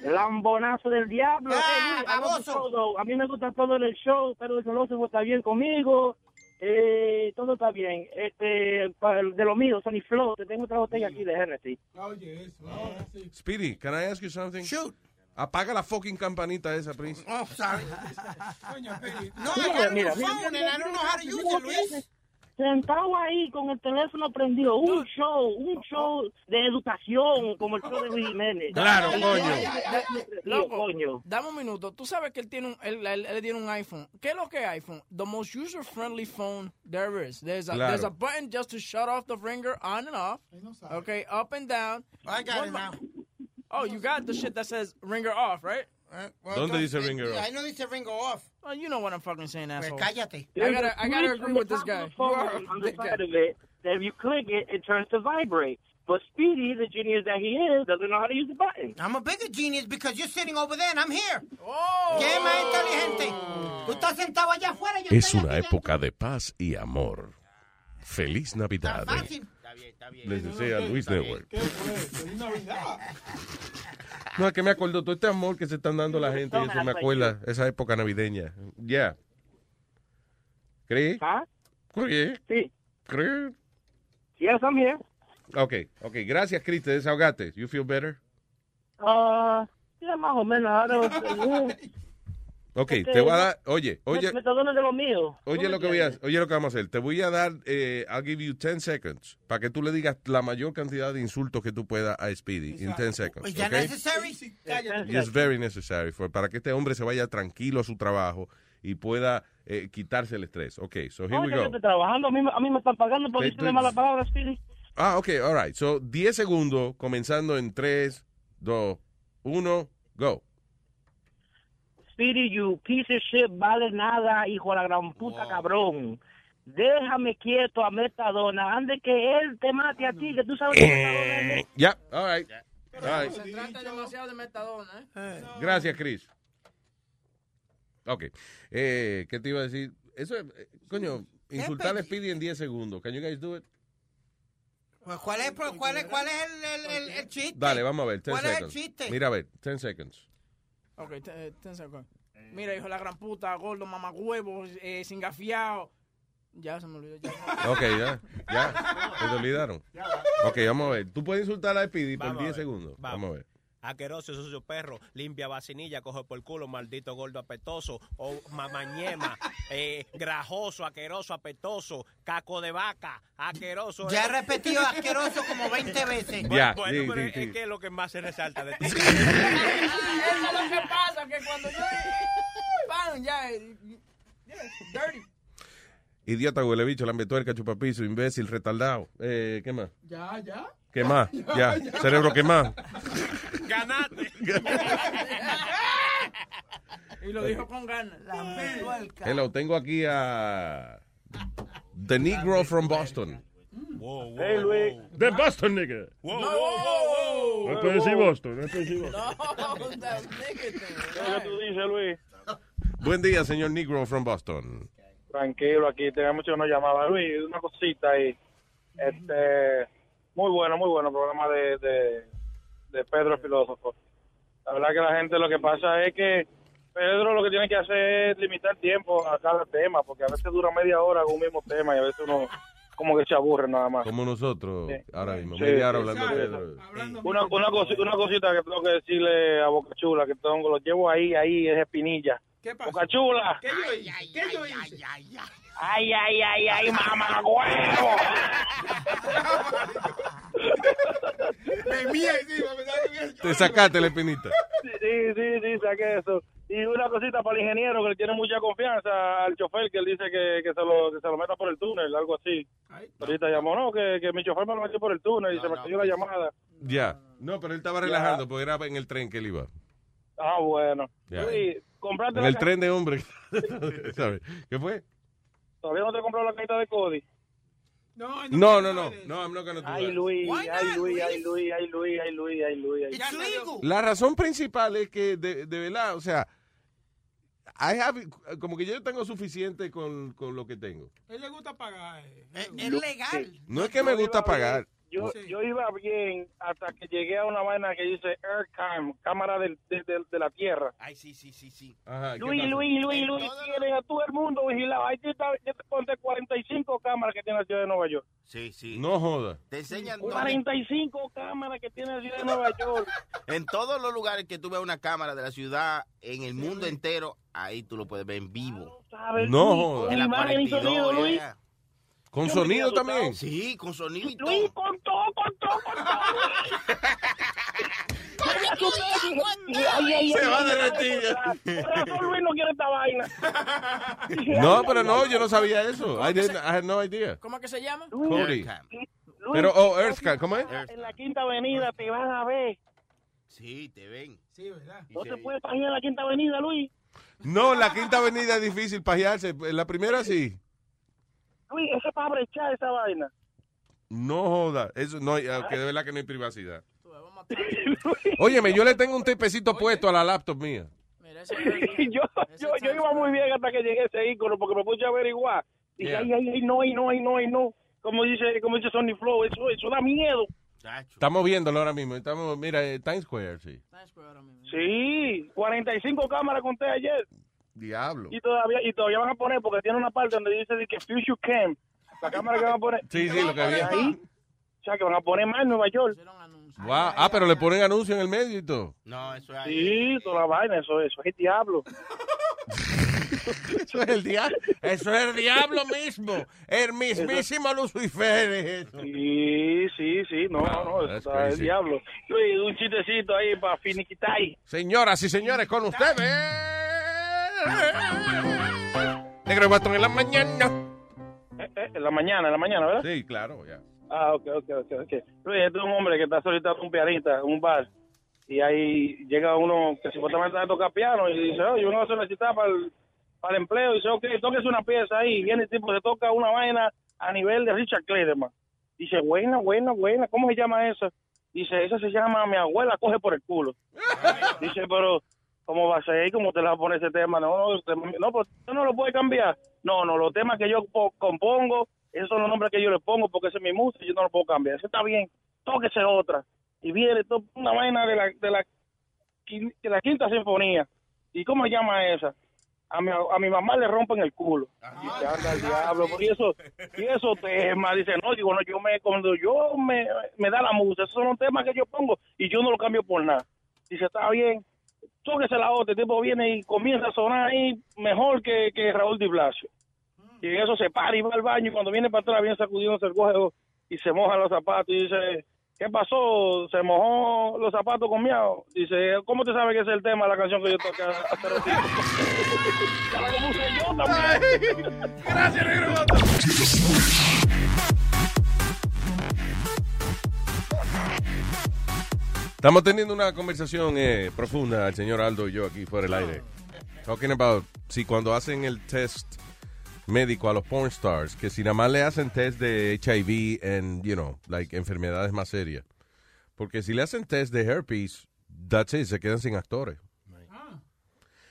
Lambonazo del diablo. Ah, Eh, Luis, I love baboso. you todo. A mí me gusta todo en el show, pero el filósofo está bien conmigo. Eh, todo está bien. Este, pa- de lo mío, Sony Flow, te tengo otra botella aquí de Hennessy. Oye, eso. ahora sí. Speedy, can I ask you something? Shoot. Apaga la fucking campanita esa, Pris. Oh, sorry. Coño, Pili. No, Mira, I got a new mira, phone mira. and I don't know how to use it, Luis. Sentado ahí con el teléfono prendido, un show, un show de educación como el show de Luis Jiménez. No, no, no, ya, ya, ya. Loco, coño. dame un minuto. Tú sabes que él tiene un, él, él- él tiene un iPhone. ¿Qué es lo que es iPhone? The most user friendly phone there is. There's a, Claro. there's a button just to shut off the ringer on and off. Okay, up and down. I got One it mo- now. Oh, you got the shit that says ringer off, right? ¿Dónde dice ringer off? I know dice ringer off. Well, you know what I'm fucking saying, asshole. cállate. I gotta, I gotta agree with this guy. You are on the side of it, that if you click it, it turns to vibrate. But Speedy, the genius that he is, doesn't know how to use the button. I'm a bigger genius because you're sitting over there and I'm here. Oh. ¿Qué más inteligente? Tú estás sentado allá afuera y yo Es estoy una época de paz y amor. Feliz Navidad. Les desea Luis Network. Navidad. No, es que me acordó todo este amor que se están dando la gente y eso me acuerda esa época navideña. Ya. ¿Cree? ¿Ah? ¿Cree? Sí. ¿Cree? Yes, I'm here. Ok, ok. Gracias, Chris. Te desahogate. You feel better? Uh, yeah, más o menos. I don't- Ok, Porque te voy a dar... Oye, me, oye, me está dando de lo mío. oye lo que voy a Oye lo que vamos a hacer. Te voy a dar... eh, I'll give you 10 seconds para que tú le digas la mayor cantidad de insultos que tú puedas a Speedy. In 10 seconds. ¿Es Pues ya okay? necessary? Y es very necessary for- para que este hombre se vaya tranquilo a su trabajo y pueda eh, quitarse el estrés. Ok, so here Oye, we yo go. estoy trabajando, a mí, me- a mí me están pagando por Te- decirle te- malas palabras, Speedy. Ah, ok, all right. So, 10 segundos, comenzando en 3, 2, 1, go. Speedy, you piece of shit, vale nada, hijo de la gran puta cabrón. Déjame quieto a Metadona, antes que él te mate a ti, que tú sabes que Metadona es Ya, yeah, all right. All right. Se trata demasiado de metadona, ¿eh? Gracias, Chris. Ok. Eh, ¿Qué te iba a decir? Eso es, eh, coño, insultar a Speedy en 10 segundos. Can you guys do it? Pues, ¿Cuál es, pues, cuál es, cuál es el, el, el, el chiste? Dale, vamos a ver, 10 ¿Cuál es el seconds. chiste? Mira, a ver, 10 seconds. Ok, te- eh, ten seco. Mira, hijo de la gran puta, gordo, mamagüevo, eh, sin gafiao. Ya se me olvidó. Ah, Ya. Ok, ya, ya. ¿Te olvidaron? Ok, vamos a ver. Tú puedes insultar a Speedy por Vamos a 10 ver, segundos. Vamos a ver. Aqueroso, sucio perro, limpia vacinilla, coge por culo, maldito gordo apetoso, o mamañema, eh, grajoso, aqueroso, apetoso, caco de vaca, aqueroso. eh. Ya he repetido asqueroso como 20 veces. Bueno, Ya, bueno, sí, pero sí, es, sí. es que es lo que más se resalta de ti. Eso es lo que pasa, que cuando yo... Pan, ya. eh, ya, Dirty. Idiota, huele bicho, lambetuerca, chupapiso, imbécil, retardado. Eh, ¿Qué más? Ya, ya. ¿Qué más? Ya, Ya, ya. cerebro quemado. Ganate. y lo dijo con ganas. La Eh, Hello, tengo aquí a The Negro from Boston. Hey, Luis. De Boston, nigga. No puede decir Boston, no puede decir Boston. ¿Qué tú dices, Luis? Buen día, señor Negro from Boston. Tranquilo, aquí tenía mucho que no llamaba. Luis, una cosita ahí. Este, muy bueno, muy bueno el programa de, de, de Pedro el Filósofo. La verdad que la gente lo que pasa es que Pedro lo que tiene que hacer es limitar tiempo a cada tema, porque a veces dura media hora con un mismo tema y a veces uno como que se aburre nada más. Como nosotros, ahora mismo. Sí. Media hora hablando de Sí. Pedro. Una, una, cosi- una cosita que tengo que decirle a Boca Chula, que tengo, lo llevo ahí, ahí, es espinilla. ¿Qué pasa? Boca Chula. ¿Qué yo hice? ¿Qué yo hice? Ay, ay, ay, ay, mamá, huevo. Me mía encima, me da Te sacaste la espinita. Sí, sí, sí, saqué eso. Y una cosita para el ingeniero que le tiene mucha confianza al chofer que él dice que, que, se, lo, que se lo meta por el túnel, algo así. Ahorita llamó, no, que, que mi chofer me lo metió por el túnel y se me cayó pues. la llamada. Ya. No, pero él estaba relajando porque era en el tren que él iba. Ah, bueno. Ya. Luis, comprate En la el ca- tren de hombre. ¿Sabes? ¿Qué fue? ¿Todavía no te he comprado la cajita de Cody? No, no, no. No, I'm not gonna do Ay, that. Luis, ay, Luis, ay, Luis, ay, Luis, ay, Luis, ay, Luis. ay, Luis. La razón principal es que, de, de verdad, o sea, I have, como que yo tengo suficiente con, con lo que tengo. Él le gusta pagar. eh. Es legal. No es que me gusta pagar. Yo, yo iba bien hasta que llegué a una vaina que dice Aircam, cámara del- de, de- de la Tierra. Ay, sí, sí, sí, sí. Ajá, ¿qué Luis, pasó? Luis, Luis, Luis, tienen a todo el mundo vigilado. Ahí te, te ponte 45 cámaras que tiene la ciudad de Nueva York. Sí, sí. No joda. Te enseñan dónde- 45 cámaras que tiene la ciudad de Nueva York. En todos los lugares que tú veas una cámara de la ciudad, en el mundo entero, ahí tú lo puedes ver en vivo. ¿Sabes? No Luis, joda. con En la imagen y 42, sonido, Luis. yeah. ¿Con Yo me sonido quedé asustado. también? Sí, con sonido y Luis, con todo, con todo, con todo. Yo me asusté, dije, ay, ay, Se ay, va ay, de ay, retilla. Por razón, Luis no quiere esta vaina. No, pero no, yo no sabía eso. I, didn't- I had no idea. ¿Cómo que se llama? Cody. Pero, oh, Earthcam, ¿cómo es? En la Quinta Avenida te van a ver. Sí, te ven. Sí, ¿verdad? Y No se te ve. puedes pagar en la Quinta Avenida, Luis. No, la quinta avenida es difícil pajearse. La primera sí. Luis, eso es para brechar esa vaina. No joda. Eso no, hay- que de verdad que no hay privacidad. Óyeme, yo le tengo un tipecito puesto a la laptop mía. yo, yo, yo iba muy bien hasta que llegué a ese ícono porque me puse a averiguar. Dije, Yeah. ay, ay, ay, no, ay, no, ay, no, ay, no. Como dice, como dice Sony Flow, eso, eso da miedo. Estamos viéndolo ahora mismo. Estamos, mira, eh, Times Square, sí. Sí, 45 cámaras conté ayer. Diablo. Y todavía, y todavía van a poner, porque tiene una parte donde dice de que Future Cam, la cámara que van a poner. Sí, sí, lo que vi. Ahí, o sea, que van a poner más en Nueva York. Guau. Ah, pero le ponen anuncio en el medio y todo. No, eso es Sí, toda la vaina, eso, eso es el diablo. Eso es el diablo. Eso es el diablo mismo. El mismísimo Lucifer. es eso. Sí, sí, sí, no, no, no, eso that's está el crazy. diablo. Luis, un chistecito ahí para finiquitar. Señoras y señores, con ustedes. Negro Bastón en la mañana. Eh, en la mañana, en la mañana, ¿verdad? Sí, claro, ya. Ah, ok, ok, ok, ok. Luis, este es un hombre que está solitario en un pianista, en un bar, y ahí llega uno que supuestamente sabe tocar piano y dice, oye, uno hace una cita para el, para el empleo, y dice, ok, tóquese una pieza ahí, y viene el tipo, se toca una vaina a nivel de Richard Clayderman. Dice, buena, buena, buena, ¿cómo se llama esa? Dice, esa se llama Mi abuela coge por el culo. Dice, pero, ¿cómo va a ser? ¿Cómo te la va a poner ese tema? No, no, usted- no, pero usted no lo puede cambiar. No, no, los temas que yo po- compongo, esos son los nombres que yo le pongo porque esa es mi música y yo no lo puedo cambiar. Eso está bien, tóquese otra. Y viene to- una vaina de la, de la, quin- de la quinta sinfonía. ¿Y cómo se llama esa? A mi, a mi mamá le rompen el culo. Dice, anda el diablo, porque eso, y esos temas, dice, no, digo, no, yo me, cuando yo me, me da la música, esos son los temas que yo pongo y yo no lo cambio por nada. Dice, está bien, tóquese la otra, el tipo viene y comienza a sonar ahí mejor que, que Raúl Di Blasio. Y en eso se para y va al baño y cuando viene para atrás viene sacudiéndose el cojo y se moja los zapatos y dice, ¿qué pasó? ¿Se mojó los zapatos con miau? Dice, ¿cómo te sabes que ese es el tema de la canción que yo toqué hace ratito? Ya la compuse yo también. Gracias, Estamos teniendo una conversación eh, profunda, el señor Aldo y yo aquí fuera del aire. Talking about si cuando hacen el test médico a los porn stars, que si nada más le hacen test de HIV and, you know, like enfermedades más serias. Porque si le hacen test de herpes, that's it, se quedan sin actores.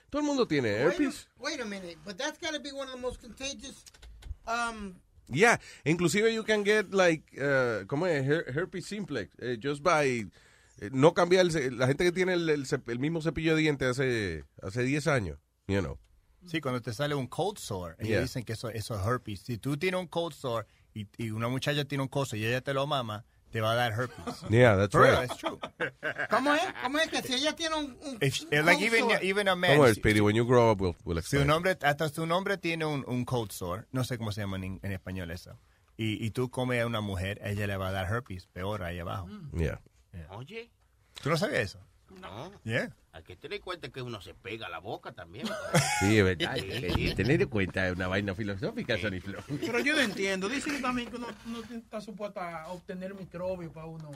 Todo el mundo tiene herpes. Wait a minute, but that's got to be one of the most contagious. Um, Yeah, inclusive you can get like, uh, ¿cómo es? Her- herpes simplex, eh, just by eh, no cambiar, el ce- la gente que tiene el, el cep- el mismo cepillo de dientes hace, hace 10 años, you know. Sí, cuando te sale un cold sore, ellos Yeah. dicen que eso, eso es herpes. Si tú tienes un cold sore y, y una muchacha tiene un cold sore y ella te lo mama, te va a dar herpes. Yeah, that's For real, right. that's true. ¿Cómo es? ¿Cómo es que si ella tiene un, un, If- un like cold even, sore? even a man, Don't worry, si- Speedy, when you grow up, we'll, we'll Si explain. un hombre, hasta su nombre tiene un, un cold sore, no sé cómo se llama en, en español eso, y, y tú comes a una mujer, a ella le va a dar herpes, peor ahí abajo. Mm. Yeah. Oye, ¿Tú no sabías eso? no. Yeah. Hay que tener en cuenta que uno se pega la boca también. Sí, es verdad. Sí. eh, Tener en cuenta es una vaina filosófica, Sonny Flow. Pero yo no entiendo. Dicen que también que uno no está supuesto a obtener microbios para uno.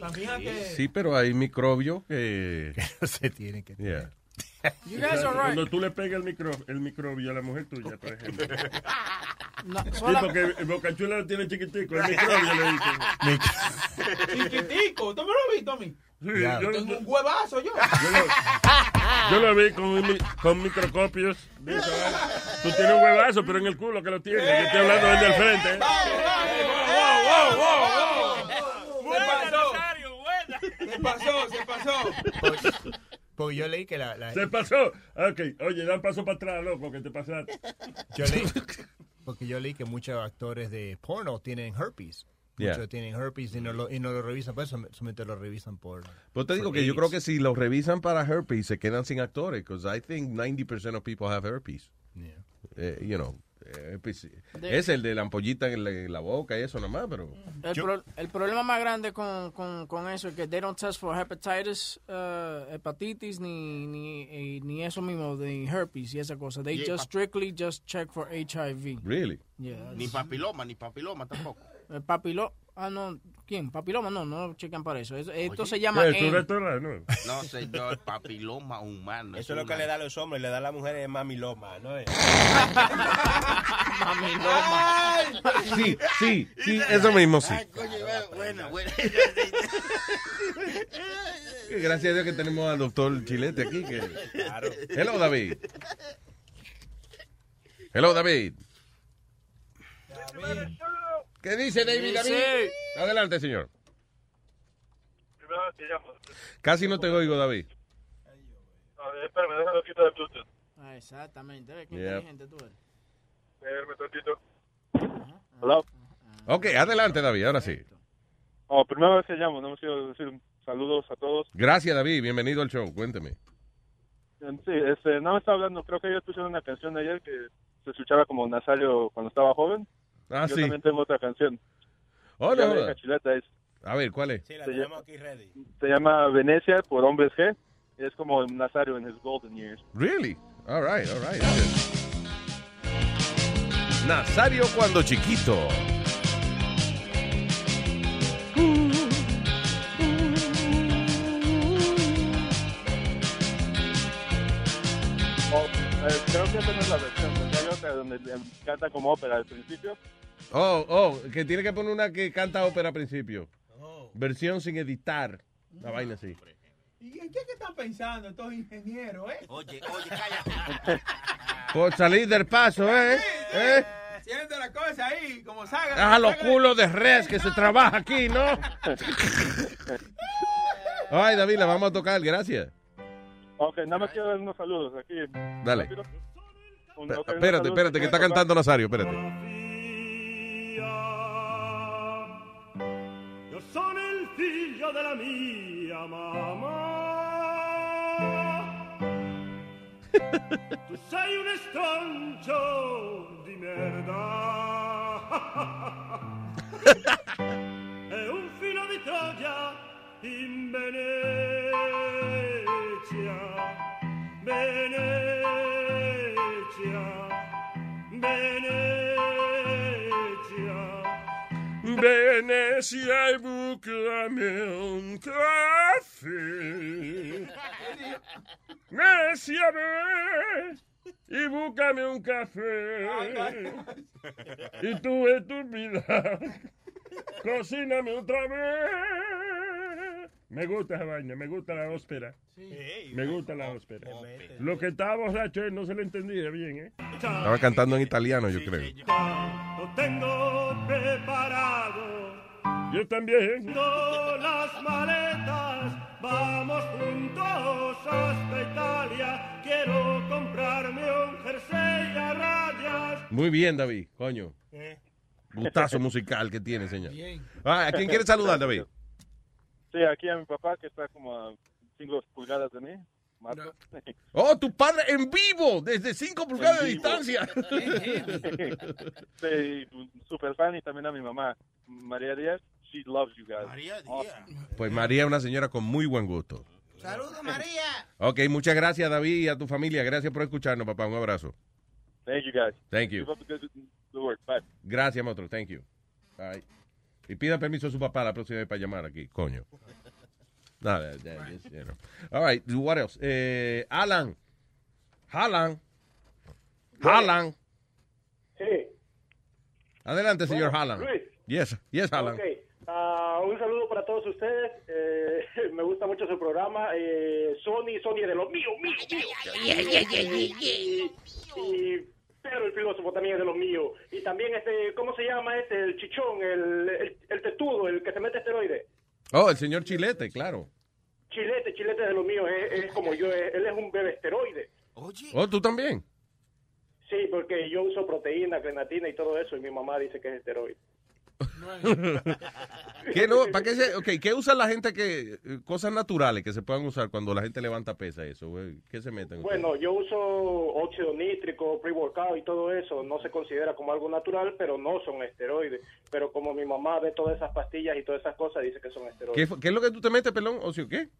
También hay que... Sí, pero hay microbios que... se tienen que yeah. You guys are right. Cuando tú le pegas el, micro, el microbio a la mujer tuya, por ejemplo. No, sí, sola- porque Bocachula lo tiene chiquitico, el microbio le dicen. Chiquitico, ¿tú me lo viste a mí? Sí, Ya. yo- Tengo un huevazo yo. Yo lo vi con, un mi- con microscopios. de esa vaina. Tú tienes un huevazo, pero en el culo que lo tienes. Yo estoy hablando del del frente. ¿eh? wow, wow, wow, wow. pasó, se pasó. Porque yo leí que la... la- Se pasó. Ok, oye, da un paso para atrás, loco, que te pasaste. Yo leí, porque yo leí que muchos actores de porno tienen herpes. Yeah. Muchos tienen herpes y no lo, y no lo revisan, pues eso solamente lo revisan por... Pero Pues te digo por que yo AIDS. creo que si los revisan para herpes se quedan sin actores, because I think 90% of people have herpes. Eh, you know, herpes- De- es el de la ampollita en la, en la boca y eso nada más, pero El, pro- el problema más grande con, con, con eso es que they don't test for hepatitis, uh, hepatitis, ni, ni, eh, ni eso mismo, de herpes y esa cosa. They Yeah, just pap- strictly just check for HIV. really. Yeah, Ni that's- papiloma, ni papiloma tampoco. El papiloma, ah, no, ¿quién? Papiloma, no, no checan para eso. Es- Esto se llama... Eh, tú AIM. eres tola, ¿no? No, señor, papiloma humano. Eso es lo que le da a los hombres, le da a las mujeres es mamiloma, ¿no es? mamiloma. Sí, sí, sí, eso mismo sí. Bueno, bueno. Gracias a Dios que tenemos al doctor Chilete aquí. Que... Claro. Hello, David. Hello, David. ¿Qué dice David? David? Dice- Adelante, señor. Primero te llamo. Casi no te oigo, David. A ver, espérame, déjalo quitar de Bluetooth. Ah, exactamente, ve qué Yeah. inteligente tú eres. Espérame tantito. Ok, adelante, David, ahora sí. Oh, primera vez que llamo, no me quiero decir saludos a todos. Gracias, David. Bienvenido al show. Cuénteme. Sí, este, no me estaba hablando, creo que ellos pusieron una canción ayer que se escuchaba como Nazario cuando estaba joven. Ah, Yo sí. también tengo otra canción. Oh, Ya no. le dije a Chileta, es- A ver, ¿cuál es? se, llama, se llama Venecia por Hombres G. y Es como Nazario en his golden years. Really? All right, all right. Nazario cuando chiquito. Oh, eh, creo que esa no es la versión, porque hay otra donde eh, canta como ópera al principio. Oh, oh, que tiene que poner una que canta ópera al principio. Versión sin editar. Una vaina así. ¿Y en qué que están pensando estos ingenieros, eh? Oye, oye, cállate. Por salir del paso, ¿eh? ¿Eh? Siente la cosa ahí, como saga. Deja los culos de res que se trabaja aquí, ¿no? Ay, David, la vamos a tocar, gracias. Ok, nada más quiero dar unos saludos aquí. Dale. Un- ok, unos Espérate, saludos. espérate, que está cantando Nazario, espérate. Io sono il figlio della mia mamma. tu sei Pues un estroncio di merda. È un filo di Troia in Venezia. Venezia. Venezia. Venecia y búscame un café. Venecia, ve y búscame un café. Y tú estúpida, cocíname otra vez. Me gusta esa vaina, me gusta la óspera. Me gusta la óspera. Lo que estaba borracho él no se le entendía bien, ¿eh? Estaba cantando en italiano, yo creo. Lo tengo preparado. Yo también. ¿eh? las maletas, vamos juntos hasta Italia. Quiero comprarme un jersey a rayas. Muy bien, David, coño. Eh. Gustazo musical que tiene, señor. Ah, ¿A quién quiere saludar, David? Sí, aquí a mi papá que está como a 5 pulgadas de mí. Marco. Oh, tu padre en vivo, desde 5 pulgadas de En vivo. distancia. Sí, super fan y también a mi mamá, María Díaz. She loves you guys. María Díaz. Pues María es una señora con muy buen gusto. Saludos, María. Ok, muchas gracias, David, y a tu familia. Gracias por escucharnos, papá. Un abrazo. Thank you guys. Thank you. Keep up the good, good work. Bye. Gracias, Motro. Thank you. All right. Y pida permiso a su papá la próxima vez para llamar aquí, coño. Nada, ya, ya, ya, no. All right, what else? Eh, Alan. Alan. Alan. Sí. Adelante, señor Bueno, Alan. Luis. Yes, yes, Alan. Ok. Ah, un saludo para todos ustedes. Eh, me gusta mucho su programa. Eh, Sony, Sony de lo mío, mío, mío. ay, ay, ay, ay, Y- y Pedro el filósofo también es de los míos. Y también, este, ¿cómo se llama este? El chichón, el, el, el tetudo, el que se mete esteroides. Oh, el señor Chilete, claro. Chilete es de lo mío, es, es como yo, es- él es un bebé esteroide. Oh, tú también. Sí, porque yo uso proteína, creatina y todo eso, y mi mamá dice que es esteroide. ¿Qué no? ¿Para qué se, okay, ¿qué usan la gente que eh, cosas naturales que se puedan usar cuando la gente levanta pesa eso, güey? ¿Qué se meten? Bueno, yo uso óxido nítrico, pre-workout y todo eso. No se considera como algo natural, pero no son esteroides. Pero como mi mamá ve todas esas pastillas y todas esas cosas, dice que son ustedes? ¿Qué, esteroides. fue- qué es lo que tú te metes, pelón? ¿O si qué?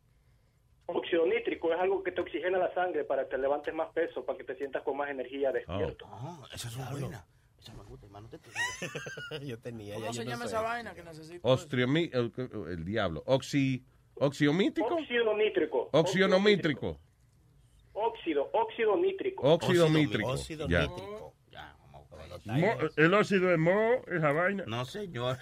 Óxido nítrico es algo que te oxigena la sangre para que levantes más peso, para que te sientas con más Oh. energía despierto. Esa Ah, es una buena. Esa me gusta, hermano. te tengo. yo tenía. ¿Cómo ya se yo no llama sé. esa vaina que Oh, necesito? Ostriomi, el, el diablo. Oxi, oxiomítico. Óxido nítrico. Oxionomítrico. Óxido, óxido nítrico. Óxido nítrico. Ya. Mo- el óxido de moho, esa vaina. No, señor.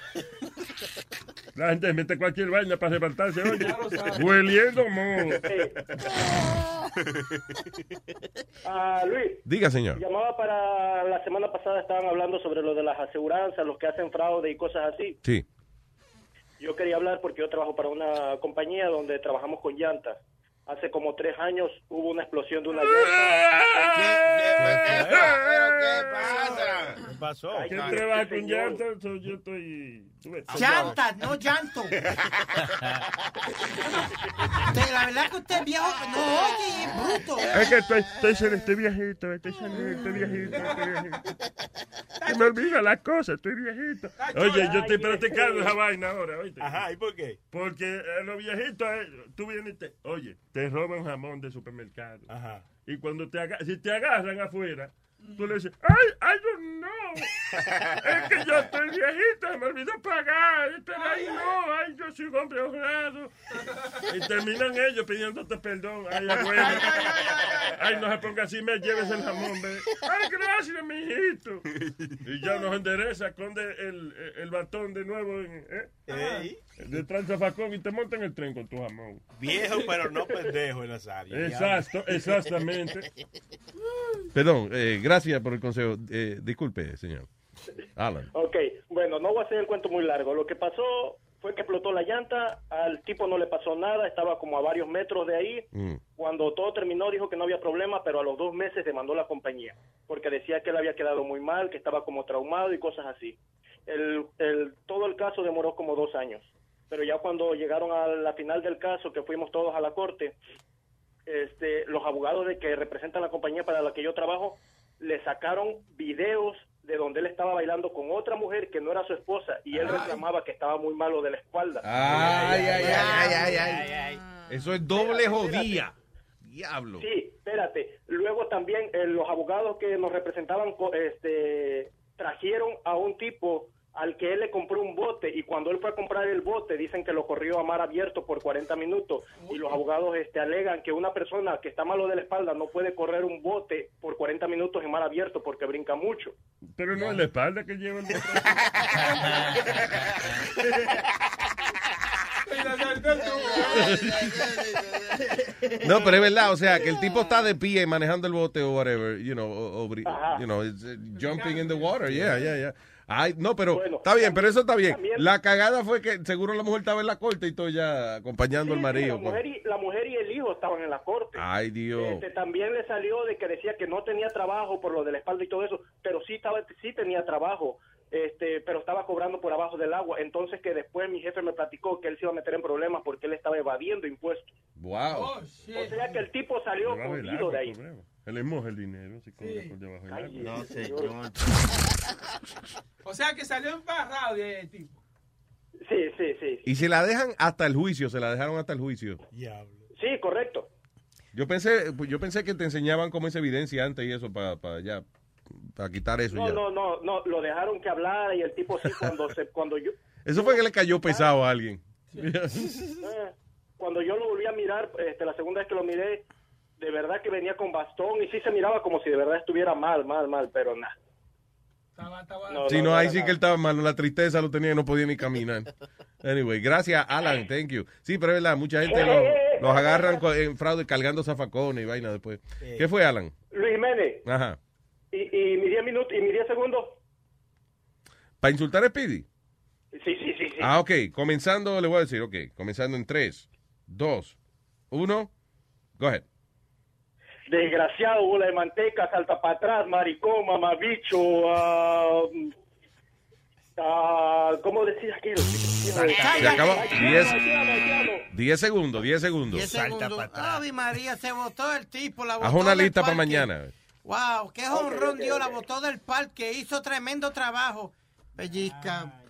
La gente mete cualquier vaina para levantarse, oye. Ya lo sabe. Hueliendo moho. Ah, Luis. Diga, señor. Llamaba para la semana pasada, estaban hablando sobre lo de las aseguranzas, los que hacen fraude y cosas así. Sí. Yo quería hablar porque yo trabajo para una compañía donde trabajamos con llantas. Hace como tres años hubo una explosión de una llanta. ¿Qué pasó? ¿Qué trabaja con llantas? So, Yo estoy. tú ves. Llantas, no llanto. Usted, la verdad que usted es viejo, que no oye, es bruto. Es que estoy, estoy saliendo este viejito, estoy saliendo este viejito, este viejito. Se me olvidan las cosas, estoy viejito. Oye, yo estoy practicando esa vaina ahora, oíste. Ajá, ¿y por qué? Porque a los viejitos, eh, tú vienes, y te, oye, te roban jamón de supermercado. Ajá. Y cuando te aga- si te agarran afuera, tú le dices, ay, I don't know. es que yo estoy viejito, se me olvidó pagar. Pero ay, no, ay, yo soy un hombre honrado. Y terminan ellos pidiéndote perdón. Ay, abuelo. Ay, no se ponga así, me lleves el jamón, ve. Ay, gracias, mi hijito. Y ya nos endereza, esconde el, el batón de nuevo en, ¿eh? Ey. detrás del zafacón y te monta en el tren con tu jamón. Viejo, pero no pues, pendejo, Nazario. Exacto, exactamente. Perdón, eh, gracias por el consejo. Eh, disculpe, señor. Alan. Ok, bueno, no voy a hacer el cuento muy largo. Lo que pasó fue que explotó la llanta, al tipo no le pasó nada, estaba como a varios metros de ahí. Cuando todo terminó dijo que no había problema, pero a los dos meses demandó la compañía, porque decía que él había quedado muy mal, que estaba como traumado y cosas así. El, el- todo el caso demoró como dos años, pero ya cuando llegaron a la final del caso, que fuimos todos a la corte, este, los abogados de que representan la compañía para la que yo trabajo le sacaron videos de donde él estaba bailando con otra mujer que no era su esposa y él reclamaba que estaba muy malo de la espalda. Ay, ay, ay, ay, ay, Ah. Eso es doble jodía. Diablo. Sí, espérate. Luego también eh, los abogados que nos representaban co- este, trajeron a un tipo al que él le compró un bote y cuando él fue a comprar el bote dicen que lo corrió a mar abierto por 40 minutos y los abogados este, alegan que una persona que está malo de la espalda no puede correr un bote por 40 minutos en mar abierto porque brinca mucho. Pero no es la espalda que lleva el botón. No, pero es verdad, o sea, que el tipo está de pie manejando el bote o whatever, you know, o, o bri- you know, it's, uh, jumping in the water, yeah, yeah, yeah. Ay, no, pero está bien, pero eso está bien. La cagada fue que seguro la mujer estaba en la corte y todo ya acompañando al marido. pues. la, mujer y, la mujer y el hijo estaban en la corte. Ay, Dios. Este, también le salió de que decía que no tenía trabajo por lo de la espalda y todo eso, pero sí estaba, sí tenía trabajo, este, pero estaba cobrando por abajo del agua. Entonces que después mi jefe me platicó que él se iba a meter en problemas porque él estaba evadiendo impuestos. Oh, Wow. O sea que el tipo salió Debajo del jodido agua, de ahí. cobremos. Se le moja el dinero si cobra por debajo del agua. Ay, No, señor. O sea que salió embarrado de tipo. Sí, sí, sí. Y se la dejan hasta el juicio, se la dejaron hasta el juicio. Sí, correcto. Yo pensé, pues, yo pensé que te enseñaban cómo es evidencia antes y eso para ya para quitar eso No, ya. no, no, no, lo dejaron que hablara y el tipo sí cuando se, cuando yo Eso fue que le cayó pesado a alguien. Eh, cuando yo lo volví a mirar, este, la segunda vez que lo miré, de verdad que venía con bastón y sí se miraba como si de verdad estuviera mal, mal, mal, pero nada. No, Si no, no, no, ahí no, sí que él estaba malo. La tristeza lo tenía y no podía ni caminar. Anyway, gracias, Alan. Thank you. Sí, pero es verdad, mucha gente lo- los agarran co- en fraude cargando zafacones y vaina después. ¿Qué fue, Alan? Luis Jiménez, Ajá. y, y mis 10 minutos y mis 10 segundos. ¿Para insultar a Speedy? Sí, sí, sí. sí. Ah, ok. Comenzando, le voy a decir, ok. Comenzando en 3, 2, Uno. Go ahead. Desgraciado, bola de manteca, salta para atrás, maricón, mamabicho. ah, ah, ¿Cómo decir aquello? Se acabó. 10 segundos, 10 Diez segundos. segundos. Ah, Ave María, se votó el tipo, la Haz votó una del lista para parque. mañana. Wow, qué honrón dio, la votó del parque, hizo tremendo trabajo. Pellizca.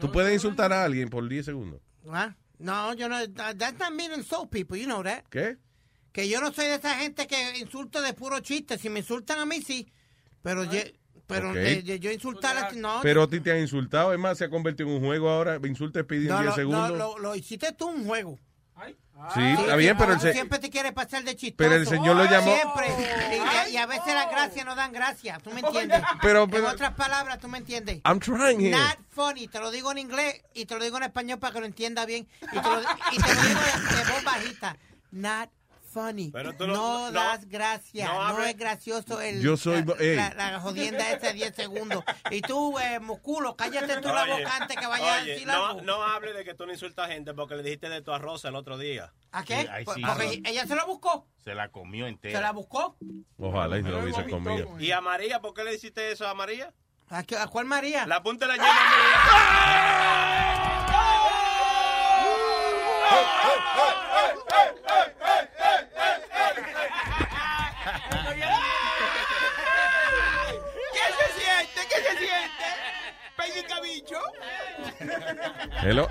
Tú puedes insultar a alguien por 10 segundos. Ah, No, yo no, that- that's not mean insult people, you know that. ¿Qué? Que yo no soy de esa gente que insulta de puro chiste, si me insultan a mí sí, pero yo, pero Ok. de- de- yo insultar a no. Pero a ti te han insultado. Es más, se ha convertido en un juego ahora. Insulta a Speedy en no, 10 lo, no, segundos. lo, lo hiciste tú un juego. Sí, está bien, pero el se- siempre te quiere pasar de chistoso. pero el señor lo llamó- Siempre. Y, y- y a veces las gracias no dan gracias, ¿tú me entiendes? Pero- en pero- otras palabras, ¿tú me entiendes? I'm trying here. Not funny, te lo digo en inglés y te lo digo en español para que lo entienda bien. Y te lo, y te lo digo de, de voz bajita. Not funny. tú lo- no, no- das gracias. no No, hables- es gracioso el, Yo soy- la, ey. la- la jodienda esa de 10 segundos. Y tú, eh, musculo, cállate tú la Oye, boca antes que vayas a oye, decir algo. no, no hable de que tú no insultas a gente porque le dijiste de tu arroz el otro día. ¿A qué? Pues, Sí, ahí sí, Porque sí. ella se lo buscó. Se la comió Se la buscó. Ojalá y se lo hubiese conmigo. ¿Y a María? ¿Por qué le hiciste eso a María? ¿A, qué- a cuál María? La punta de la lleva ¿Qué se siente? ¿Qué se siente? Pellica bicho. Hello,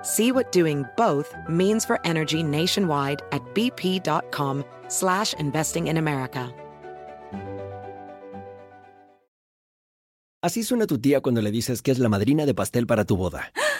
See what doing both means for energy nationwide at bp.com slash investing in America. Así suena tu tía cuando le dices que es la madrina de pastel para tu boda.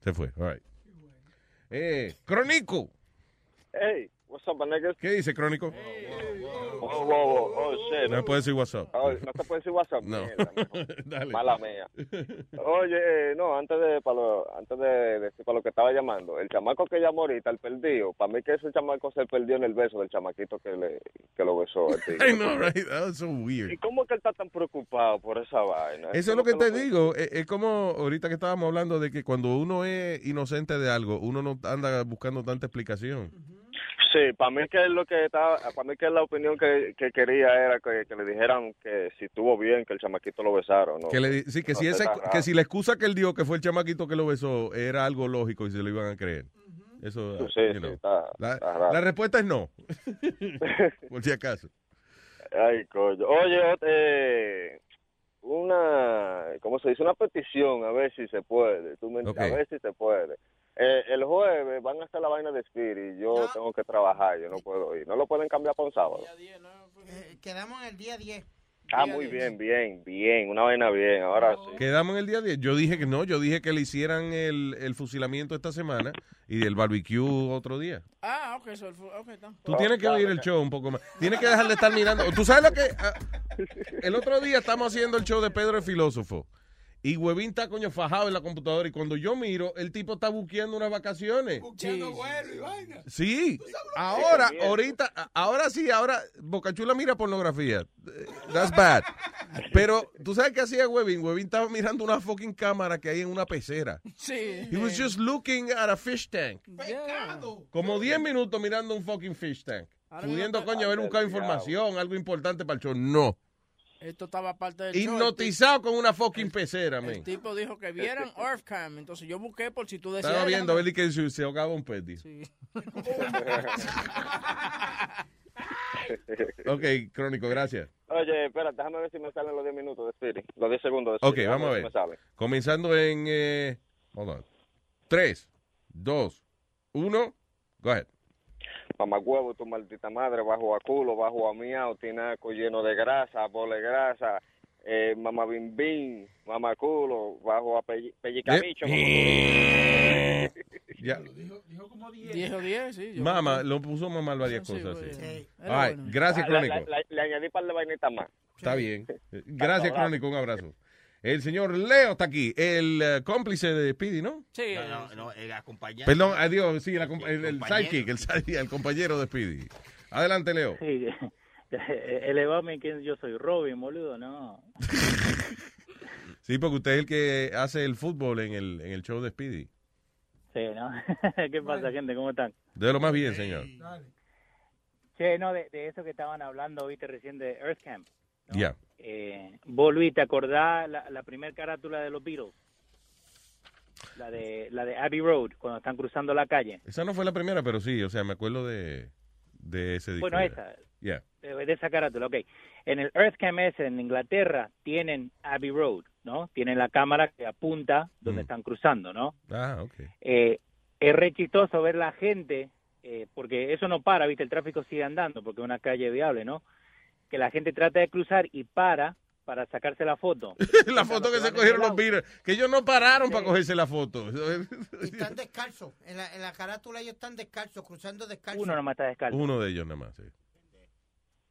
se fue. all right. Eh, Crónico. Hey, what's up, my niggas? ¿Qué dice Crónico? Oh, whoa, whoa, oh, shit. No puede decir WhatsApp. Oh, no te puede decir WhatsApp. No. mierda, mijo. Dale. Mala mía. Oye, eh, no, antes de para lo, antes de decir para lo que estaba llamando, el chamaco que llamó ahorita, el perdido, para mí que ese chamaco se perdió en el beso del chamaquito que le que lo besó. el tigre. I know, right? That was so weird. ¿Y cómo es que él está tan preocupado por esa vaina? Eso es lo que te digo. Eh, Es, es como ahorita que estábamos hablando de que cuando uno es inocente de algo, uno no anda buscando tanta explicación. Sí, para mí que es lo que estaba, para mí que es la opinión que, que quería era que, que le dijeran que si estuvo bien que el chamaquito lo besaron, ¿no? Que le di- sí, que, No, si que esa- está raro. que si la excusa que él dio, que fue el chamaquito que lo besó, era algo lógico y se lo iban a creer. Eso, ah, Sí, you sí, know. está- la, está raro. la respuesta es no. Por si acaso. Ay, coño. Oye, ot- eh, una, ¿cómo se dice? Una petición, a ver si se puede. Tú me- Ok. A ver si se puede. Eh, el jueves van a hacer la vaina de Spirit. Yo tengo que trabajar, yo no puedo ir. ¿No lo pueden cambiar para un sábado? Eh, Quedamos en el día 10. Ah, muy bien, bien, bien. Una vaina bien, ahora sí. Quedamos en el día 10. Yo dije que no, yo dije que le hicieran el, el fusilamiento esta semana y el barbecue otro día. Ah, ok, so el fu- ok, está. Tú tienes que oír el show un poco más. Tienes que dejar de estar mirando. Tú sabes lo que. ah, el otro día estamos haciendo el show de Pedro el Filósofo. Y Huevín está coño fajado en la computadora. Y cuando yo miro, el tipo está buqueando unas vacaciones. Sí. Ahora, Qué mierda. ahorita, a- ahora sí, ahora Bocachula mira pornografía. Eh, That's bad. Pero tú sabes qué hacía Huevín. Huevín estaba mirando una fucking cámara que hay en una pecera. Sí. He was just looking at a fish tank. Pecado. Como 10 minutos mirando un fucking fish tank. Ahora Pudiendo, mismo está- coño, haber buscado información, algo importante para el show. No. Esto estaba parte del show. Hipnotizado con una fucking pecera, El man. tipo dijo que vieran Earthcam, entonces yo busqué por si tú decías. Estaba viendo a ver y que se se ahogaba un peti. Ok, Crónico, gracias. Oye, Oye, espera, déjame ver si me salen los 10 minutos de Spirit. Los 10 segundos de Ok, Spirit, vamos a si me salen. ver. Comenzando en. Eh, hold on. 3, 2, 1. Go ahead. Mamagüevo, tu maldita madre, bajo a culo, bajo a miau, tinaco lleno de grasa, bola de grasa, eh, mamá bim bim, mamá culo, bajo a pelli- pellicamicho. mamá- Eh, Ya. eh. Diez o diez, sí. yo- Mama, lo puso mamá varias Sí, cosas. güey. sí. Sí. All right, Gracias, Le- le- Crónico. Le, le añadí par de vainitas más. Está bien. Gracias, abrazo. Crónico. Un abrazo. El señor Leo está aquí, el eh, cómplice de Speedy, ¿no? Sí. No, no, no, el acompañante. Perdón, ah. adiós, sí, el, acom- el, el compañero. sidekick, el, side- el compañero de Speedy. Adelante, Leo. Sí, eh, elevame que yo soy Robin, boludo, no. Sí, porque usted es el que hace el fútbol en el, en el show de Speedy. Sí, ¿no? ¿Qué pasa, gente? ¿Cómo están? De lo más bien, señor. Che, no, de, de eso que estaban hablando, viste, recién de Earth Camp. Ya. Eh, vos, Luis, ¿te acordás la, la primer carátula de los Beatles? La de, la de Abbey Road, cuando están cruzando la calle. Esa no fue la primera, pero sí, o sea, me acuerdo de, de ese disco. Bueno, ya. esa, Ya. de, de esa carátula, ok. En el Earth Cam S en Inglaterra tienen Abbey Road, ¿no? Tienen la cámara que apunta donde Mm. están cruzando, ¿no? Ah, ok. Eh, es re chistoso ver la gente, eh, porque eso no para, ¿viste? El tráfico sigue andando, porque es una calle viable, ¿no? Que la gente trata de cruzar y para para sacarse la foto. la foto que se cogieron los Beatles, que ellos no pararon para cogerse la foto. Están descalzos. En la, en la carátula ellos están descalzos, cruzando descalzos. Uno nomás está descalzo. Uno de ellos nada más, sí.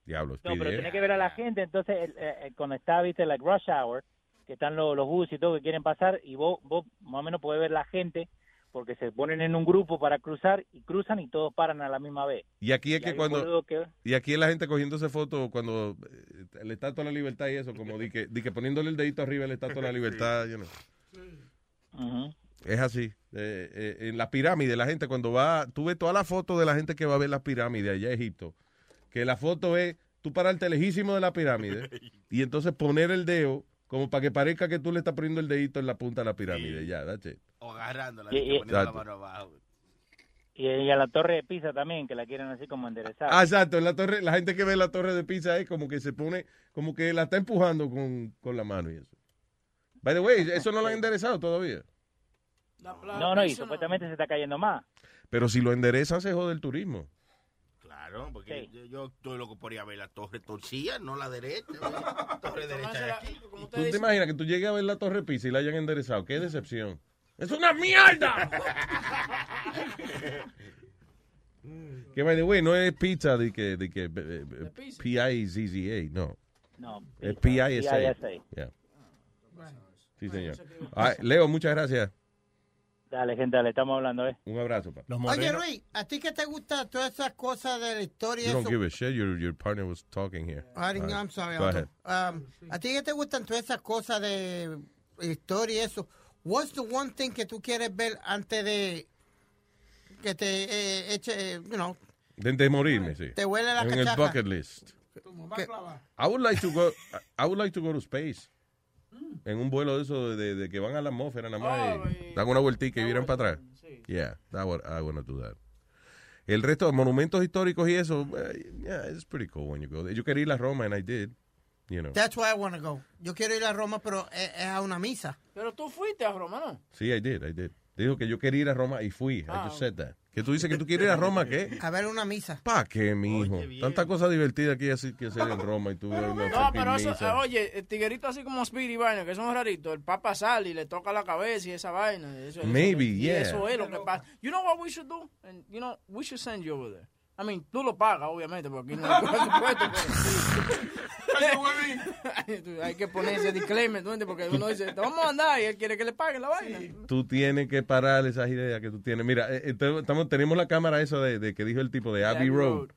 Diablo, No, Speedy, pero ¿eh? tenés que ver a la gente, entonces el- eh, eh, cuando está, viste, like rush hour, que están los, los bus y todo que quieren pasar, y vos, vos más o menos podés ver la gente, porque se ponen en un grupo para cruzar, y cruzan y todos paran a la misma vez. Y aquí es Y que hay un cuando... boludo que- Y aquí es la gente cogiéndose fotos cuando eh, el Estatua de la Libertad y eso, como di que, di que poniéndole el dedito arriba el Estatua de la Libertad. you know. Ujú. Es así. Eh, eh, en la pirámide, la gente cuando va, tú ves todas las fotos de la gente que va a ver las pirámides allá en Egipto, que la foto es tú pararte lejísimo de la pirámide y entonces poner el dedo como para que parezca que tú le estás poniendo el dedito en la punta de la pirámide. Ya, that's it. O agarrándola, Y- y- poniendo la Exacto. mano abajo. Y, y a la torre de Pisa también, que la quieren así como enderezar. Ah, exacto. en La, torre, la gente que ve la torre de pizza es como que se pone, como que la está empujando con, con la mano y eso. By the way, eso no lo han enderezado todavía. no, no, y supuestamente se está cayendo más. Pero si lo enderezan, se jode el turismo. Claro, porque yo, yo estoy loco por ir a ver la torre torcida, no la derecha. la torre derecha de aquí. ¿Tú te imaginas que tú llegues a ver la torre pizza y la hayan enderezado? ¡Qué decepción! ¡Es una mierda! Que by the way, no es pizza de que, de que eh, eh, pizza. P-I-Z-Z-A, no. No, Es pizza, P-I-S-A. PISA. Yeah. Sí, señor. Ah, Leo, muchas gracias. Dale, gente, dale, estamos hablando, ¿eh? Un abrazo, papá. Oye, Luis, ¿a ti que te gusta todas esas cosas de la historia? y You don't eso? give a shit. Your, your partner was talking here. I didn't- All right. I'm sorry, Go Otto. ahead. Um, a ti que te gustan todas esas cosas de historia y eso, what's the one thing que tú quieres ver antes de que te eh, eche, eh, you know, De, de morirme, sí. Te huele la En el cachaca. bucket list. que- I would like to go. I would like to go to space. En un vuelo de eso de, de que van a la atmósfera nada más Ah, y dan una vueltita y vienen para atrás. Yeah, that would, I wanna do that. El resto de monumentos históricos y eso, eh, yeah, it's pretty cool when you go there. Yo quería ir a Roma and I did, you know. that's where I want to go. Yo quiero ir a Roma, pero es, es a una misa. Pero tú fuiste a Roma, ¿no? Sí, I did, I did. Dijo que yo quería ir a Roma y fui. I Ah. just said that. Que tú dices que tú quieres ir a Roma, ¿qué? A ver una misa. ¿Para qué, mijo? Tanta cosa divertida que hay así que hacer en Roma y tú... No, pero eso, eh, oye, el tiguerito así como Speedy y vaina, que son raritos. El Papa sale y le toca la cabeza y esa vaina. Eso, eso- Maybe, y yeah. Eso es lo que pasa. You know what we should do? And, you know, we should send you over there. I mean, tú lo pagas, obviamente, porque aquí no hay presupuesto, pero- Hay que poner ese disclaimer, ¿tú entiendes? Porque uno dice, te vamos a mandar y él quiere que le pague la vaina. Tú tienes que parar esas ideas que tú tienes. Mira, eh, entonces, estamos, tenemos la cámara esa de, de que dijo el tipo de Abbey Abbey Road. Road.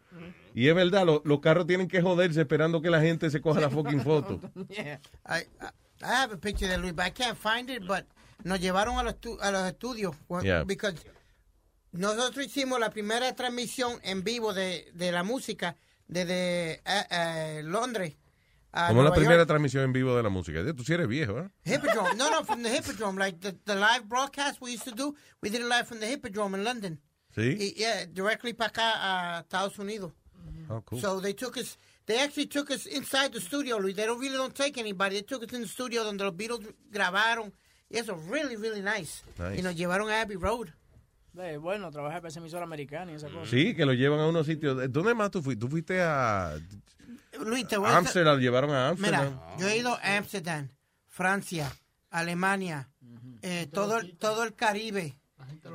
Y es verdad, lo- los carros tienen que joderse esperando que la gente se coja la fucking foto. Yeah. I, I, I have a picture de Luis, but I can't find it, but nos llevaron a los, estu- a los estudios. Well, Yeah. Because nosotros hicimos la primera transmisión en vivo de, de la música desde eh, eh, Londres. a Como la Ah, Nueva primera York. transmisión en vivo de la música. Tú sí eres viejo, ¿eh? Hippodrome. No, no, from the Hippodrome. Like the, the live broadcast we used to do, we did it live from the Hippodrome in London. Sí. Y, yeah, directly para acá a Estados Unidos. Oh, cool. So they took us. They actually took us inside the studio, Luis. They don't really don't take anybody. They took us in the studio donde los Beatles grabaron. Y eso, really, really nice. Nice. Y nos llevaron a Abbey Road. Eh, bueno, trabajar para esa emisora americana y esa cosa. Sí, que lo llevan a unos sitios. Eh, ¿Dónde más tú fuiste? Tú fuiste a Luis, te voy a- Amsterdam, llevaron a Mira, Amsterdam. yo he ido a Amsterdam, Francia, Alemania, eh, todo, el, todo el Caribe.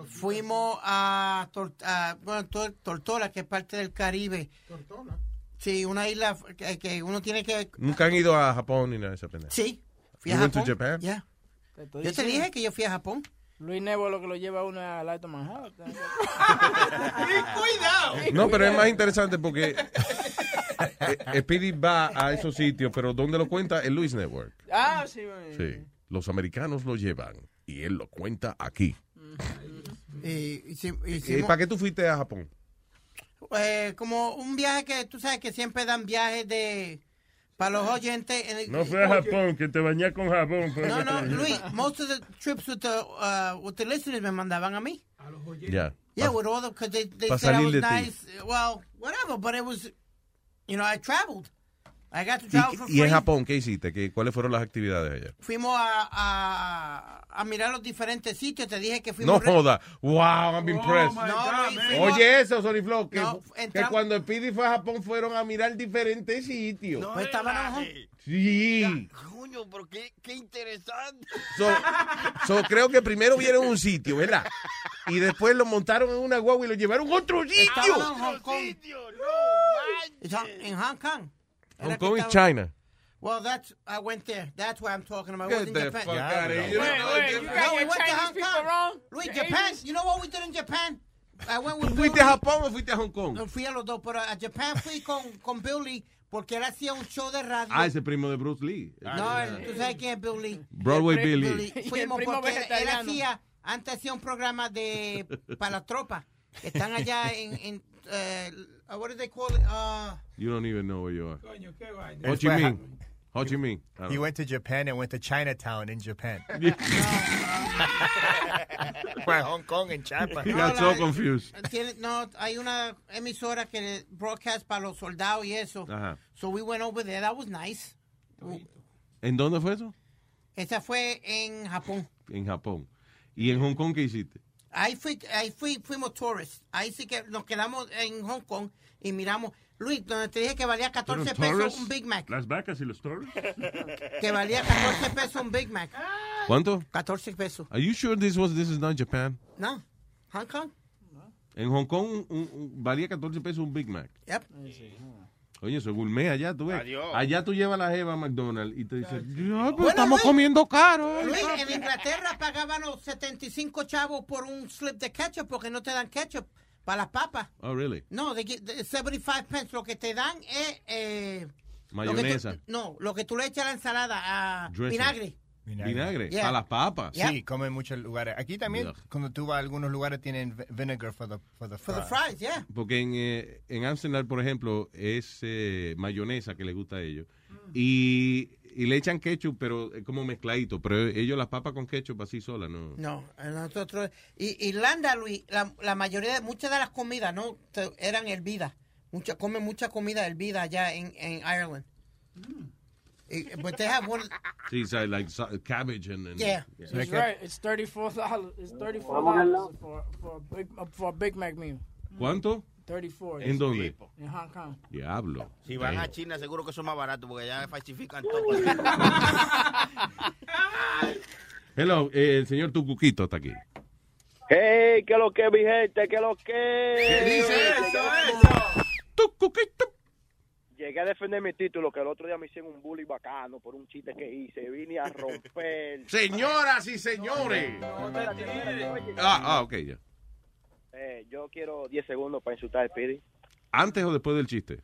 Fuimos a, Tor- a, bueno, Tor- Tortola, que es parte del Caribe. ¿Tortola? Sí, una isla que, que uno tiene que... Nunca han ido a Japón ni nada de esa pendeja. Sí, fui You a went to Japón. Japan? Yeah. Te estoy Yo te diciendo. dije que yo fui a Japón. Luis Nebo lo que lo lleva a uno a Light Manhattan. ¡Cuidado! No, pero es más interesante porque eh, Speedy va a esos sitios, pero ¿dónde lo cuenta? El Luis Network. Ah, sí, bueno. Eh. Sí. Los americanos lo llevan y él lo cuenta aquí. Eh, hici- Eh, hicimos- ¿Para qué tú fuiste a Japón? eh, como un viaje que tú sabes que siempre dan viajes de... Para los oyentes... en el- No fue a Japón, que te bañé con jabón. fue No, lo no, que- Luis, most of the trips with the, uh, with the listeners me mandaban a mí. Ya. Yeah, with all the, because they, they pa said I salir was de ti. nice. Well, whatever, but it was, you know, I traveled. I got to travel for ¿Y, y free. en Japón qué hiciste? ¿Qué, ¿Cuáles fueron las actividades allá? Fuimos a, a, a mirar los diferentes sitios. Te dije que No fuimos... re- joda. Wow, Oh, I'm impressed. No, Luis, fuimos- Oye, eso, Sony Flow, que, No, que entramos- cuando Speedy fue a Japón fueron a mirar diferentes sitios. Pues estaban en Hong- Sí. Coño, pero qué, qué interesante. So, so creo que primero vieron un sitio, ¿verdad? Y después lo montaron en una guagua y lo llevaron a otro sitio. estaban en Hong Kong. Estaban En Hong Kong. Hong Era que Kong y estaban- China. Well, that's I went there. That's what I'm talking about. Get It was in the Japan. fuck Yeah, outta here. Wait, wait, you got No, your we went to Chinese Hong people Kong. wrong? Luis, Your Japan. Asians? You know what we did in Japan? I went with ¿Fuiste Billy. a Japón o fuiste a Hong Kong? No fui a los dos, pero a Japan fui con, con Billy porque él hacía un show de radio. Ah, ese primo de Bruce Lee. No, él- tú sabes quién es Billy. Broadway Billy. Y el Fuimos primo porque él- él vegetariano. hacía, antes hacía un programa de para las tropas que están allá en, en eh, what do they call it? Uh, You don't even know where you are. Coño, qué Ho Chi Minh. Ho Chi Minh. Ah, I don't He know. went to Japan and went to Chinatown in Japan. Yeah. Fue a Hong Kong and China. He got so confused. tiene- no, hay una emisora que le broadcast para los soldados y eso. Ajá. So we went over there. That was nice. ¿En dónde fue eso? Esa fue en Japón. En Japón. ¿Y en Hong Kong qué hiciste? Ahí, fui, ahí fui, fuimos tourists. Ahí sí que nos quedamos en Hong Kong y miramos. Luis, donde te dije que valía 14 Pero pesos Torres, un Big Mac. Las vacas y los toros. Que valía 14 pesos un Big Mac. ¿Cuánto? 14 pesos. Are you sure this was this is not Japan? No. Hong Kong. En Hong Kong un- un- valía 14 pesos un Big Mac. Yep. Oye, soy gourmet allá, tú ves. Adiós. Allá tú llevas la jeva a McDonald's y te dices, "Ya, pero Bueno, estamos Luis. comiendo caro. ¿eh? Luis, en Inglaterra pagaban los 75 chavos por un slip de ketchup porque no te dan ketchup para las papas. Oh, really? No, they get- they- 75 pence. Lo que te dan es. eh, lo que tú- Mayonesa. no, lo que tú le echas a la ensalada, a Dressing. vinagre. Vinagre. Yeah. Para las papas. Sí, comen muchos lugares. Aquí también, Ugh. cuando tú vas a algunos lugares, tienen vi- vinegar for the, for the For the fries, yeah. Porque en, eh, en Amsterdam, por ejemplo, es eh, mayonesa que le gusta a ellos. Mm. Y, y le echan ketchup, pero es como mezcladito. Pero ellos las papas con ketchup así sola, ¿no? No, a nosotros. Y Irlanda, Luis, la, la mayoría, de- muchas de las comidas, ¿no? Te- Eran hervidas. Mucha, comen mucha comida hervida allá en, en Ireland. Y- pues, but they have one- Sí, sabe, like sa- cabbage and... and- Yeah. Yeah. He's right. It's thirty-four dollars. It's thirty-four Vamos a dollars verlo. for for a big for a Big Mac meal. ¿Cuánto? Thirty-four. ¿En dónde? En Hong Kong. Diablo. Si van Damn. a China, seguro que son más baratos porque allá falsifican todo. Hello, eh, el señor Tucuquito está aquí. Hey, que lo que mi gente, que lo que. ¿Qué dice eso, eso? Llegué a defender mi título, que el otro día me hicieron un bully bacano por un chiste que hice. Vine a romper. Señoras y señores. Ah, ah, ok, ya. Eh, yo quiero 10 segundos para insultar al Pidi. ¿Antes o después del chiste?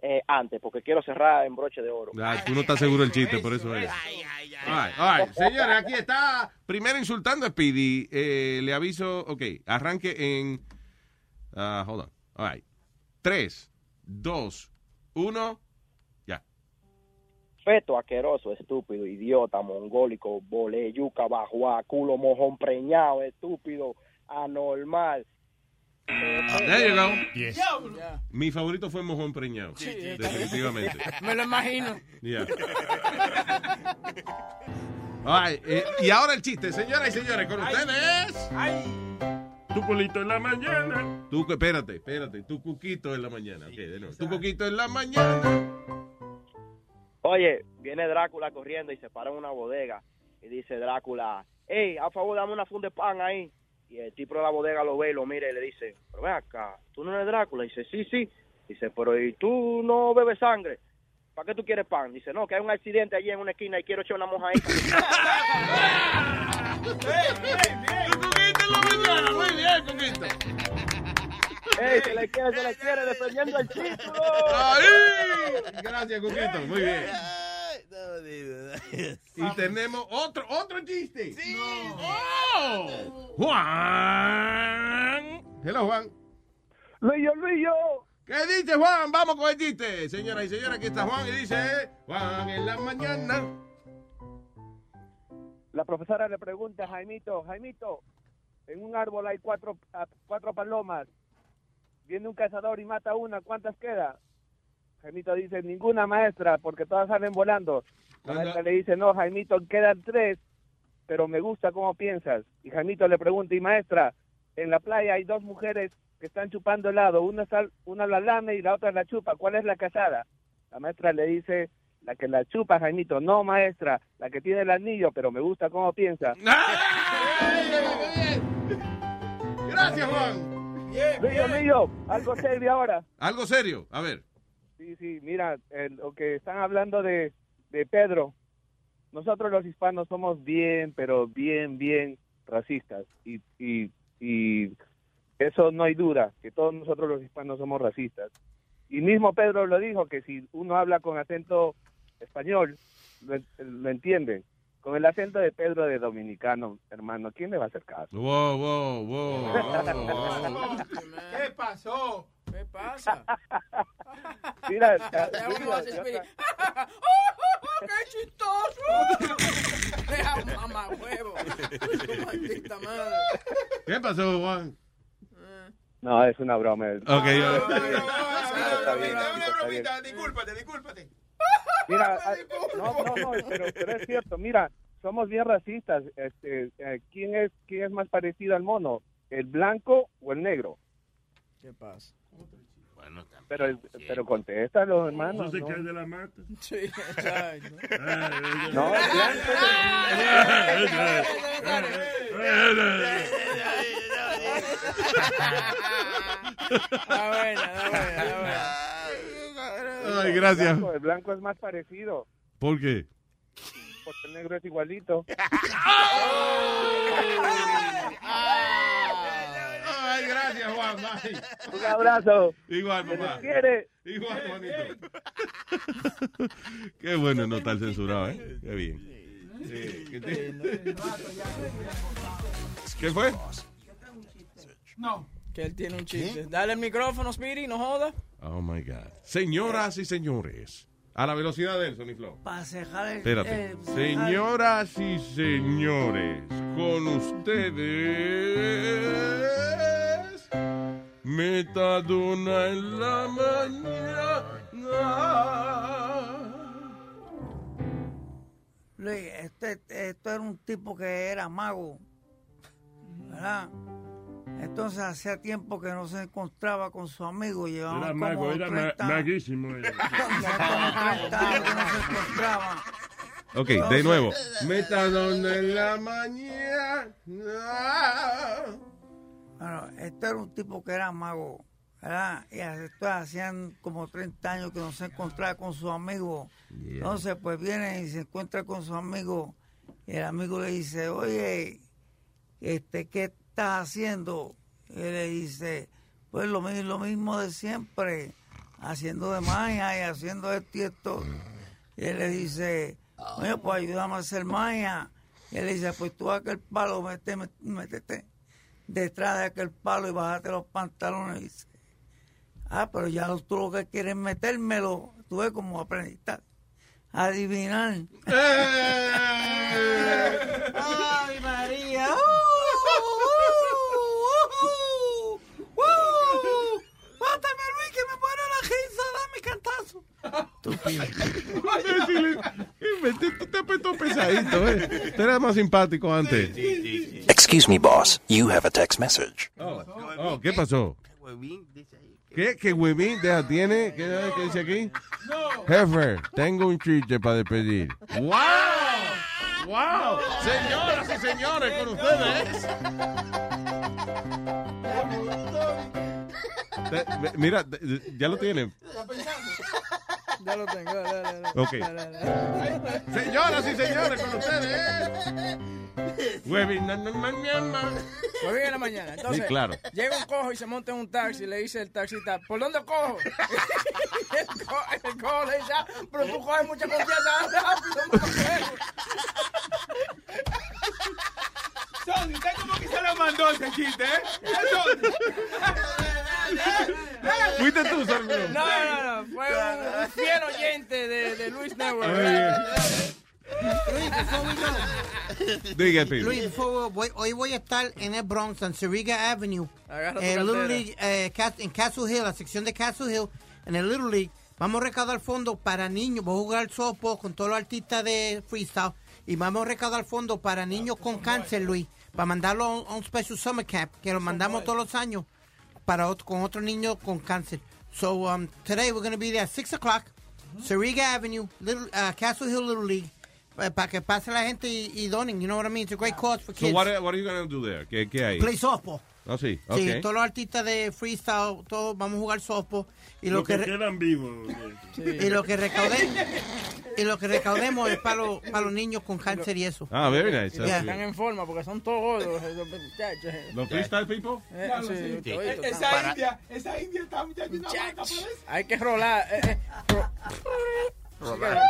Eh, antes, porque quiero cerrar en broche de oro. Ah, tú no estás seguro del chiste, por eso es. All right, all right. Señores, aquí está. Primero insultando a Speedy. Eh, le aviso, ok, arranque en... ah, hold on. All right. Tres, dos, uno. Feto asqueroso, estúpido, idiota, mongólico, boleyuca, bajuá, culo mojón preñado, estúpido, anormal. Ah, There you go. Yes. Yeah. Mi favorito fue Mojón Preñado. Sí, sí. definitivamente. Me lo imagino. Yeah. All right, eh, y ahora el chiste, señoras y señores, con ustedes. Tu culito en la mañana. Tu, cu- espérate, espérate. Tu cuquito en la mañana. Ok, de nuevo. Tu cuquito en la mañana. Oye, viene Drácula corriendo y se para en una bodega y dice Drácula, hey, a favor dame una funda de pan ahí. Y el tipo de la bodega lo ve y lo mira y le dice, pero ven acá, tú no eres Drácula. Y dice, sí, sí. Dice, pero ¿y tú no bebes sangre? ¿Para qué tú quieres pan? Dice, no, que hay un accidente allí en una esquina y quiero echar una moja ahí. muy bien, Coquito. Ey, se le quiere, se le quiere, defendiendo el título. Gracias, Coquito. Muy bien. Y tenemos otro, otro chiste. Sí. Oh. Juan. Hello, Juan. Luillo, Luillo. ¿Qué dice Juan? Vamos con el chiste. Señoras y señores, aquí está Juan y dice, Juan en la mañana. La profesora le pregunta a Jaimito, Jaimito, en un árbol hay cuatro, a- cuatro palomas. Viene un cazador y mata una, ¿cuántas queda? Jaimito dice, ninguna maestra, porque todas salen volando. La maestra le dice, no, Jaimito, quedan tres, pero me gusta cómo piensas. Y Jaimito le pregunta, y maestra, en la playa hay dos mujeres que están chupando helado, una, sal, una la lame y la otra la chupa, ¿cuál es la casada? La maestra le dice, la que la chupa, Jaimito, no, maestra, la que tiene el anillo, pero me gusta cómo piensa. Gracias, Juan. Luillo, Luillo, algo serio ahora. Algo serio. A ver. Sí, sí, mira, eh, lo que están hablando de, de Pedro. Nosotros los hispanos somos bien, pero bien, bien racistas. Y, y, y eso no hay duda, que todos nosotros los hispanos somos racistas. Y mismo Pedro lo dijo, que si uno habla con acento español, lo, en- lo entienden. Con el acento de Pedro de dominicano, hermano, ¿quién le va a hacer caso? Wow, wow, wow. ¿Qué pasó? ¿Qué pasa? Mira, Ya vamos a hacer Luillo, espiri- ¡Oh, qué chistoso! Deja mamá huevo. Maldita madre. ¿Qué pasó, Juan? No, es una broma. Ok, Ah, Está bien, está bien. Discúlpate, discúlpate. Mira, ah, no, no, no, pero, pero es cierto, mira, somos bien racistas. Este, eh, ¿quién, es, ¿Quién es más parecido al mono? ¿El blanco o el negro? ¿Qué pasa? Bueno, también. Pero, el- pero contéstalo, hermano. No se ¿no? cae de la mata. Sí, exacto. No, pues. el blanco Ay, gracias. El blanco, el blanco es más parecido, ¿Por qué? porque el negro es igualito. Ay, gracias, Juan. Bye. Un abrazo. Igual, Se les papá. quiere. Igual, bonito. Qué bueno no estar censurado, ¿eh? Qué bien. Sí, ¿qué Eh, te- ¿Qué fue? No. Que él tiene un chiste. Dale el micrófono, Speedy, no joda. Oh my God. Señoras y señores, a la velocidad del Sony Flow. Para cerrar el. Espérate. eh, pues, Señoras y señores, con ustedes. Metadona en la mañana. Luis, este, esto era un tipo que era mago, ¿verdad? Entonces hacía tiempo que no se encontraba con su amigo. Llevaban Era como mago, era ma- 30 maguísimo. era. Ok, de nuevo. Metadona en la mañana. Bueno, este era un tipo que era mago, ¿verdad? Y esto hacían como 30 años que no se encontraba con su amigo. Entonces, pues viene y se encuentra con su amigo. Y el amigo le dice, oye, este, ¿qué estás haciendo? Y le dice, pues lo, mi- lo mismo de siempre, haciendo de magia y haciendo esto y esto. Y él le dice, oye, pues ayúdame a hacer magia. Y él le dice, pues tú aquel palo, mete- met- métete detrás de aquel palo y bájate los pantalones. Y dice, ah, pero ya lo- tú lo que quieres es metérmelo. Tú ves como aprendiste a adivinar. ¡Ay, María! ¡Uh! estúpido. Tú te apetó pesadito, ¿eh? Tú eras más simpático antes. Excuse me, boss. You have a text message. Oh, oh, ¿qué pasó? ¿Qué? ¿Qué huevín deja tiene? ¿Qué, qué dice aquí? Jefe, tengo un chiste para despedir. ¡Wow! ¡Ah! ¡Wow! Señoras y señores, con ustedes. Te- me- Mira, te- ya lo tienen. Ya lo tengo, Ok. Señoras y señores, con ustedes. Huevín, na, na, na, na, na. Muy bien en la mañana. Entonces, Sí, claro. llega un cojo y se monta en un taxi y le dice el taxista, ¿por dónde cojo? Y el, co- el cojo le dice, "Ah, pero tú coges mucha confianza, rápido, mamacuevo". Sony, usted como que se lo mandó ese chiste, ¿eh? Fuiste tú, Sony. No, no, no, fue un, un fiel oyente de, de Luis Network. Luis, before we go, Diga, Pete. Luis, before we- voy- hoy voy a estar en el Bronx, en Seriga Avenue, Agarra tu en Little cartera. League, eh, Cas- en Castle Hill, la sección de Castle Hill, en el Little League. Vamos a recaudar fondos para niños. Voy a jugar softball con todos los artistas de freestyle y vamos a recaudar fondos para niños con cáncer, Luis, para mandarlo a un, a un special summer camp que lo mandamos todos los años para ot- con otro niño con cáncer. So um, today we're going to be there at 6 o'clock, Seriga Avenue, Little, uh, Castle Hill Little League, eh, para que pase la gente y, y donen. You know what I mean? It's a great cause for So kids. what, are- what are you going to do there? ¿Qué, qué hay? Play softball. Oh, sí. Sí, Okay. todos los artistas de freestyle, todos vamos a jugar softball. Y lo, Los que re- quedan vivos. y lo que recaudemos y lo que recaudemos es para los, para los niños con cáncer y eso. Ah, very nice. Yeah. That's Están good. en forma porque son todos gordos. esos muchachos. ¿Los freestyle people? Eh, Claro, sí, sí. todito, Eh, están- esa para- India, esa India está muchacho, una vaca por eso. Hay que rolar. eh, eh, ro- Rodar.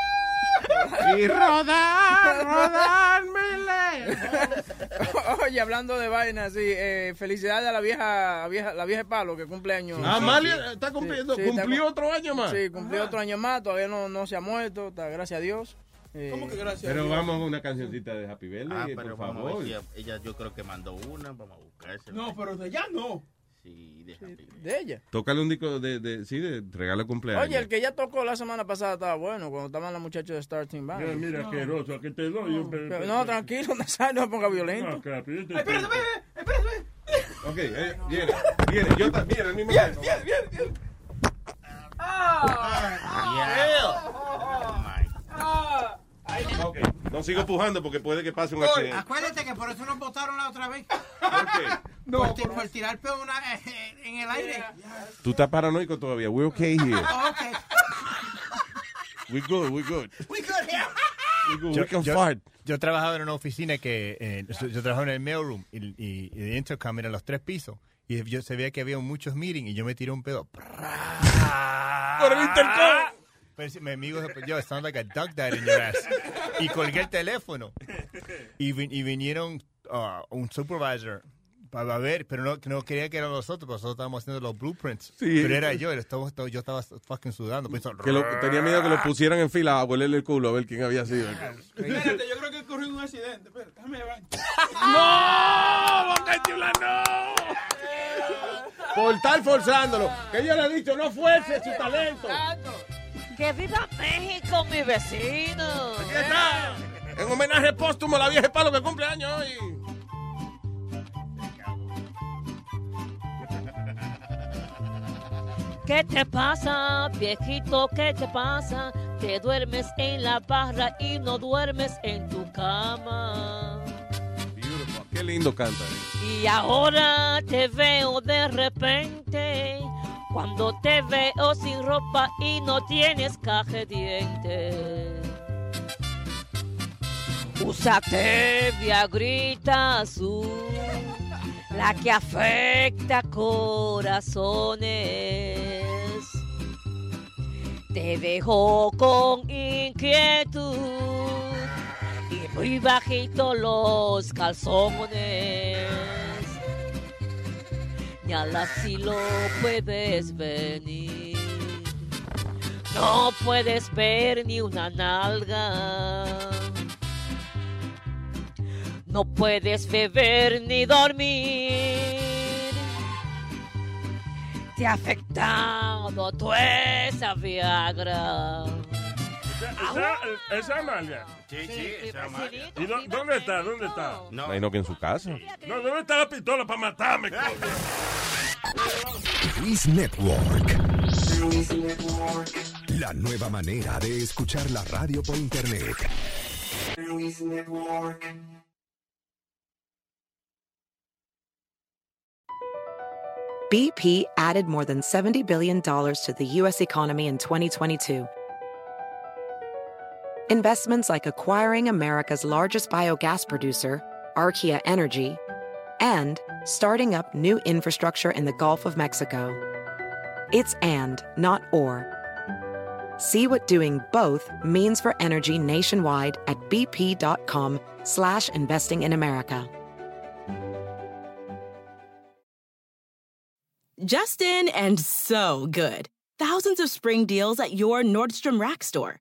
Y rodar, rodármele. Oye, hablando de vainas, sí, eh, felicidades a la vieja, a vieja, la vieja de palo que cumple años. Ah, Amalia está cumpliendo- cumplió otro año más. Sí, cumplió otro año más, todavía no, no se ha muerto, está- gracias a Dios. Eh, Pero vamos a una cancioncita de Happy Birthday, Ah, por pero vamos a favor. ver si ella, ella yo creo que mandó una, vamos a buscarse. No, pero de allá no. Sí, de Happy Birthday. De ella. Tócale un disco de, de, sí, de regalo de cumpleaños. Oye, el que ya tocó la semana pasada estaba bueno, cuando estaban los muchachos de Star Team Band. Mira, mira, asqueroso, aquí te doy. un pe- Pero no, tranquilo, Nazario, no ponga violento. No, claro, yo te- Ok, eh, viene, viene, yo también, el mismo. tiempo. Ah. Ah. Ok, no sigo pujando porque puede que pase un accidente. Acuérdate que por eso nos votaron la otra vez. No, por, ti- por tirar peón una- en el aire. Oh, Tú estás paranoico todavía. We're okay here. Okay. We're good, we're good. We good here. We're good. We can fart. yo trabajaba en una oficina que eh, yo- yo trabajaba en el mailroom y, y, y el intercom era los tres pisos y yo se veía que había muchos meetings y yo me tiré un pedo por el intercom pero si, mi amigo dijo, yo it sounds like a duck died in your ass y colgué el teléfono y, vin- y vinieron ah, un supervisor para ver, pero no, no quería que eran nosotros, porque nosotros estábamos haciendo los blueprints. Sí. Pero era yo, era- estaba- yo estaba fucking sudando. pues, hizo- Que lo, tenía miedo que lo pusieran en fila a huelerle el culo a ver quién había sido. Espérate, yo creo que ocurrió un accidente. Espérate, déjame llevar. ¡No! ¡Boca Chula, no! Por estar forzándolo. Que yo le he dicho, no fuerce su talento. ¡Que viva México, mi vecino! Aquí está. En homenaje póstumo a la vieja palo que cumple años hoy. ¿Qué te pasa, viejito? ¿Qué te pasa? Te duermes en la barra y no duermes en tu cama. Beautiful. Qué lindo canta. Y ahora te veo de repente. Cuando te veo sin ropa y no tienes caje dientes. Úsate Viagrita azul, la que afecta corazones. Te dejo con inquietud y muy bajito los calzones. Ni al asilo puedes venir, no puedes ver ni una nalga. No puedes beber ni dormir. Te afecta como tú esa Viagra. Esa, esa Amalia. Sí, sí, esa Amalia. ¿Y dó- dónde está? ¿Dónnde está? No. Imagino que en su casa. No, ¿dónde está la pistola para matarme? coño? Luis Network. La nueva manera de escuchar la radio por internet. Luis Network. BP added more than $70 billion to the U.S. economy in 2022. Investments like acquiring America's largest biogas producer, Archaea Energy, and starting up new infrastructure in the Gulf of Mexico. It's and, not or. See what doing both means for energy nationwide at bp.com slash investing in America. Justin and so good. Thousands of spring deals at your Nordstrom Rack store.